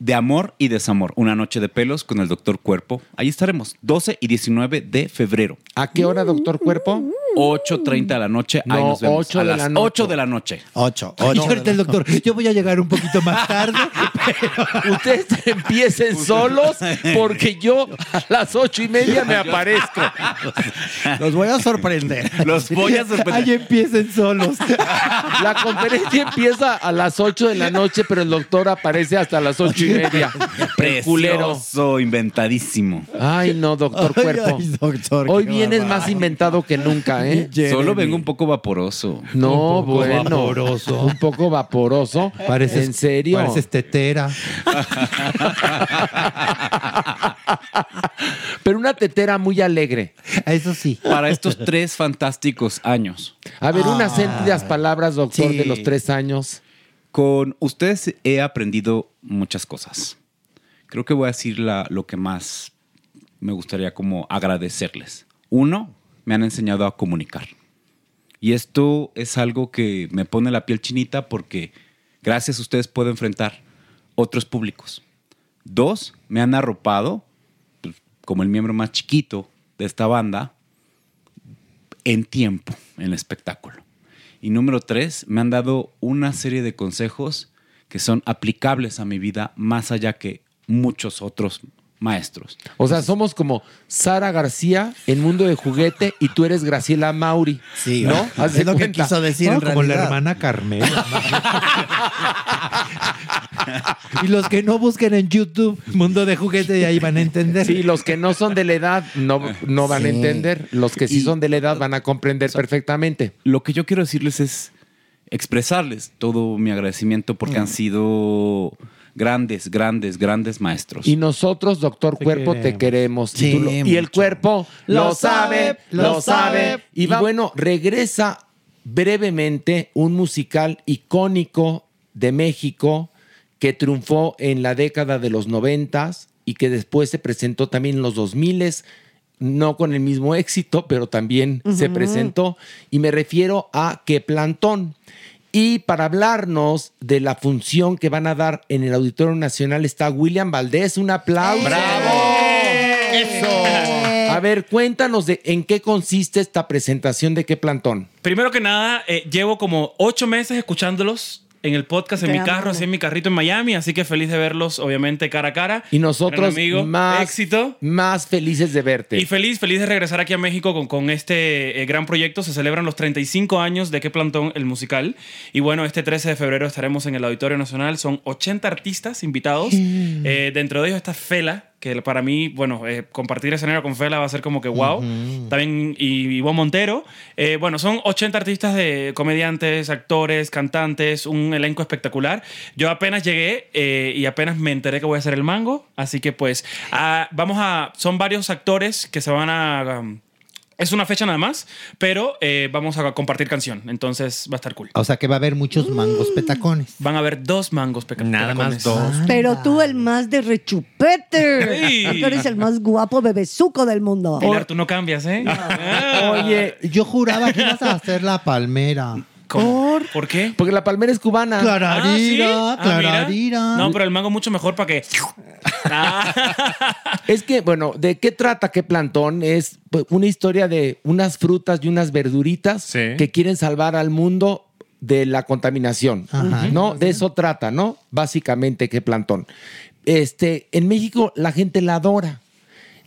S15: De amor y desamor, una noche de pelos con el doctor Cuerpo. Ahí estaremos, 12 y 19 de febrero.
S3: ¿A qué hora, doctor Cuerpo?
S15: 8.30 de la noche. Ahí
S3: No,
S15: nos vemos.
S3: 8
S15: a
S3: de
S15: las
S3: la noche.
S15: 8 de la noche.
S9: 8.
S3: Oh,
S8: Suerte el doctor. Yo voy a llegar un poquito más tarde.
S3: Ustedes empiecen solos porque yo a las ocho y media me aparezco.
S9: Los voy a sorprender.
S15: Los voy a sorprender.
S8: Ahí empiecen solos.
S3: La conferencia empieza a las 8 de la noche, pero el doctor aparece hasta las ocho y media. El culero.
S15: Precioso, inventadísimo.
S3: Ay, no, doctor
S15: Ay,
S3: Cuerpo.
S15: ay, doctor,
S3: Hoy
S15: qué
S3: vienes
S15: bárbaro.
S3: más inventado que nunca, ¿eh?
S15: Solo vengo un poco vaporoso.
S3: No,
S15: Un poco
S3: bueno.
S15: vaporoso.
S3: Un poco vaporoso.
S8: Pareces-
S3: en serio.
S8: pareces tetera.
S3: Pero una tetera muy alegre.
S8: Eso sí.
S15: Para estos tres fantásticos años.
S3: A ver,
S15: Ah.
S8: Ah,
S3: unas sentidas palabras, doctor, de los tres años.
S15: Con ustedes he aprendido muchas cosas. creo que voy a decir la- lo que más me gustaría como agradecerles. Uno, me han enseñado a comunicar. Y esto es algo que me pone la piel chinita porque gracias a ustedes puedo enfrentar otros públicos. Dos, me han arropado pues, como el miembro más chiquito de esta banda en tiempo, en el espectáculo. Y número tres, me han dado una serie de consejos que son aplicables a mi vida más allá que muchos otros maestros.
S3: O
S8: Pues-
S3: sea, somos como Sara García en Mundo de Juguete y tú eres Graciela Mauri. Ah, Sí, ¿no? Haz de
S8: es lo que
S3: cuenta.
S8: quiso decir
S3: No,
S8: en
S3: como la
S8: realidad.
S3: hermana-
S8: Carmen. y los que no busquen en YouTube Mundo de Juguete, de ahí van a entender.
S3: Sí, los que no son de la edad no, no van a
S8: Sí.
S3: entender. Los que sí
S8: Y-
S3: son de la edad van a comprender perfectamente.
S15: Lo que yo quiero decirles es expresarles todo mi agradecimiento porque han sido grandes, grandes, grandes maestros.
S3: Y nosotros, doctor Cuerpo, te queremos. Y, tú lo- y el cuerpo lo sabe, lo sabe. Y, va- bueno, regresa brevemente un musical icónico de México que triunfó en la década de los noventas y que después se presentó también en los 2000 no con el mismo éxito, pero también se
S17: Ujú.
S3: presentó. Y me refiero a Que Plantón. Y para hablarnos de la función que van a dar en el Auditorio Nacional está William Valdés. Un aplauso. A ver, cuéntanos de en qué consiste esta presentación de qué plantón.
S18: Primero que nada, eh, llevo como ocho meses escuchándolos en el podcast, en
S3: Te
S18: mi carro, así en mi carrito en Miami, así que feliz de verlos, obviamente, cara a cara.
S3: Y nosotros
S18: Gran amigo,
S3: más,
S18: éxito.
S3: más felices de verte.
S18: Y feliz, feliz de regresar aquí a México con, con este eh, gran proyecto. Se celebran los 35 años de Qué Plantón, el musical. Y bueno, este 13 de febrero estaremos en el Auditorio Nacional. Son 80 artistas invitados. Eh, dentro de ellos está Fela, que para mí, bueno, eh, compartir escenario con Fela va a ser como que wow. También y Ivonne Montero. Eh, bueno, son 80 artistas de comediantes, actores, cantantes, un elenco espectacular. Yo apenas llegué eh, y apenas me enteré que voy a hacer el mango. Así que pues, ah, vamos a... Son varios actores que se van a... um, es una fecha nada más, pero eh, vamos a compartir canción. Entonces va a estar cool.
S8: O sea que va a haber muchos mangos petacones.
S18: Van a haber dos mangos peca- pecacones. Nada más dos.
S4: Pero tú el más de rechupete.
S18: Sí.
S4: Tú eres el más guapo bebezuco del mundo.
S18: Pilar, tú no cambias, ¿eh?
S8: Oye, yo juraba que ibas a hacer la palmera.
S18: ¿Por? ¿Por qué?
S3: Porque la palmera es cubana.
S8: Clararira,
S18: Ah, ¿sí? Ah, mira.
S8: clararira.
S18: No, pero el mango mucho mejor para que.
S3: Es que, bueno, ¿de qué trata qué plantón? Es pues, una historia de unas frutas y unas verduritas que quieren salvar al mundo de la contaminación.
S8: Ajá.
S3: ¿No? De eso trata, ¿no? Básicamente qué plantón. Este, en México la gente la adora.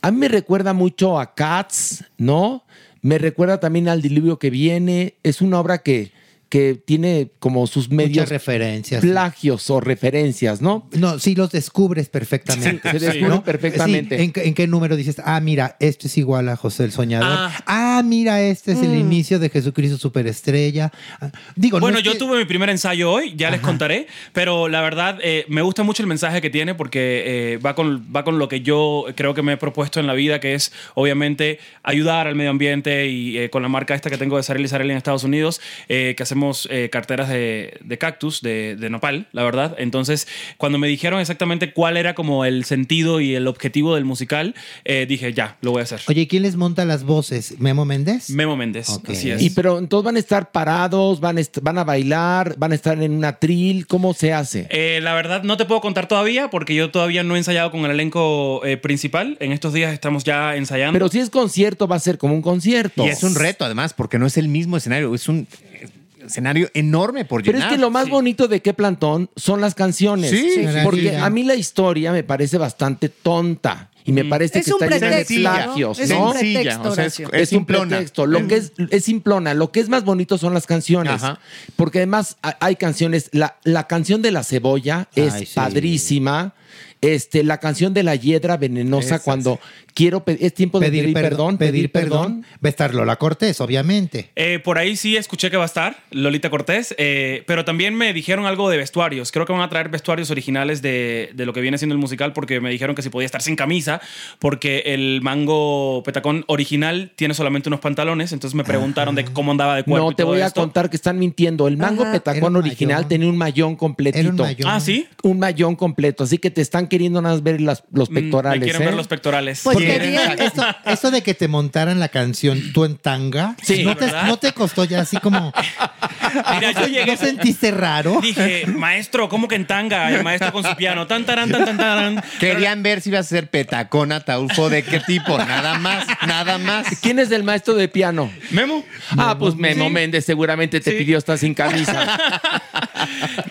S3: A mí me recuerda mucho a Cats, ¿no? Me recuerda también al diluvio que viene. Es una obra que, que tiene como sus medios.
S8: referencias.
S3: Plagios o referencias, ¿no?
S8: No, sí los descubres perfectamente.
S3: Sí, se descubren
S8: ¿no?
S3: perfectamente.
S8: Sí, ¿en, qué- en qué número dices? Ah, mira, esto es igual a José el Soñador. Ah, mira, este es el inicio de Jesucristo Superestrella. Ah, Digo,
S18: bueno,
S8: no es
S18: yo
S8: que-
S18: tuve mi primer ensayo hoy, ya les contaré, pero la verdad eh, me gusta mucho el mensaje que tiene porque eh, va, con, va con lo que yo creo que me he propuesto en la vida, que es obviamente ayudar al medio ambiente y eh, con la marca esta que tengo de Sarel y Sarel en Estados Unidos, eh, que hacemos eh, carteras de, de cactus, de, de nopal, la verdad. Entonces, cuando me dijeron exactamente cuál era como el sentido y el objetivo del musical, eh, dije, ya, lo voy a hacer.
S8: Oye, ¿quién les monta las voces? ¿Memo Méndez?
S18: Memo Méndez, así es.
S3: Y pero entonces van a estar parados, van a, est- van a bailar, van a estar en un atril, ¿cómo se hace?
S18: Eh, la verdad no te puedo contar todavía porque yo todavía no he ensayado con el elenco eh, principal. En estos días estamos ya ensayando.
S3: Pero si es concierto, va a ser como un concierto.
S6: Y es un reto, además, porque no es el mismo escenario, es un eh, escenario enorme por
S3: Pero
S6: llenar.
S3: es que lo más bonito de qué plantón son las canciones.
S6: Sí, Sí,
S3: porque
S6: sí.
S3: a mí la historia me parece bastante tonta. Y me parece
S6: Es
S3: que
S6: un
S3: está llena de
S6: pretexto, ¿no?
S3: plagios.
S6: Es
S3: ¿no?
S6: un pretexto, Sencilla, Mm. o sea, es-
S3: es,
S6: es
S3: un
S6: simplona.
S3: pretexto. Lo que es, es simplona. Lo que es más bonito son las canciones.
S6: Ajá.
S3: Porque además ha- hay canciones. La, la canción de la cebolla es
S6: Ay, sí.
S3: padrísima. Este, la canción de la hiedra venenosa
S8: Esa,
S3: cuando quiero pe- es tiempo de Pues, pedir, perdón, pedir perdón.
S8: Va a estar Lola Cortés, obviamente.
S18: Eh, por ahí sí escuché que va a estar Lolita Cortés, eh, pero también me dijeron algo de vestuarios. Creo que van a traer vestuarios originales de, de lo que viene siendo el musical porque me dijeron que si podía estar sin camisa 50, porque el mango petacón original tiene solamente unos pantalones, entonces me preguntaron de cómo andaba de cuerpo.
S3: No,
S18: y
S3: te
S18: todo
S3: voy a
S18: esto.
S3: contar que están mintiendo. El mango
S18: Ajá, era
S3: petacón
S18: un
S3: original
S18: mayón.
S3: tenía un mayón completito.
S18: mayón. Ah, ¿sí?
S3: Un mayón completo. Así que te están queriendo nada más ver las- los
S18: Mm,
S3: pectorales.
S18: Me quieren
S3: ¿eh?
S18: ver los pectorales.
S8: Pues
S18: Sí.
S8: qué bien. Esto, esto de que te montaran la canción tú en tanga,
S18: Sí,
S8: ¿no, te,
S18: ¿verdad?
S8: no te costó ya así como...
S18: Mira, yo llegué.
S8: ¿No sentiste raro?
S18: Dije, maestro, ¿cómo que en tanga? El maestro con su piano. Tan, taran, tan, tan, taran.
S6: Querían ver si iba a ser petacón, ataulfo, de qué tipo. Nada más, nada más.
S3: ¿Quién es el maestro de piano?
S18: Memo.
S3: Ah, pues Memo Méndez seguramente te pidió estar sin camisa.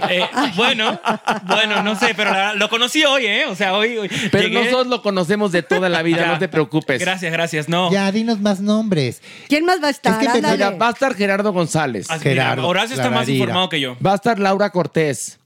S18: Eh, bueno, bueno, no sé, pero la verdad, lo conocí hoy, ¿eh? O sea, hoy. hoy
S3: Pero
S18: llegué-
S3: nosotros lo conocemos de toda la vida,
S18: Ya.
S3: no te preocupes.
S18: Gracias, gracias. No.
S8: Ya, dinos más nombres.
S4: ¿Quién más va a estar?
S3: Es que
S4: Ándale.
S3: mira, va a estar Gerardo González.
S18: Así, mira, Gerardo Horacio está más Clavarira. informado que yo.
S3: Va a estar Laura Cortés.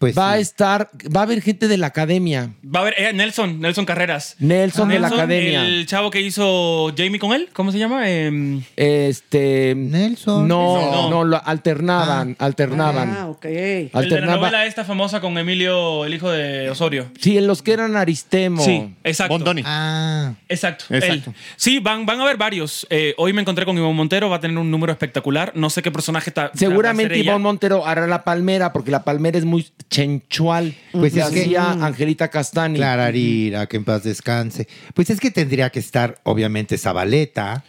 S18: Pues
S3: va a estar, va a haber gente de la academia.
S18: Va a haber eh, Nelson, Nelson Carreras.
S3: Nelson de la academia.
S18: El chavo que hizo Jamie con él, ¿cómo se llama? Em,
S3: Este.
S8: Nelson.
S3: No,
S18: No.
S3: no, lo alternaban, alternaban.
S18: Ah,
S4: ok.
S18: el de la
S3: Alternaba-
S18: novela esta famosa con Emilio, el hijo de Osorio.
S3: Sí, en los que eran Aristemo.
S18: Sí, exacto. Bondoni.
S8: Ah.
S18: Exacto.
S3: Exacto.
S18: él. Sí, van, van a haber varios. Eh, hoy me encontré con Ivonne Montero, va a tener un número espectacular. No sé qué personaje está.
S3: Seguramente Ivonne Montero hará la palmera, porque la palmera es muy chenchual.
S8: Pues
S3: Pues
S8: es que-
S3: hacía Angelita Castani.
S8: Clararira, que en paz descanse. Pues es que tendría que estar, obviamente, Zabaleta.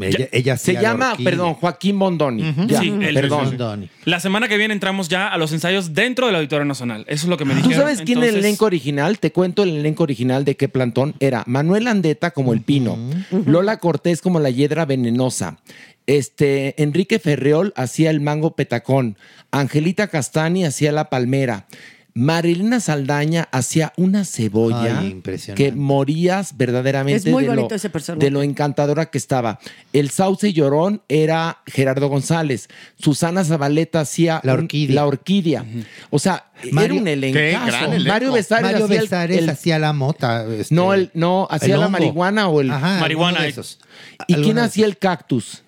S8: Ella, ella
S3: Se
S8: hacía la
S3: llama,
S8: horquilla.
S3: perdón, Joaquín Bondoni. Ya,
S18: Sí, él.
S3: perdón.
S18: Sí, sí, La semana que viene entramos ya a los ensayos dentro del Auditorio Nacional. Eso es lo que me
S3: ¿Tú
S18: dijeron.
S3: sabes quién es el
S18: Entonces,
S3: elenco original? Te cuento el elenco original de qué plantón. Era Manuel Andeta como el pino, Lola Cortés como la hiedra venenosa, este, Enrique Ferreol hacía el mango petacón, Angelita Castani hacía la palmera, Marilena Saldaña hacía una cebolla
S8: Ay, impresionante.
S3: que morías verdaderamente
S4: Es muy
S3: de, lo,
S4: bonito ese personaje.
S3: de lo encantadora que estaba. El sauce llorón era Gerardo González, Susana Zabaleta hacía la orquídea. La orquídea. O sea, era un elencazo. Mario Besares
S8: Mario
S3: hacía el-
S8: Besares
S3: el-
S8: hacía la mota. este,
S3: no, el, no, hacía
S8: el
S3: la
S8: hongo.
S3: marihuana o el
S8: Ajá, Marihuana, alguno de eh. esos.
S3: ¿Y
S8: Alguno
S3: quién
S8: de
S3: hacía el cactus?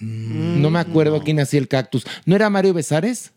S3: Mm. no me acuerdo quién hacía el cactus. ¿No era Mario Besares?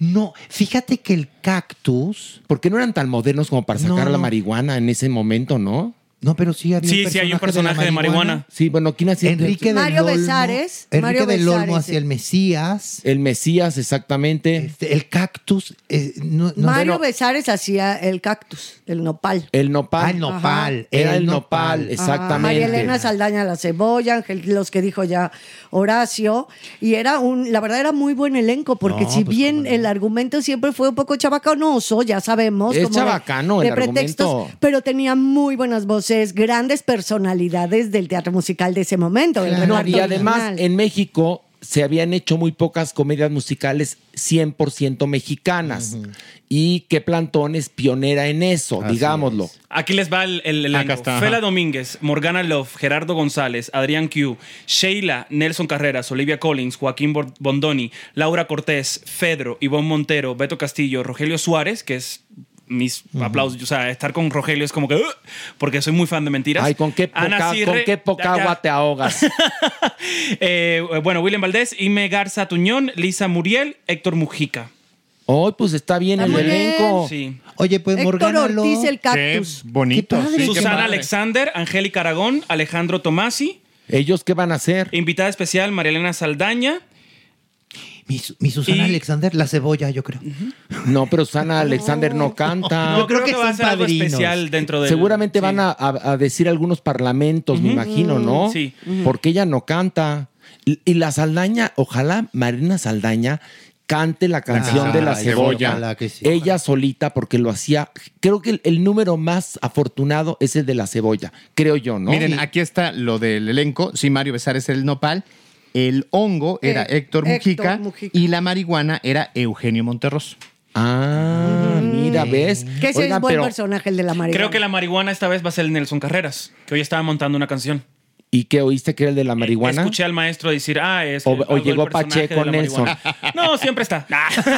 S8: No, fíjate que el cactus.
S3: ¿Por qué no eran tan modernos como para sacar la marihuana en ese momento, no?
S8: No, pero sí había
S18: Sí, sí, hay un personaje de marihuana.
S3: Sí, bueno, ¿quién hacía el
S8: Enrique del
S3: cactus?
S4: Mario
S8: Olmo-
S4: Besares,
S8: Enrique
S4: Mario
S8: del
S4: Besares,
S8: Olmo hacía
S4: sí.
S8: el Mesías. Este,
S3: El Mesías, exactamente.
S8: el cactus. eh, no, no-
S4: Mario
S8: Bueno,
S4: Besares hacía el cactus, el nopal.
S3: El nopal.
S8: Ah, el nopal,
S3: Ajá. Era el
S8: el
S3: nopal,
S8: nopal.
S4: Ajá, María Elena
S3: exactamente.
S4: Saldaña la cebolla, Ángel, los que dijo ya Horacio. Y era un, la verdad era muy buen elenco, porque
S3: No,
S4: si
S3: pues,
S4: bien el argumento siempre fue un poco chabacanoso, ya sabemos.
S3: Es
S4: como de-
S3: chabacano el
S4: de pretextos,
S3: argumento.
S4: Pero tenía muy buenas voces, grandes personalidades del teatro musical de ese momento. del
S3: No,
S4: reparto
S3: y además,
S4: original.
S3: en México se habían hecho muy pocas comedias musicales 100% mexicanas. Y qué plantón es pionera en eso, digámoslo.
S18: Aquí les va el, el elenco.
S3: está, ajá.
S18: Fela Domínguez, Morgana Love, Gerardo González, Adrián Q, Sheila, Nelson Carreras, Olivia Collins, Joaquín Bor- Bondoni, Laura Cortés, Fedro, Ivonne Montero, Beto Castillo, Rogelio Suárez, que es mis aplausos. O sea, estar con Rogelio es como que... "Ugh", porque soy muy fan de mentiras.
S3: Ay, con qué
S18: Ana
S3: poca,
S18: Sirre,
S3: con qué poca
S18: ya-
S3: agua te ahogas.
S18: Eh, bueno, William Valdés, Ime Garza Tuñón, Lisa Muriel, Héctor Mujica.
S3: Hoy, pues está bien el
S18: muy bien.
S3: elenco.
S18: Sí.
S8: Oye, pues
S18: Héctor
S8: Morgana Lo-
S18: Ortiz, el cactus.
S8: Qué padre, qué
S18: Susana
S8: padre.
S18: Alexander, Angélica Aragón, Alejandro Tomasi,
S3: ¿Ellos qué van a hacer?
S18: invitada especial María Elena Saldaña.
S8: Mi, Su- mi Susana Alexander, la cebolla, yo creo.
S3: No, pero Susana Alexander no canta.
S18: Yo creo que va a ser algo especial dentro del-
S3: Seguramente van a, a- a decir algunos parlamentos, me imagino, ¿no?
S18: Sí.
S3: Porque ella no canta. Y, y la Saldaña, ojalá Marina Saldaña cante la canción
S8: Ah,
S3: de la
S8: sí,
S3: cebolla.
S8: ojalá que sí,
S3: Ella solita, porque lo hacía. Creo que el, el número más afortunado es el de la cebolla, creo yo, ¿no?
S6: Miren, aquí está lo del elenco. Sí, Mario Besares era el nopal. El hongo era
S3: Eh,
S6: Héctor, Mujica,
S3: Héctor Mujica.
S6: y la marihuana era Eugenio Monterroso.
S3: Ah, mira, ¿ves?
S4: Mm. Que ese es buen personaje, el de la María.
S18: Creo que la marihuana esta vez va a ser el Nelson Carreras, que hoy estaba montando una canción. Eh,
S3: ¿Y qué oíste que era el de la marihuana?
S18: Escuché al maestro decir, ah, es.
S3: O-
S18: algo
S3: o
S18: del
S3: llegó
S18: personaje
S3: Pacheco
S18: de la
S3: Nelson.
S18: marihuana. No, siempre está.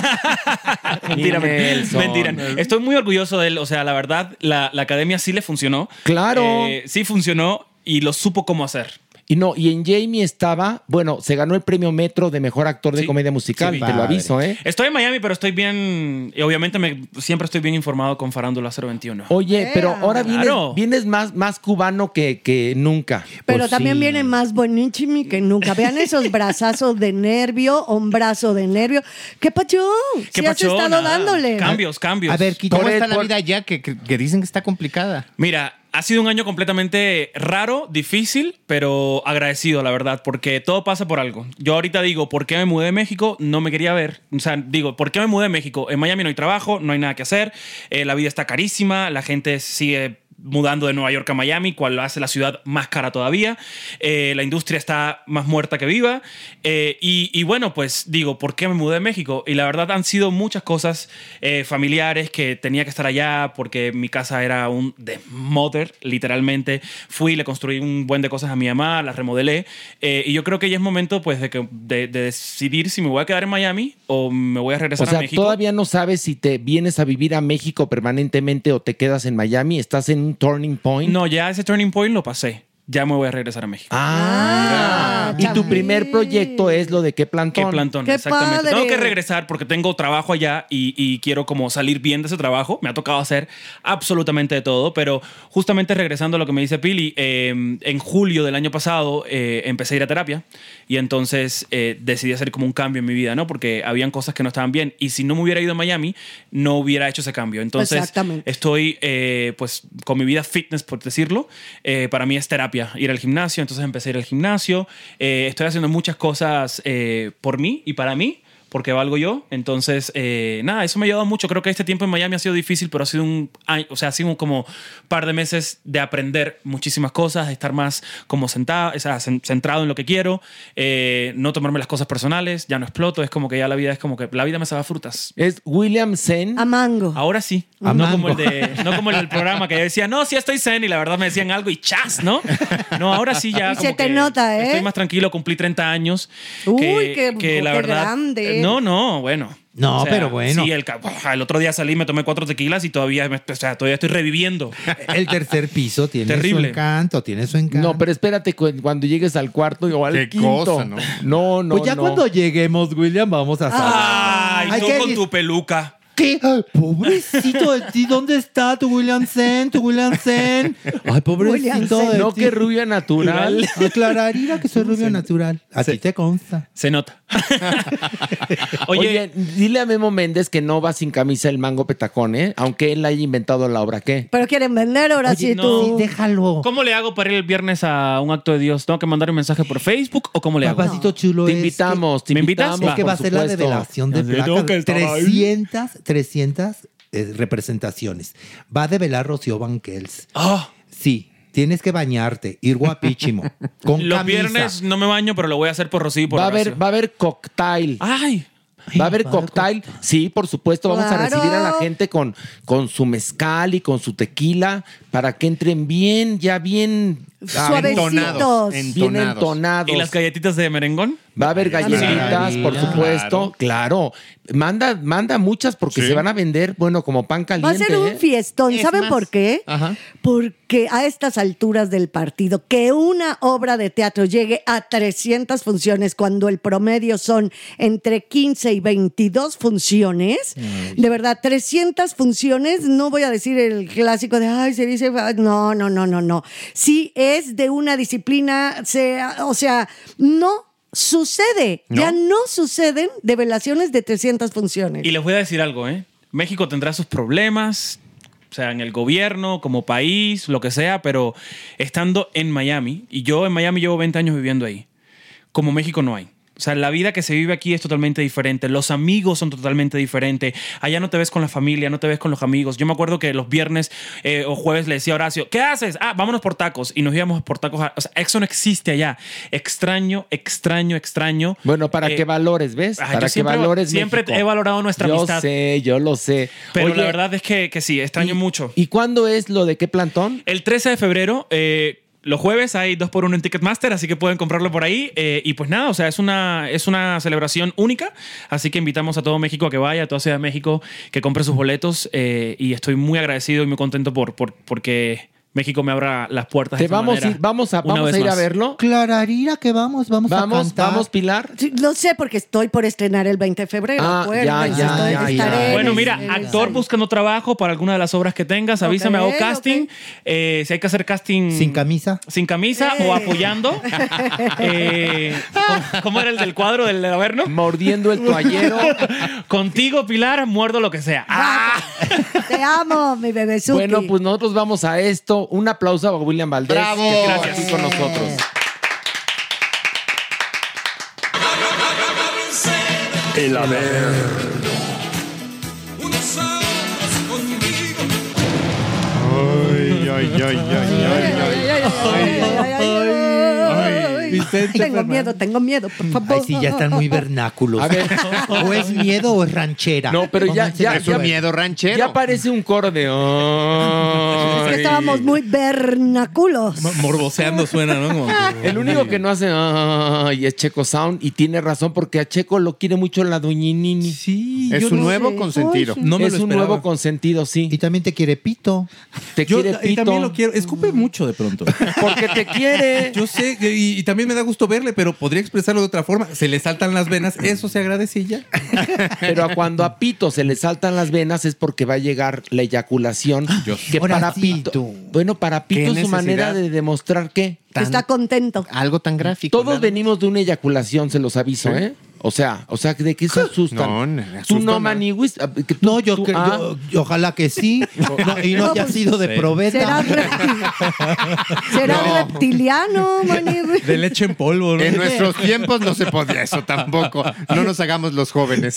S18: Ah. mentira,
S3: Ni Nelson.
S18: mentira. Estoy muy orgulloso de él. O sea, la verdad, la, la academia sí le funcionó.
S3: Claro.
S18: Eh, sí funcionó y lo supo cómo hacer.
S3: Y no, y en Jamie estaba, bueno, se ganó el premio Metro de mejor actor de comedia musical,
S18: sí, vi.
S3: te lo aviso, ¿eh?
S18: Estoy en Miami, pero estoy bien. Y obviamente me- siempre estoy bien informado con Farándula 021.
S3: Oye, pero ahora vienes,
S18: Claro.
S3: vienes más, más cubano que, que pues, nunca.
S4: Pero también viene más bonichimi que nunca. Vean esos brazazos de nervio, hombrazo de nervio. ¿Qué pachón?
S18: ¿Qué
S4: si has
S18: pachón?
S4: estado
S18: Nada.
S4: dándole.
S18: Cambios, cambios.
S6: A ver, Quito, ¿cómo
S18: Por el-
S6: está la
S18: por-
S6: vida allá que, que- que dicen que está complicada?
S18: Mira, ha sido un año completamente raro, difícil, pero agradecido, la verdad, porque todo pasa por algo. Yo ahorita digo, ¿por qué me mudé de México? No me quería ver. O sea, digo, ¿por qué me mudé de México? En Miami no hay trabajo, no hay nada que hacer, eh, la vida está carísima, la gente sigue mudando de Nueva York a Miami, cual hace la ciudad más cara todavía. Eh, la industria está más muerta que viva. Eh, y, y bueno, pues digo, ¿por qué me mudé a México? Y la verdad han sido muchas cosas eh, familiares que tenía que estar allá porque mi casa era un desmoder, literalmente. Fui, le construí un buen de cosas a mi mamá, las remodelé. eh, y yo creo que ya es momento pues de, que, de, de decidir si me voy a quedar en Miami o me voy a regresar
S3: O sea,
S18: a México.
S3: todavía no sabes si te vienes a vivir a México permanentemente o te quedas en Miami. Estás en un turning point.
S18: No, ya ese turning point lo pasé. Ya me voy a regresar a México.
S3: Ah, y tu primer proyecto es lo de qué plantón.
S18: ¿Qué plantón?
S3: Qué
S18: Exactamente.
S3: padre.
S18: Tengo que regresar porque tengo trabajo allá y, y quiero como salir bien de ese trabajo. Me ha tocado hacer absolutamente de todo, pero justamente regresando a lo que me dice Pili, eh, en julio del año pasado eh, empecé a ir a terapia y entonces eh, decidí hacer como un cambio en mi vida, ¿no? Porque habían cosas que no estaban bien y si no me hubiera ido a Miami, no hubiera hecho ese cambio. Entonces,
S4: Exactamente.
S18: estoy eh, pues con mi vida fitness, por decirlo, eh, para mí es terapia, ir al gimnasio, entonces empecé a ir al gimnasio, Eh, estoy haciendo muchas cosas eh, por mí y para mí, porque valgo yo, entonces eh, nada, eso me ha ayudado mucho, creo que este tiempo en Miami ha sido difícil, pero ha sido un año, o sea, ha sido como par de meses de aprender muchísimas cosas, de estar más como sentado, o sea, cen- centrado en lo que quiero, eh, no tomarme las cosas personales, ya no exploto, es como que ya la vida es como que la vida me sabe a frutas.
S3: Es William Zen.
S4: A mango.
S18: Ahora sí.
S3: A
S18: Ah, no,
S3: mango.
S18: como el de, no como el del programa que yo decía, no, sí estoy zen y la verdad me decían algo y chas, ¿no? No, ahora sí ya.
S4: Y
S18: como
S4: se te
S18: que
S4: nota, ¿eh?
S18: Estoy más tranquilo, cumplí 30 años.
S4: Uy,
S18: que,
S4: qué-
S18: que la
S4: qué
S18: verdad.
S4: grande.
S18: No, no, bueno.
S8: No, pero bueno.
S18: Sí, el, ca- el otro día salí, me tomé cuatro tequilas y todavía, me- o sea, todavía estoy reviviendo.
S8: El tercer piso tiene
S18: Terrible.
S8: su encanto, tiene su encanto.
S3: No, pero espérate cu- cuando llegues al cuarto o al
S8: Qué
S3: quinto.
S8: cosa, ¿no?
S3: No, no,
S8: Pues ya
S3: no.
S8: cuando lleguemos, William, vamos a saber.
S18: Ay,
S8: Hay
S18: tú
S8: que
S18: con
S8: dis-
S18: tu peluca.
S8: ¿Qué? Ay, Pobrecito de ti, ¿dónde está tu William Zen? Tu William Zen. Ay, pobrecito de
S3: No,
S8: ti.
S3: que rubia natural.
S8: Aclararía que soy rubio natural. A ti te consta.
S18: Se nota.
S3: Oye, dile a Memo Méndez que no va sin camisa el mango petacón, ¿eh? Aunque él haya inventado la obra, ¿qué?
S4: Pero quieren vender ahora sí tú.
S8: déjalo.
S18: ¿Cómo le hago para ir el viernes a un acto de Dios? ¿Tengo que mandar un mensaje por Facebook o cómo le hago?
S8: chulo,
S3: te invitamos, te
S18: ¿Me invitas?
S3: invitamos.
S8: Es que
S3: por
S8: va a ser la
S3: supuesto.
S8: revelación de placas. 300, 300 eh, representaciones. Va a develar Rocío Banquels.
S3: Ah.
S8: Sí, tienes que bañarte, ir guapísimo. con
S18: Los
S8: camisa.
S18: viernes no me baño, pero lo voy a hacer por Rocío y por
S3: Va a
S18: Horacio.
S3: haber, va a haber cocktail.
S18: Ay.
S3: Va a haber cocktail. Sí, por supuesto, vamos a
S18: Claro.
S3: recibir a la gente con, con su mezcal y con su tequila para que entren bien, ya Ah, bien
S18: Suavecitos.
S3: entonados, bien
S18: Entonados.
S3: entonados. Ah,
S18: ¿Y las galletitas de merengón?
S3: Va a haber galletitas,
S18: Claro.
S3: por supuesto. Claro. Manda, manda muchas porque se van a vender, bueno, como pan
S4: Va a
S3: caliente.
S4: ser un
S3: ¿eh?
S4: fiestón. ¿Saben por qué? Porque a estas alturas del partido, que una obra de teatro llegue a 300 funciones cuando el promedio son entre 15 y 22 funciones, de verdad, 300 funciones, no voy a decir el clásico de, ay, se dice, ah, no, no, no, no, no. Sí es de una disciplina, sea, o sea, no. Sucede, ya no suceden develaciones de 300 funciones.
S18: Y les voy a decir algo, ¿eh? México tendrá sus problemas, o sea, en el gobierno, como país, lo que sea, pero estando en Miami, y yo en Miami llevo 20 años viviendo ahí, como México no hay. O sea, la vida que se vive aquí es totalmente diferente, los amigos son totalmente diferentes, allá no te ves con la familia, no te ves con los amigos. Yo me acuerdo que los viernes eh, o jueves le decía a Horacio, ¿qué haces? Ah, vámonos por tacos y nos íbamos por tacos. a- O sea, eso no existe allá. Extraño, extraño, extraño.
S3: Bueno, para
S18: Eh,
S3: que valores, ¿ves?
S18: ah, yo
S3: para que
S18: siempre-
S3: valores.
S18: siempre
S3: México.
S18: he valorado nuestra
S3: yo
S18: amistad.
S3: Yo sé, yo lo sé.
S18: Pero
S3: Oye,
S18: la verdad es que, que sí, extraño mucho.
S3: ¿Y cuándo es lo de qué plantón?
S18: El 13 de febrero, eh, los jueves hay 2 por 1 en Ticketmaster, así que pueden comprarlo por ahí. Eh, y pues nada, o sea, es una, es una celebración única, así que invitamos a todo México a que vaya, a toda Ciudad de México, que compre sus boletos. eh, y estoy muy agradecido y muy contento por, por, porque México me abra las puertas.
S3: Te vamos a ir- vamos a- vamos a ir a verlo.
S8: Clararira que vamos, vamos, a
S3: Vamos,
S8: cantar.
S3: vamos, Pilar.
S4: Sí, Lo sé porque estoy por estrenar el 20 de febrero.
S18: Ah,
S4: acuérdense,
S18: ya, ya, ya,
S4: estoy-
S18: ya.
S4: estaré en
S18: Bueno,
S4: el-
S18: mira,
S4: en el-
S18: actor buscando trabajo para alguna de las obras que tengas, avísame,
S4: Ok,
S18: hago casting. Eh, si hay que hacer casting.
S8: Sin camisa.
S18: Sin camisa o apoyando. Eh, ¿cómo, cómo era el del cuadro del Averno?
S3: Mordiendo el
S4: toallero.
S18: Contigo, Pilar, muerdo lo que sea. Ah,
S4: Te amo, mi bebé Suki.
S3: Bueno, pues nosotros vamos a esto. Un aplauso a William Valdés.
S18: Bravo.
S3: que está
S18: Gracias.
S3: aquí con nosotros.
S2: El haber.
S10: Ay, ay, ay,
S4: Tengo miedo, tengo miedo, por favor.
S8: Ay, sí, ya están muy vernáculos.
S3: A ver.
S8: o es miedo o es ranchera.
S3: No, pero ya,
S8: Pónganse
S3: ya,
S8: de
S3: ya-
S8: acuerdo.
S3: Ya parece un coro de.
S4: Es que
S3: "Ay".
S4: estábamos muy vernaculos.
S7: Morboseando suena, ¿no? Como-
S3: El único que no hace ay es Checo Sound y tiene razón porque a Checo lo quiere mucho la doñinini. Sí,
S6: Es yo un no nuevo sé. consentido. Ay, sí. No me
S3: es
S6: lo
S3: un
S6: esperaba.
S3: nuevo consentido, sí. Y
S8: también te quiere pito.
S3: Te
S7: Yo
S3: quiere
S7: y
S3: pito.
S7: también lo quiero. Escupe mucho de pronto.
S3: Porque te quiere.
S7: Yo sé, y, y también me da gusto verle, pero podría expresarlo de otra forma. Se le saltan las venas, eso se agradece y ya.
S3: Pero a cuando a Pito se le saltan las venas es porque va a llegar la eyaculación. Que
S8: Ah, Ahora
S3: para
S8: sí,
S3: Pito. Bueno, para
S8: ¿Qué
S3: Pito es su
S8: necesidad?
S3: manera de demostrar que
S4: Que Está contento.
S3: algo tan gráfico. Todos venimos de una eyaculación, se los aviso,
S4: Sí.
S3: ¿eh? O sea, o sea, ¿de qué se asustan?
S8: No, no,
S3: Tú
S8: asustan,
S3: no
S8: no.
S3: manigüis. ah, que tú-
S8: No, yo,
S3: tú-
S8: que-
S3: ah.
S8: yo- yo ojalá que sí. No, y no, haya sido de probeta.
S4: Será, será reptiliano, Manny.
S7: De leche en polvo,
S6: En nuestros tiempos no se podía eso tampoco. No nos hagamos los jóvenes.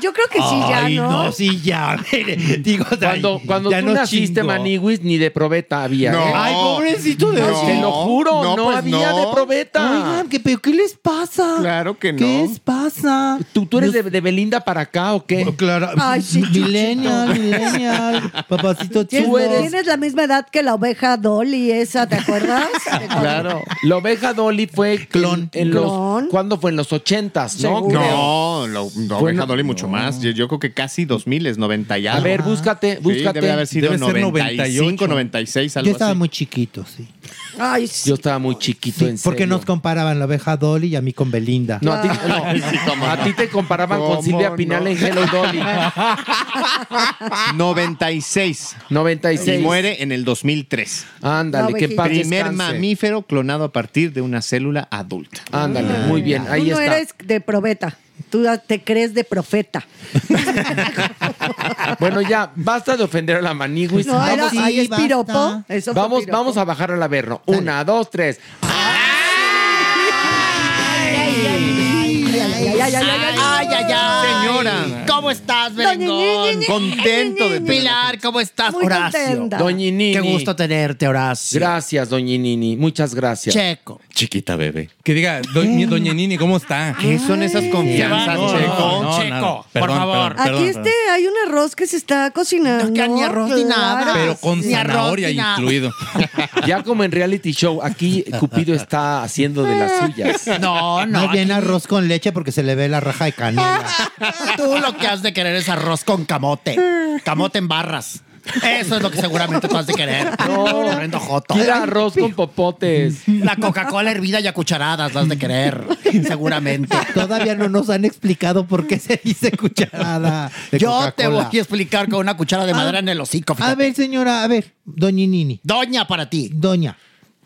S4: Yo creo que sí, ya,
S6: Ay,
S4: ¿no?
S6: no,
S8: sí, ya. Digo,
S3: cuando cuando
S6: ya
S3: tú
S6: no
S3: naciste,
S6: chingo.
S3: manigüis, ni de probeta había.
S6: No.
S3: ¿eh?
S6: Ay,
S8: pobrecito de
S3: No,
S8: usted.
S3: Te lo juro, no,
S8: No, pues
S3: había
S8: no.
S3: de probeta.
S8: Oigan, ¿qué, pero ¿qué les pasa?
S6: Claro que
S8: ¿Qué les pasa?
S3: ¿Tú, tú eres de, de Belinda para acá o
S6: Oh,
S3: qué?
S8: Claro.
S4: Ay, sí,
S8: millennial, millennial. Papacito
S4: Tienes,
S8: chulo.
S4: tienes la misma edad que la oveja Dolly esa, ¿te acuerdas?
S3: Claro. La oveja Dolly fue clon. En, los,
S4: Clon.
S3: ¿Cuándo fue? En los ochentas, ¿no?
S6: No, no, la la
S3: Bueno,
S6: oveja Dolly mucho más. Yo, yo creo que casi 2000 es 90 y
S3: A
S6: algo.
S3: ver, búscate,
S6: Sí,
S3: búscate.
S6: debe haber sido
S3: Debe ser
S6: 95,
S3: 98.
S6: 96, algo así.
S8: muy chiquito, sí.
S4: Ay,
S3: Yo estaba muy chiquito, en
S8: Porque
S3: serio.
S8: nos comparaban la oveja Dolly y a mí con Belinda.
S3: No, a ti, no. A ti te comparaban
S8: ¿Cómo
S3: con Silvia
S8: no?
S3: Pinal en Hello Dolly.
S6: 96.
S3: 96.
S6: Y muere en el 2003.
S3: Ándale, que en paz
S6: Primer
S3: descanse.
S6: mamífero clonado a partir de una célula adulta.
S3: Ándale, muy bien.
S4: Tú no eres de probeta. Tú te crees de profeta.
S3: Bueno, ya, basta de ofender a la manigüis.
S4: No, era- Sí, ay, es basta. piropo. Eso fue
S3: vamos,
S4: piropo.
S3: vamos a bajar al averno. Una, dos, tres.
S10: ay, ay, ay.
S6: Señora.
S10: ¿Cómo estás, Berengón?
S6: Contento de tener-
S10: Pilar, ¿cómo estás,
S6: Muy
S10: Horacio?
S6: contenta.
S3: Doñinini.
S10: Qué gusto
S8: tenerte, Horacio.
S3: Gracias, Doñinini. Muchas gracias.
S10: Checo.
S7: Chiquita bebé. Que diga, doña, doña Nini, ¿cómo está?
S6: ¿Qué son esas confianzas, Checo? Checo, por favor.
S4: Aquí este hay un arroz que se está cocinando. Ah, No,
S10: ni arroz ni nada.
S7: Pero con
S10: Ni arroz,
S7: zanahoria
S10: ni nada.
S7: incluido.
S3: Ya como en reality show, aquí Cupido está haciendo de las suyas.
S10: No, no.
S8: Más bien
S10: aquí
S8: arroz con leche porque se le ve la raja de canela.
S10: Tú lo que has de querer es arroz con camote. Camote en barras. Eso es lo que seguramente tú has de querer. Horrendo joto.
S3: Tira arroz con popotes.
S10: La Coca-Cola hervida y a cucharadas la has de querer. Seguramente.
S8: Todavía no nos han explicado por qué se dice cucharada. de
S10: Yo te voy
S8: Coca-Cola. Ah,
S10: a explicar con una cuchara de madera en el hocico.
S8: A ver, señora, a ver, doña Nini.
S10: Doña para ti.
S8: Doña.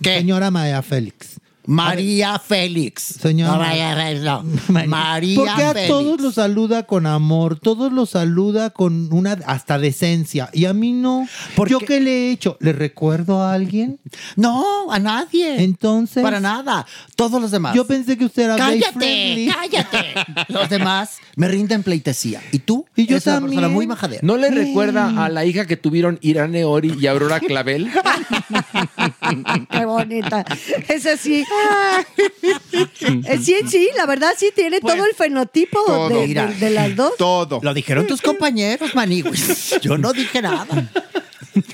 S8: Señora Maya Félix.
S10: María Félix.
S8: Señora.
S10: No, María Félix, no. María
S8: ¿Por qué a
S10: Félix.
S8: todos los saluda con amor? Todos los saluda con una hasta decencia. Y a mí no. ¿Yo qué le he hecho? ¿Le recuerdo a alguien?
S10: No, a nadie.
S8: Entonces.
S10: Para nada. Todos los demás.
S8: Yo pensé que usted era gay
S10: Cállate,
S8: friendly.
S10: cállate. Los demás me rinden pleitesía. ¿Y tú?
S8: Y yo
S10: Eres una persona
S8: también.
S10: muy majadera.
S3: ¿No le recuerda a la hija que tuvieron Irane Ori y Aurora Clavel?
S4: Qué bonita. Ese sí. Eh, Sí, sí, la verdad sí tiene todo el fenotipo
S10: Pues, todo.
S4: de,
S10: Mira.
S4: de- de las dos.
S6: Todo.
S10: Lo dijeron tus compañeros, manigües. Yo no dije nada.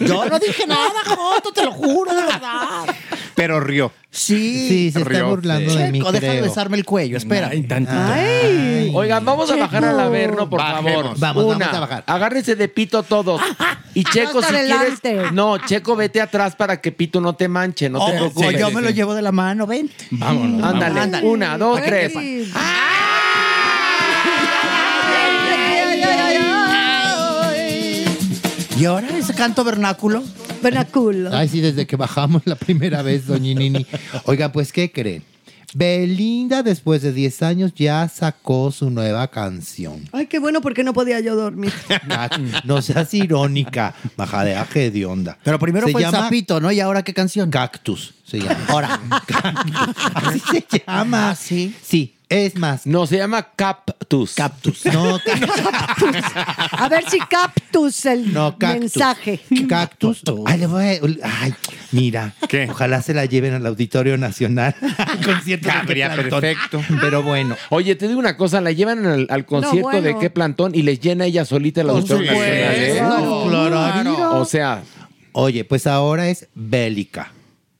S10: Yo no dije nada, Joto, te lo juro, de verdad.
S6: Pero rió.
S17: Sí,
S8: Sí, se está burlando de mí,
S17: Checo, deja de
S8: creo.
S17: besarme el cuello, espera.
S3: Ay. Oigan, vamos a
S17: Checo.
S3: bajar al Averno, por
S17: Bajemos.
S3: favor.
S17: Vamos, vamos
S3: Una,
S17: a bajar.
S3: Agárrense de pito todos. Y Checo, si
S17: Hasta
S3: quieres. No, Checo, vete atrás para que pito no te manche, no
S17: O-
S3: te
S17: o
S3: preocupes.
S17: Eh, Oh, yo me lo llevo de la mano, ven.
S3: Vámonos. Ah, Ándale.
S17: Ándale.
S3: Una, dos,
S17: Ay, Ah.
S3: tres.
S17: ¿Y ahora ese canto vernáculo?
S4: Vernáculo.
S8: Ay, sí, desde que bajamos la primera vez, doña Nini. Oiga, pues, ¿qué creen? Belinda, después de 10 años, ya sacó su nueva canción.
S4: Ay, qué bueno porque no podía yo dormir.
S8: Ah, No seas irónica, bajadeaje de onda. Pero
S17: primero fue el sapito,
S8: ¿no? ¿Y ahora qué canción? Cactus se llama. Ahora. Así se llama. sí? Sí, es más.
S3: No, se llama Cactus.
S8: Cactus. No,
S4: A ver si captus el
S8: No, cactus.
S4: mensaje.
S8: Cactus. Ay, le voy a- ay, mira. Ojalá se la lleven al Auditorio Nacional. Concierto de
S3: Cabría
S8: Plantón. Pero bueno.
S3: Oye, te digo una cosa, la llevan al, al concierto de
S8: bueno.
S3: qué plantón y les llena ella solita el
S8: Por
S3: auditorio
S8: supuesto,
S3: nacional. ¿eh?
S8: claro. Claro.
S3: O sea,
S8: Oye, pues ahora es bélica.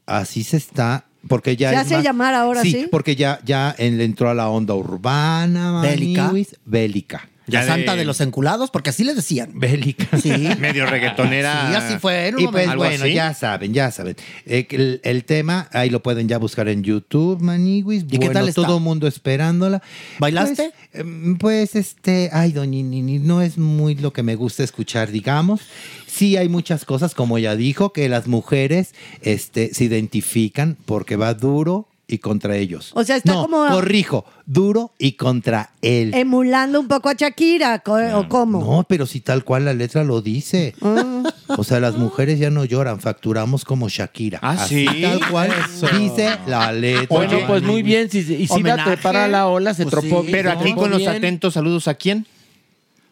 S8: Así se está. Porque ya
S4: Se
S8: es
S4: hace
S8: más-
S4: llamar ahora, ¿sí?
S8: porque ya, ya él le entró a la onda urbana.
S17: Bélica.
S8: maniwis, Bélica.
S17: La santa de los enculados, porque así les decían.
S8: Bélica.
S17: Sí.
S6: Medio reggaetonera.
S17: Sí, así fue en un
S8: Y pues
S17: momento.
S8: bueno,
S17: Algo así.
S8: ya saben, ya saben. Eh, que el, el tema, ahí lo pueden ya buscar en YouTube, Maniwis.
S17: qué tal está?
S8: Todo mundo esperándola.
S17: ¿Bailaste?
S8: Pues, em, pues, este, ay, doña Nini, no es muy lo que me gusta escuchar, digamos. Sí hay muchas cosas, como ya dijo, que las mujeres este, se identifican porque va duro y contra ellos.
S4: O sea, está
S8: No,
S4: como- Eh,
S8: corrijo, duro y contra él.
S4: Emulando un poco a Shakira, co- ¿o cómo?
S8: No, pero si tal cual la letra lo dice.
S4: Ah.
S8: O sea, las mujeres ya no lloran, facturamos como Shakira. Así
S6: ¿sí?
S8: Tal cual dice la letra.
S3: Ah, Oye, pues muy bien, si, y si iba a
S8: Homenaje.
S3: trepar a la ola, se
S8: Pues
S3: tropó.
S8: sí,
S6: Pero
S3: se
S6: aquí
S3: tropó
S6: con los
S3: bien.
S6: atentos saludos a quién?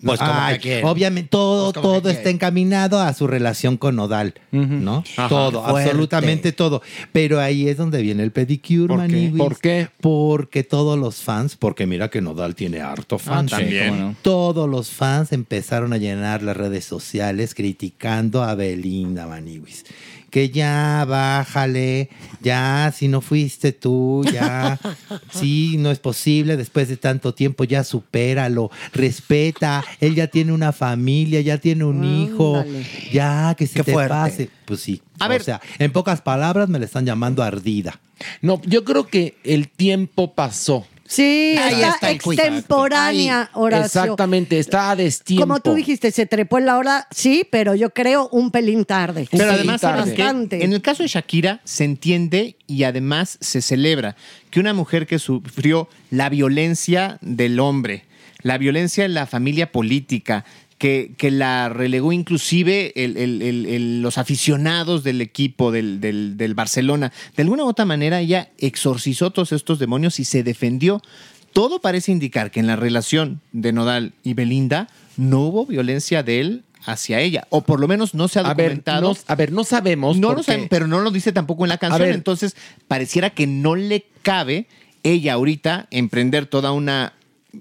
S8: Pues
S6: como que quién.
S8: obviamente todo,
S6: Pues como que
S8: todo está encaminado a su relación con Odal, ¿no?
S6: Ajá.
S8: Todo,
S6: Fuerte.
S8: absolutamente todo. Pero ahí es donde viene el pedicure,
S3: ¿Por qué?
S8: Maniwis.
S3: ¿Por qué?
S8: Porque todos los fans, porque mira que Nodal tiene harto fans.
S3: Ah, también.
S8: Sí, cómo no. Todos los fans empezaron a llenar las redes sociales criticando a Belinda Maniwis. Que ya bájale, ya si no fuiste tú, ya sí, no es posible después de tanto tiempo, ya supéralo, respeta, él ya tiene una familia, ya tiene un hijo, ya que se
S17: Qué
S8: te
S17: fuerte.
S8: pase. Pues sí,
S17: A
S8: o
S17: ver.
S8: sea, en pocas palabras me le están llamando ardida.
S3: No, yo creo que el tiempo pasó.
S4: Sí,
S3: Ahí
S4: está,
S3: está el quiz.
S4: extemporánea, Horacio.
S3: Exactamente, está a destiempo.
S4: Como tú dijiste, se trepó en la hora, sí, pero yo creo un pelín tarde.
S6: Pero
S4: Sí,
S6: además, ¿sabes qué?
S4: bastante.
S6: En el caso de Shakira, se entiende y además se celebra que una mujer que sufrió la violencia del hombre, la violencia de la familia política, que, que la relegó inclusive el- el- el- el- los aficionados del equipo del, del- del Barcelona. De alguna u otra manera, ella exorcizó todos estos demonios y se defendió. Todo parece indicar que en la relación de Nodal y Belinda no hubo violencia de él hacia ella, o por lo menos no se ha
S3: A ver,
S6: documentado.
S3: no- a ver, no sabemos.
S6: No lo
S3: porque-
S6: saben, pero no lo dice tampoco en la canción.
S3: ver.
S6: Entonces, pareciera que no le cabe ella ahorita emprender toda una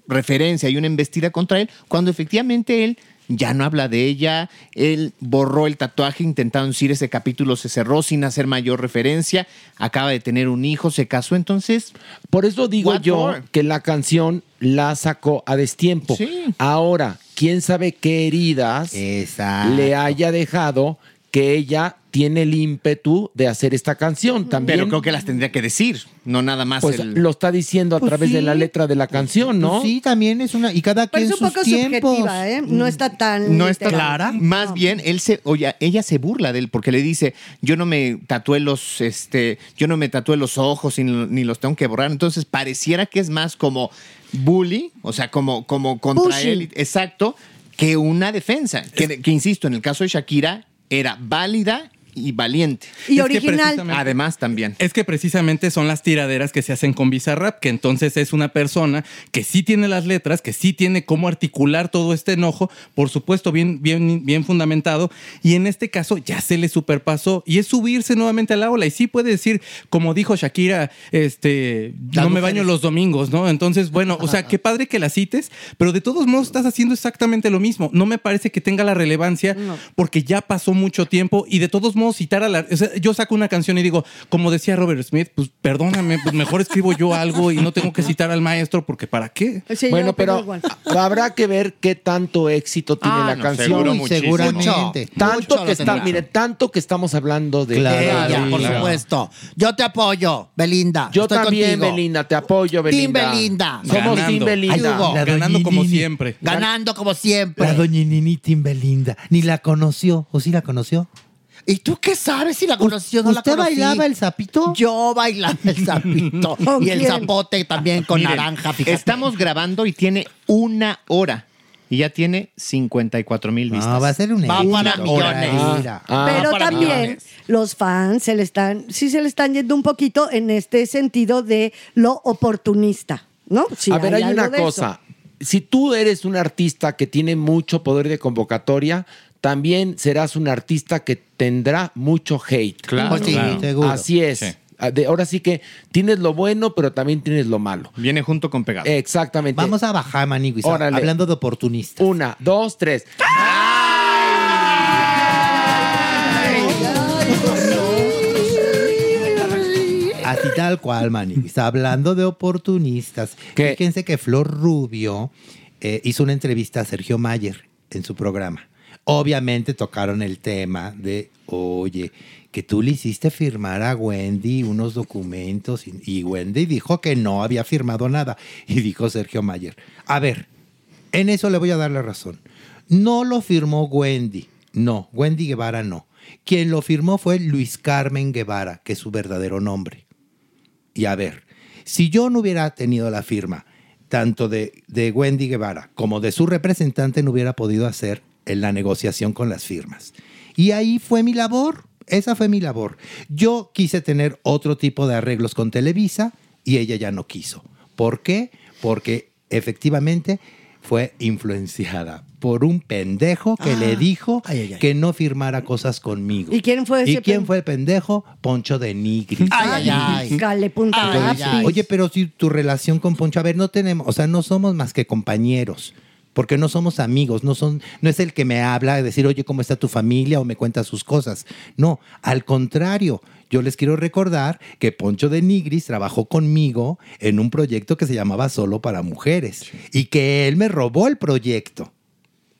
S6: referencia y una embestida contra él, cuando efectivamente él ya no habla de ella, él borró el tatuaje, intentaron decir ese capítulo, se cerró sin hacer mayor referencia, acaba de tener un hijo, se casó, entonces...
S3: Por eso digo yo que la canción la sacó a destiempo. Ahora, quién sabe qué heridas le haya dejado que ella tiene el ímpetu de hacer esta canción también.
S6: Pero creo que las tendría que decir, no nada más
S3: pues
S6: el...
S3: lo está diciendo a
S6: Pues
S3: través de
S6: sí.
S3: la letra de la canción, ¿no?
S8: Pues sí, también es una. Y cada
S4: Pero
S8: quien
S4: es un
S8: sus
S4: poco
S8: tiempos.
S4: subjetiva, ¿eh?
S6: Mm.
S4: No está tan.
S6: No está
S4: literal.
S6: clara. Más bien, él se, oye, ella se burla de él porque le dice, yo no me tatué los, este, yo no me tatué los ojos y ni, ni los tengo que borrar. Entonces pareciera que es más como bully, o sea, como, como contra
S4: Pushing.
S6: él, exacto, que una defensa. Que, que, insisto, en el caso de Shakira era válida y valiente.
S4: Y Es que original. precisamente-
S6: Además también.
S7: Es que precisamente son las tiraderas que se hacen con Bizarrap, que entonces es una persona que sí tiene las letras, que sí tiene cómo articular todo este enojo, por supuesto bien, bien, bien fundamentado, y en este caso ya se le superpasó y es subirse nuevamente a la ola y sí puede decir, como dijo Shakira, este, no me baño los domingos, ¿no? Entonces, bueno, o sea, qué padre que la cites, pero de todos modos estás haciendo exactamente lo mismo. No me parece que tenga la relevancia porque ya pasó mucho tiempo y de todos mismo citar a la... o sea, yo saco una canción y digo, como decía Robert Smith, pues perdóname, pues mejor escribo yo algo y no tengo que citar al maestro porque ¿para qué?
S4: Pues Sí, yo
S3: bueno,
S4: opino
S3: pero
S4: igual.
S3: habrá que ver qué tanto éxito tiene
S4: Ah,
S3: la
S4: no,
S3: canción.
S4: seguro Uy, muchísimo. seguramente.
S3: Tanto
S17: Mucho lo
S3: que está,
S17: tendrá.
S3: mire, tanto que estamos hablando de
S17: Claro,
S3: de ella,
S17: por supuesto. Yo te apoyo, Belinda.
S3: Yo
S17: Estoy
S3: también,
S17: contigo.
S3: Belinda, te apoyo,
S17: Team
S3: Belinda.
S17: Belinda.
S3: Somos Team Belinda.
S17: Ay, Hugo.
S7: Ganando como siempre.
S17: Ganando como siempre.
S8: La doña Nini Timbelinda. Ni la conoció. ¿O sí la conoció?
S17: ¿Y tú qué sabes si la conoció o no la
S8: ¿Usted
S17: conocí?
S8: bailaba el sapito?
S17: Yo bailaba el sapito.
S8: ¿Con
S17: y el
S8: quién?
S17: zapote también con
S6: Miren,
S17: naranja, fíjate.
S6: Estamos grabando y tiene una hora. Y ya tiene 54 mil vistas.
S8: va a ser un
S6: Va
S8: éxito.
S6: para
S8: Hora.
S6: millones.
S8: Ah,
S4: Pero también los fans se le están, sí se le están yendo un poquito en este sentido de lo oportunista, ¿no? Sí,
S3: a ver, hay,
S4: algo
S3: una
S4: de eso.
S3: cosa. Si tú eres un artista que tiene mucho poder de convocatoria, también serás un artista que tendrá mucho hate.
S8: Claro, Pues sí, claro. seguro.
S3: Así es.
S8: Sí.
S3: Ah, de- Ahora sí que tienes lo bueno, pero también tienes lo malo.
S6: Viene junto con pegado.
S3: Exactamente.
S8: Vamos a bajar, Maniguis.
S3: Órale.
S8: Hablando de oportunistas.
S3: Una, dos, tres.
S8: Así tal cual, Maniguis. Hablando de oportunistas. Fíjense que Flor Rubio eh, hizo una entrevista a Sergio Mayer en su programa. Obviamente tocaron el tema de, oye, que tú le hiciste firmar a Wendy unos documentos y, y Wendy dijo que no había firmado nada. Y dijo Sergio Mayer, a ver, en eso le voy a dar la razón. No lo firmó Wendy, no, Wendy Guevara no. Quien lo firmó fue Luis Carmen Guevara, que es su verdadero nombre. Y a ver, si yo no hubiera tenido la firma tanto de, de Wendy Guevara como de su representante, no hubiera podido hacer en la negociación con las firmas. Y ahí fue mi labor, esa fue mi labor. Yo quise tener otro tipo de arreglos con Televisa y ella ya no quiso. ¿Por qué? Porque efectivamente fue influenciada por un pendejo que
S4: Ah.
S8: le dijo que no firmara cosas conmigo.
S4: ¿Y quién fue ese
S8: ¿Y quién
S4: pen-
S8: fue el pendejo? Poncho de Nigris.
S4: Ay, ay, Cale, punta
S8: Entonces,
S4: lápiz.
S8: Oye, pero si tu relación con Poncho, a ver, no tenemos, o sea, no somos más que compañeros. Porque no somos amigos, no, son, no es el que me habla de decir, oye, ¿cómo está tu familia? o me cuenta sus cosas. No, al contrario, yo les quiero recordar que Poncho de Nigris trabajó conmigo en un proyecto que se llamaba Solo para Mujeres y que él me robó el proyecto.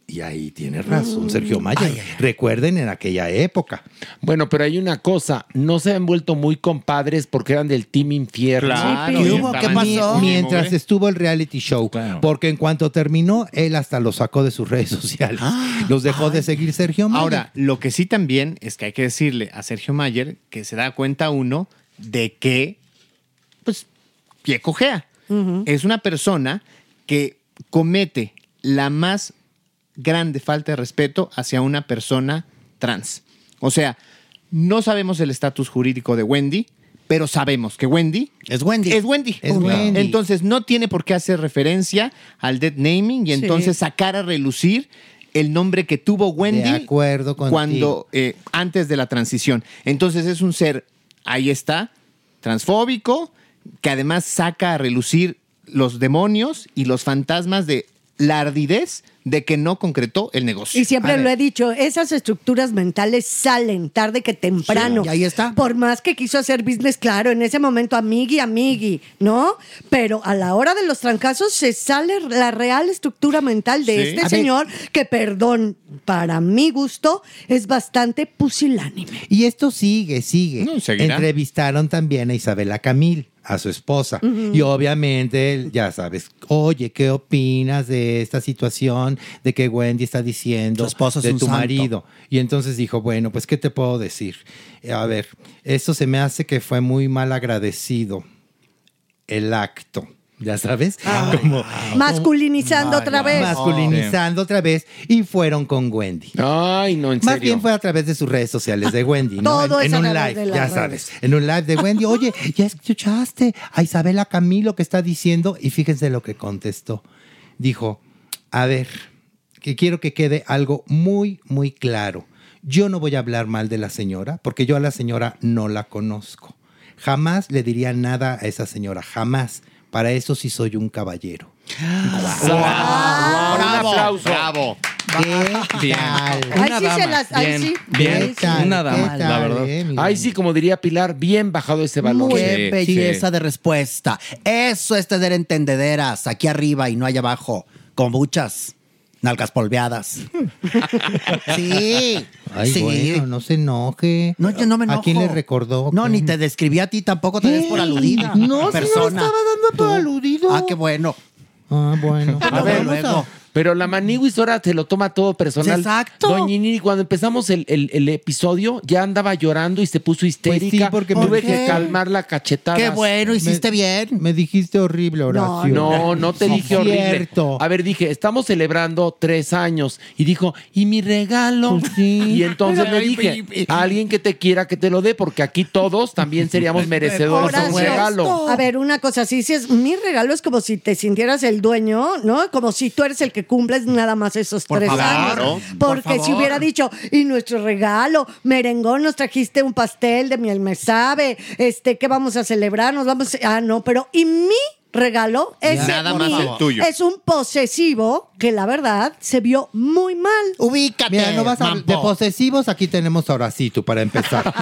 S8: Y ahí tiene
S3: Mm.
S8: razón Sergio Mayer. Recuerden en aquella época.
S3: Bueno, pero hay una cosa. No se han vuelto muy compadres porque eran del Team Infierno.
S8: Claro, ¿Qué hubo? ¿Qué pasó? Mientras estuvo el reality show. Porque en cuanto terminó, él hasta lo sacó de sus redes sociales.
S6: Ah.
S8: Los dejó de seguir Sergio Mayer.
S6: Ahora, lo que sí también es que hay que decirle a Sergio Mayer que se da cuenta uno de que, pues, pie cojea. Es una persona que comete la más grande falta de respeto hacia una persona trans. O sea, no sabemos el estatus jurídico de Wendy, pero sabemos que Wendy es Wendy. Es Wendy.
S8: Es Wendy.
S6: Entonces no tiene por qué hacer referencia al dead naming y
S8: Sí.
S6: entonces sacar a relucir el nombre que tuvo Wendy
S8: de acuerdo con
S6: cuando eh, antes de la transición. Entonces es un ser, ahí está, transfóbico, que además saca a relucir los demonios y los fantasmas de la ardidez de que no concretó el negocio.
S4: Y siempre lo he dicho, esas estructuras mentales salen tarde que temprano.
S6: Sí, y
S4: ahí está. Por más que quiso hacer business, claro, en ese momento amigui, amigui, ¿no? Pero a la hora de los trancazos se sale la real estructura mental de
S8: Sí.
S4: este
S8: A ver.
S4: señor, que perdón, para mi gusto, es bastante pusilánime.
S8: Y esto sigue, sigue.
S4: No, seguirá.
S8: Entrevistaron también a Isabela Camil, a su esposa.
S4: Ujú.
S8: Y obviamente, él, ya sabes, oye, ¿qué opinas de esta situación de que Wendy está diciendo
S17: Tu esposo es
S8: de
S17: un
S8: tu
S17: santo.
S8: marido? Y entonces dijo, bueno, pues, ¿qué te puedo decir? Eh, A ver, esto se me hace que fue muy mal agradecido el acto. Ya sabes,
S17: Ah.
S8: como
S4: Masculinizando
S8: Ay,
S4: otra
S8: guau.
S4: vez.
S8: Masculinizando otra vez. Y fueron con Wendy.
S3: Ay, no, en
S8: Más
S3: serio.
S8: bien fue a través de sus redes sociales de Wendy. ¿no?
S4: Todo
S8: en,
S4: es a
S8: en un
S4: través
S8: live,
S4: de las
S8: ya
S4: redes.
S8: sabes. En un live de Wendy. Oye, ya escuchaste a Isabela Camilo que está diciendo. Y fíjense lo que contestó. Dijo, a ver, que quiero que quede algo muy, muy claro. Yo no voy a hablar mal de la señora porque yo a la señora no la conozco. Jamás le diría nada a esa señora, jamás. Para eso sí soy un caballero.
S6: ¡Bravo!
S8: ¡Bravo!
S6: ¡Bravo!
S3: Bien.
S4: Ahí sí se las- ahí sí.
S3: Bien. Nada
S8: ¿Qué
S3: mal, la
S8: tal,
S3: verdad.
S8: eh, mi
S3: Ahí sí, como diría Pilar, bien bajado ese valor.
S8: Qué Sí, belleza
S3: de
S17: respuesta. Eso es tener entendederas aquí arriba y no allá abajo. Con muchas nalgas polveadas.
S8: Sí. Ay,
S17: Sí.
S8: bueno, no se enoje.
S17: No, yo no me
S8: ¿A quién le
S17: enojo.
S8: recordó?
S17: No, ni te describí a ti tampoco, te des por aludida.
S8: No, si no
S17: persona.
S8: estaba dando por aludido.
S17: Ah, qué bueno.
S8: Ah, bueno.
S3: A ver, luego. Pero la Maniwis ahora se lo toma todo personal.
S17: Exacto.
S3: Doña Nini, cuando empezamos el, el- el episodio, ya andaba llorando y se puso histérica.
S8: Pues sí, porque ¿por
S3: tuve que
S8: qué?
S3: calmar la cachetada.
S8: Me- Me dijiste horrible,
S3: No,
S8: Horacio.
S3: no, no te dije horrible.
S8: Cierto.
S3: A ver, dije, estamos celebrando tres años. Y dijo, ¿y mi regalo? Y entonces
S8: Pero,
S3: le
S8: y-
S3: dije,
S8: y- y-
S3: a alguien que te quiera que te lo dé, porque aquí todos también seríamos merecedores de un
S4: Horacio,
S3: regalo.
S4: A ver, una cosa, si dices, mi regalo es como si te sintieras el dueño, ¿no? Como si tú eres el que cumples nada más esos
S10: Por
S4: tres
S10: favor,
S4: años.
S10: claro,
S4: Porque
S10: por
S4: si
S10: favor.
S4: hubiera dicho, y nuestro regalo, merengón, nos trajiste un pastel de miel, me sabe, este, ¿qué vamos a celebrar? Nos vamos, ah, no, pero, ¿y mi regalo? Ese
S10: Nada más
S4: mi
S10: el tuyo.
S4: Es un posesivo que la verdad se vio muy mal.
S17: Ubícate.
S8: Mira, no vas a de posesivos, aquí tenemos ahora sí, tú para empezar.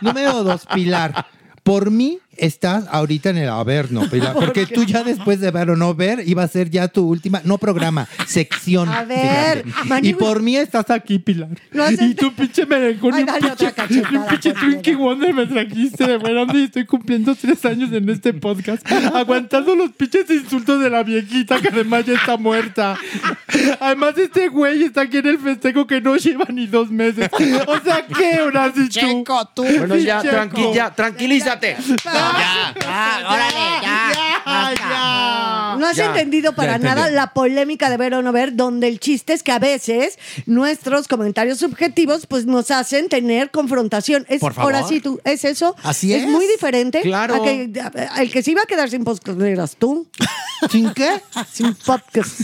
S8: Número dos, Pilar. Por mí estás ahorita en el averno, Pilar,
S4: ¿Por
S8: porque
S4: qué?
S8: tú ya después de ver o no ver iba a ser ya tu última, no programa, sección.
S4: A ver,
S8: fíjate.
S4: Manu-
S8: y por mí estás aquí, Pilar.
S4: No haces-
S8: Y tú pinche merengón, y
S4: Ay,
S8: un
S4: dale otra
S8: pinche- y un pinche
S5: Twinkie Wonder me trajiste de verano y estoy cumpliendo tres años en este podcast, aguantando los pinches insultos de la viejita que además ya está muerta. Además, este güey está aquí en el festejo que no lleva ni dos meses. O sea, ¿qué, Horacio, tú? Checo, tú.
S3: Bueno, ya, tranquila, tranquilízate.
S4: Ah,
S8: Ah,
S4: No has
S3: Ya,
S4: entendido
S3: ya
S4: para
S3: entendí.
S4: nada la polémica de ver o no ver, donde el chiste es que a veces nuestros comentarios subjetivos pues nos hacen tener confrontación. Es,
S17: Por favor.
S4: Ahora sí, tú, ¿es eso?
S17: Así es.
S4: muy diferente
S17: Claro.
S4: a que a- a- el que se iba a quedar sin podcast eras tú. ¿Sin qué? Sin podcast.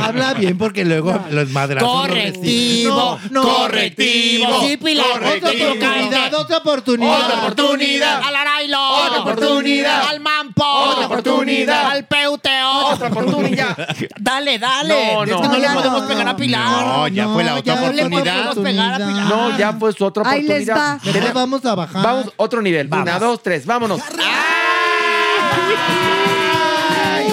S8: Habla bien porque luego los madrazos. no
S10: Correctivo,
S8: reciben. No, no.
S10: correctivo,
S8: Sí, Pilar.
S10: correctivo.
S8: Otra oportunidad, otra oportunidad.
S10: Otra oportunidad. Al Arailo. Otra
S8: oportunidad.
S10: Al Mampo.
S8: Otra oportunidad.
S10: Al Peuteo. Otra
S3: oportunidad.
S10: Dale, dale.
S3: No,
S10: De
S3: no.
S10: este no le
S3: No,
S10: podemos
S3: no.
S10: pegar a Pilar.
S3: No, ya fue la otra
S10: No le
S3: oportunidad.
S10: podemos pegar a Pilar.
S3: No, ya fue su otra
S10: Ahí
S3: oportunidad.
S10: les va. Mejor
S3: Tenemos-
S8: vamos a bajar.
S3: Vamos, otro nivel. Una, dos, tres, vámonos. ¡Ay!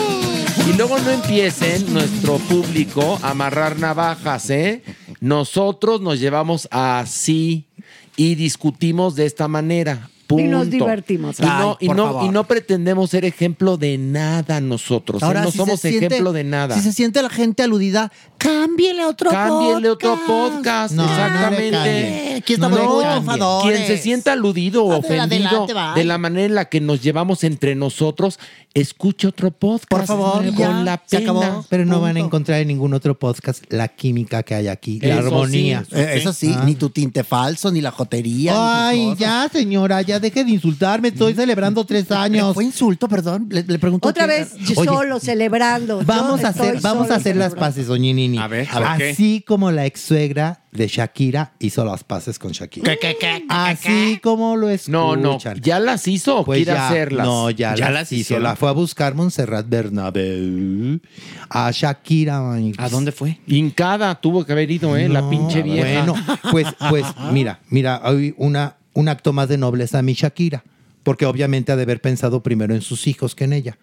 S3: Y luego no empiecen nuestro público a amarrar navajas, ¿eh? Nosotros nos llevamos así y discutimos de esta manera.
S4: Y nos
S3: Punto.
S4: divertimos.
S3: Y no, y
S4: Ay, por
S3: no-
S4: favor.
S3: y no pretendemos ser ejemplo de nada nosotros. ¿eh? no
S17: si
S3: somos
S17: se siente-
S3: ejemplo de nada.
S17: Si se siente la gente aludida, cámbiele a otro
S3: Cámbienle
S17: podcast.
S3: otro podcast.
S17: No, no le
S3: exactamente.
S17: cambien. Aquí estamos muy
S3: cambien.
S17: triunfadores.
S3: Quien se sienta aludido o ofendido
S17: Adela- adelante, va.
S3: de la manera en la que nos llevamos entre nosotros, escuche otro podcast. Por
S8: favor,
S3: con
S8: ya,
S3: la pena.
S8: se acabó. Pero no van a encontrar en ningún otro podcast la química que hay aquí, la
S17: Eso
S8: armonía. Ah.
S17: sí, eh, eso sí, ni tu tinte falso, ni la jotería. ni tus
S8: Ay,
S17: cosas.
S8: ya, señora, ya deje de insultarme. Estoy celebrando tres años. ¿Fue
S17: insulto, perdón? Le, pregunto.
S4: Otra vez solo celebrando. Yo
S8: Vamos a
S4: estoy
S8: hacer, vamos a
S4: solo
S8: hacer las
S4: celebrando.
S8: paces, Doñinini. A ver,
S17: a ver, ¿qué?
S8: Así como la ex suegra de Shakira hizo las paces con Shakira.
S17: ¿Qué, qué, qué?
S8: Así como lo escuchan.
S3: No, no. ¿Ya las hizo o
S8: Pues
S3: quiere
S8: ya-
S3: hacerlas?
S8: No, ya, las, hizo.
S3: hicieron.
S8: La fue a buscar Montserrat Bernabéu. A Shakira. ¿A dónde
S3: fue? Hincada tuvo que haber ido, ¿eh? la pinche vieja.
S8: Bueno, pues, pues mira, mira, hay una, un acto más de nobleza a mi Shakira, porque obviamente ha de haber pensado primero en sus hijos que en ella.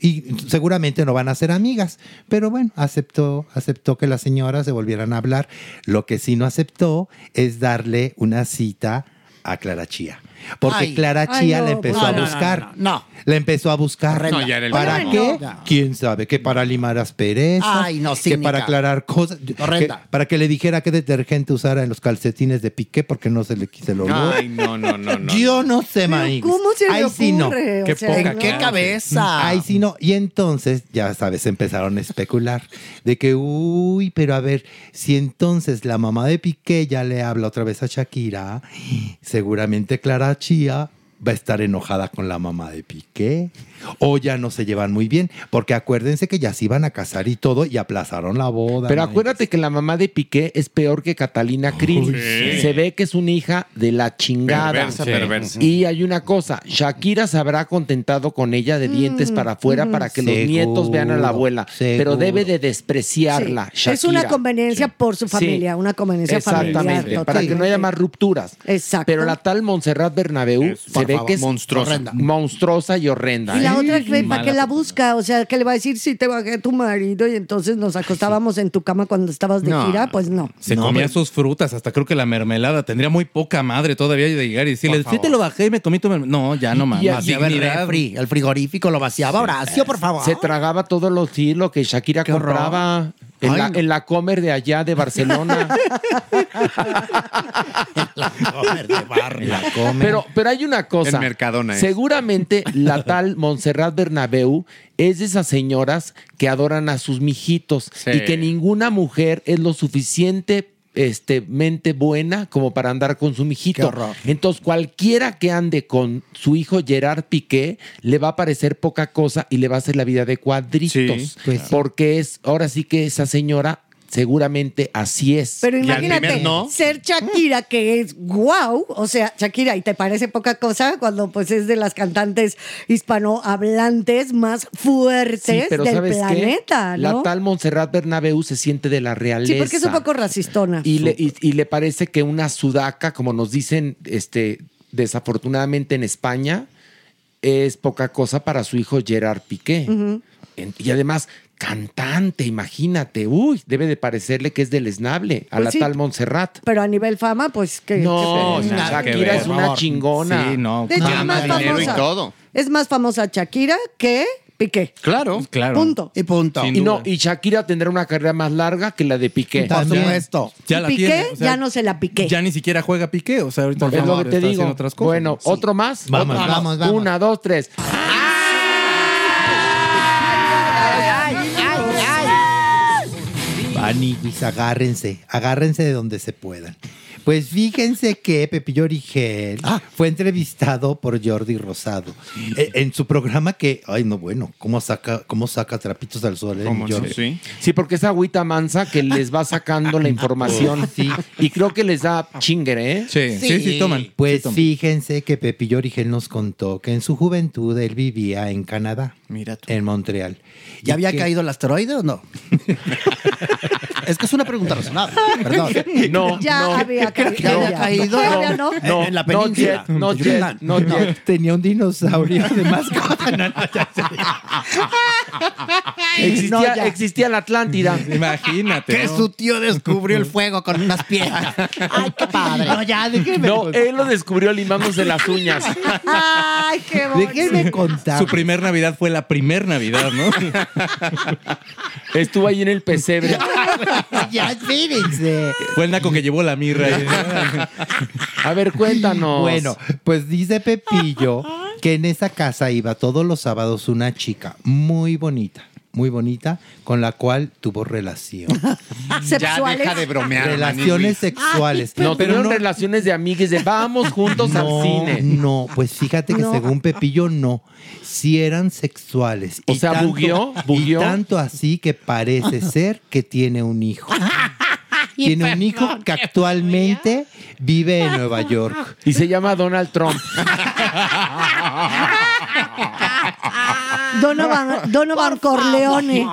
S8: Y seguramente no van a ser amigas, pero bueno, aceptó, aceptó que las señoras se volvieran a hablar. Lo que sí no aceptó es darle una cita a Clara Chía. Porque
S17: Ay.
S8: Clara
S17: Ay,
S8: Chía
S17: no,
S8: le empezó
S17: no,
S8: a
S17: no, no,
S8: buscar.
S17: no, no.
S8: Le empezó a buscar.
S17: Horrenda. No, ya era el
S8: ¿Para
S17: colmo.
S8: qué?
S17: No.
S8: ¿Quién sabe? Que para limar las perezas.
S17: Ay, no,
S8: Que
S17: cínica.
S8: para aclarar cosas.
S17: Horrenda.
S8: que- para que le dijera qué detergente usara en los calcetines de Piqué porque no se le quise el olor.
S15: Ay, no, no, no, no.
S8: Yo no sé, Maíz.
S15: ¿cómo se le
S8: Ahí sí no.
S15: ocurre? O Qué sea, poca ¿en qué clase. cabeza?
S8: Ahí sí no. Y entonces, ya sabes, empezaron a especular de que, uy, pero a ver, si entonces la mamá de Piqué ya le habla otra vez a Shakira, seguramente Clara Chía va a estar enojada con la mamá de Piqué. O ya no se llevan muy bien, porque acuérdense que ya se iban a casar y todo y aplazaron la boda.
S3: Pero
S8: ¿no?
S3: acuérdate que la mamá de Piqué es peor que Catalina Krill.
S8: sí.
S3: Se ve que es una hija de la chingada.
S19: Perversa, Sí. perversa.
S3: Y hay una cosa, Shakira se habrá contentado con ella de dientes
S4: Mm,
S3: para afuera
S4: mm.
S3: para que los
S4: Seguro,
S3: nietos vean a la abuela. Pero
S4: seguro.
S3: debe de despreciarla,
S4: Sí. Es una
S3: Shakira.
S4: conveniencia por su
S3: Sí.
S4: familia, una conveniencia familiar.
S3: Exactamente, para que no haya más rupturas. Exacto. Pero la tal Montserrat Bernabéu se
S4: Por
S3: ve
S4: favor,
S3: que es
S4: monstruosa.
S3: horrenda. monstruosa y horrenda.
S4: Y la
S3: ¿eh?
S4: otra crepa que
S3: Mala
S4: la busca, o sea, que le va a decir si te bajé tu marido y entonces nos acostábamos en tu cama cuando estabas de
S7: No.
S4: gira, pues no.
S7: Se
S4: No,
S7: comía
S4: pero-
S7: sus frutas, hasta creo que la mermelada. Tendría muy poca madre todavía de llegar y decirle,
S17: Por
S7: sí te lo bajé y me comí tu mermelada. No, ya no mames.
S17: Y vaciaba el
S7: Dignidad.
S17: refri, el frigorífico lo vaciaba. Horacio, por favor.
S3: Se tragaba todos los hilos que Shakira
S17: horror.
S3: compraba en
S17: Ay,
S3: la,
S17: no.
S3: en la comer de allá de Barcelona. Pero, pero hay una cosa.
S6: El Mercadona es.
S3: Seguramente la tal Montserrat Bernabeu es de esas señoras que adoran a sus mijitos y que ninguna mujer es lo suficiente este, mente buena como para andar con su mijito.
S17: Qué horror.
S3: Entonces, cualquiera que ande con su hijo Gerard Piqué le va a parecer poca cosa y le va a hacer la vida de cuadritos.
S17: Sí, pues sí.
S3: porque es, ahora sí que esa señora seguramente así es.
S4: Pero imagínate ser Shakira, que es wow, o sea, Shakira, y te parece poca cosa cuando pues es de las cantantes hispanohablantes más
S3: Sí,
S4: fuertes
S3: pero
S4: del
S3: ¿sabes qué?
S4: planeta,
S3: La
S4: ¿no?
S3: tal Montserrat Bernabeu se siente de la realeza.
S4: sí, porque es un poco racistona.
S3: y le, y, y le parece que una sudaca, como nos dicen este, desafortunadamente en España, es poca cosa para su hijo Gerard Piqué.
S4: Ujú.
S3: En- y además, cantante, imagínate. Uy, debe de parecerle que es deleznable a
S4: Pues
S3: la
S4: sí.
S3: tal Montserrat.
S4: Pero a nivel fama, pues que...
S3: No,
S4: que-
S3: nada Shakira que ver. es una Por favor. chingona. Sí, no,
S4: De hecho,
S3: nada
S4: es
S3: más
S4: más
S3: dinero y
S4: famosa.
S3: todo.
S4: Es más famosa Shakira que Piqué.
S3: Claro, Pues claro.
S4: Punto.
S3: Y punto. Y no, y Shakira tendrá una carrera más larga que la de Piqué.
S7: Por También. supuesto. Ya
S4: Y
S7: la
S4: Piqué
S7: tiene, o sea,
S4: ya no se la piqué.
S7: Ya ni siquiera juega Piqué, o sea, ahorita
S3: Es lo que te
S7: está
S3: digo.
S7: haciendo otras cosas.
S3: Bueno, otro más.
S7: Vamos,
S3: Otro más.
S7: vamos, vamos.
S3: Una, dos, tres.
S8: Vanillis, agárrense, agárrense de donde se puedan. Pues fíjense que Pepillo Origel
S3: Ah.
S8: fue entrevistado por Jordi Rosado eh, en su programa que, ay no bueno, cómo saca, cómo saca trapitos al sol. eh,
S3: ¿Cómo
S8: Jordi?
S3: sí? Sí, porque es agüita mansa que les va sacando la información. Y creo que les da chingre, ¿eh?
S8: Pues fíjense que Pepillo Origel nos contó que en su juventud él vivía en Canadá, en Montreal. Y
S17: ¿Ya había
S8: que-
S17: caído el asteroide o no? es que es una pregunta razonable. Perdón.
S8: No,
S4: Ya no. había caído.
S17: Ya había caído.
S4: No, Todavía no.
S17: En- En la península. Yucatán.
S8: Tenía un dinosaurio de mascota.
S3: Existía,
S17: No, ya.
S3: existía la Atlántida.
S7: Imagínate.
S17: Que su tío descubrió el fuego con unas piedras. Ay, qué padre. No, ya, déjenme.
S3: No, él lo descubrió limándose las uñas.
S4: Ay, qué bonito.
S8: Déjenme contar.
S7: Su primer Navidad fue la primer Navidad, ¿no?
S3: Estuvo ahí en el pesebre.
S8: ya, espérense.
S7: Fue el naco que llevó la mirra.
S3: A ver, cuéntanos.
S8: Bueno, pues dice Pepillo que en esa casa iba todos los sábados una chica muy bonita, muy bonita, con la cual tuvo relación.
S4: Sexuales.
S8: Relaciones sexuales.
S3: no, pero no relaciones de amigues de vamos juntos
S8: no,
S3: al cine.
S8: No, pues fíjate que
S3: No.
S8: según Pepillo, no. Si eran sexuales.
S3: O sea, bugueó,
S8: Y tanto así que parece ser que tiene un hijo. Tiene un hijo que actualmente vive en Nueva York.
S3: Y se llama Donald Trump.
S4: Donovan, Donovan Corleone.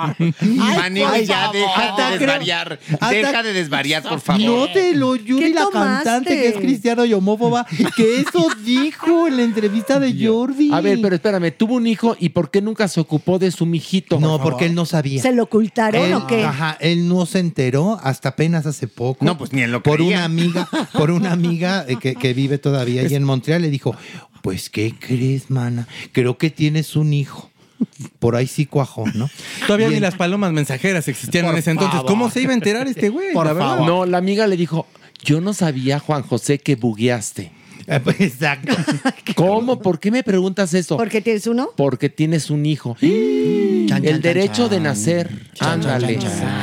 S6: Manny,
S4: por
S6: ya
S4: favor.
S6: deja
S4: Hasta
S6: de
S4: creo-
S6: desvariar.
S4: hasta-
S6: Deja de desvariar, por favor.
S8: No te lo Yuri,
S4: ¿Qué
S8: la
S4: tomaste?
S8: cantante que es cristiana y homófoba, que eso dijo en la entrevista de Jordi.
S3: A ver, pero espérame, tuvo un hijo y ¿por qué nunca se ocupó de su mijito?
S8: No, porque él no sabía.
S4: ¿Se lo ocultaron
S8: Él-
S4: o qué?
S8: Ajá, él no se enteró hasta apenas hace poco. No, pues ni él lo Por una amiga, por una amiga eh, que, que vive todavía ahí en Montreal, le dijo, pues, ¿qué crees, mana? Creo que tienes un hijo. Por ahí sí cuajó, ¿no?
S7: Todavía
S8: Y
S7: ni
S8: en-
S7: las palomas mensajeras existían en ese entonces.
S8: favor.
S7: ¿Cómo se iba a enterar este güey?
S8: Por
S7: la verdad?
S8: favor.
S3: No, la amiga le dijo, yo no sabía, Juan José, que bugueaste.
S8: Ah, pues, Exacto.
S3: ¿Cómo? ¿Por qué me preguntas eso?
S4: ¿Porque tienes uno?
S3: Porque tienes un hijo. el derecho de nacer. Ándale.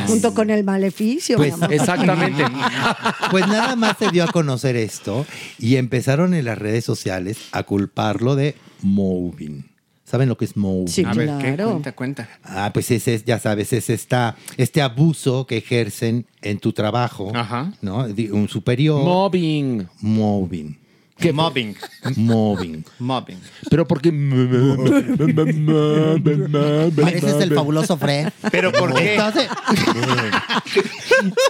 S4: Junto con el maleficio.
S8: Pues,
S4: mi amor.
S8: exactamente. Pues nada más se dio a conocer esto y empezaron en las redes sociales a culparlo de moving. ¿Saben lo que es moving?
S6: a ver, ¿qué? Cuenta, cuenta.
S8: Ah, pues ese es, ya sabes, es esta, este abuso que ejercen en tu trabajo, ¿no? Di- Un superior.
S3: Mobbing.
S8: Mobbing.
S3: ¿Qué? Mobbing.
S8: Mobbing.
S6: Mobbing.
S3: Pero porque...
S8: Pareces el fabuloso
S17: Fred.
S6: Pero
S8: ¿por qué?
S17: Entonces,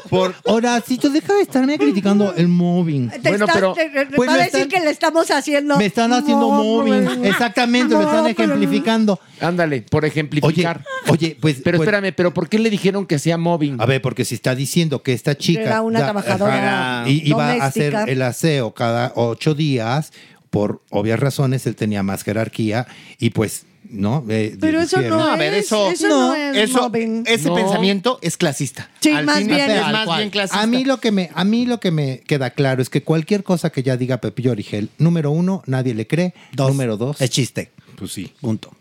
S8: Por... Horacito, deja de estarme criticando el mobbing.
S4: Te está- te- te-
S8: Pues
S4: va a
S8: me
S4: decir
S8: están-
S4: que le estamos haciendo.
S8: me están haciendo mobbing. Exactamente, me están ejemplificando.
S3: Ándale, por ejemplificar.
S8: Oye, pues.
S3: Pero
S8: pues-
S3: espérame, ¿pero por qué le dijeron que sea mobbing?
S8: A ver, porque si está diciendo que esta chica
S3: Era una trabajadora
S8: ajá, y iba a hacer
S3: doméstica.
S8: el aseo cada ocho días, por obvias razones, él tenía más jerarquía y pues, ¿no? Eh,
S4: Pero eso
S8: dijeron-
S4: no No, a ver, es- eso- eso no es mobbing.
S6: Ese
S8: No.
S6: pensamiento es clasista.
S4: Sí,
S6: Al
S4: más
S6: fin y
S4: bien.
S6: al cabo,
S8: Tal
S6: es más
S8: cual.
S6: bien clasista.
S8: A mí lo que me, a mí lo que me queda claro es que cualquier cosa que ya diga Pepillo Origel, número uno, nadie le cree. número dos, es chiste. Pues sí.
S6: Punto.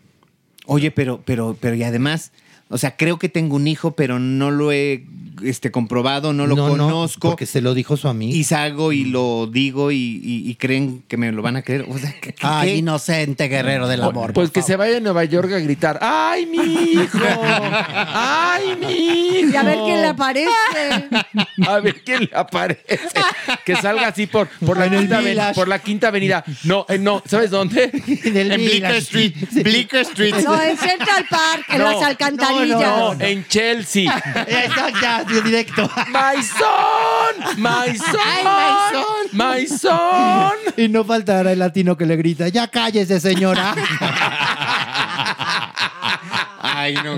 S6: Oye, pero, pero, pero, y además, o sea, creo que tengo un hijo, pero no lo he este, comprobado, no lo
S8: No, no,
S6: conozco.
S8: porque se lo dijo su Mm. amigo.
S6: Y salgo y lo digo y, y- y creen que me lo van a creer. O sea, ¿qué- qué-
S17: Ay,
S6: qué?
S17: inocente guerrero del amor.
S3: Pues que se vaya a Nueva York a gritar, ¡ay, mi hijo! ¡Ay, mi hijo!
S4: Y a ver quién le aparece.
S3: A ver quién le aparece. Que salga así por, por, la, quinta aven- por la quinta avenida. No, eh, no, ¿sabes dónde?
S8: en
S6: Bleecker Street. Bleecker Street.
S4: No, en Central Park, en
S3: No,
S4: las alcantarillas.
S3: no, no, en Chelsea.
S8: Exacto, directo.
S3: ¡My son! ¡My son! ¡My son!
S8: Y no faltará el latino que le grita, ya cállese, señora.
S6: Ay, no.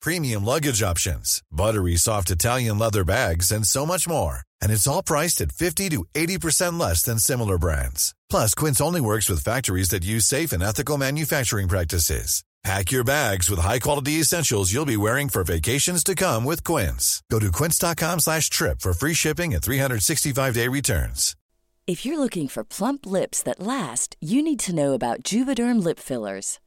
S20: premium luggage options, buttery soft Italian leather bags, and so much more. And it's all priced at 50 to 80% less than similar brands. Plus, Quince only works with factories that use safe and ethical manufacturing practices. Pack your bags with high-quality essentials you'll be wearing for vacations to come with Quince. Go to quince.com slash trip for free shipping and 365-day returns.
S21: If you're looking for plump lips that last, you need to know about Juvederm lip fillers.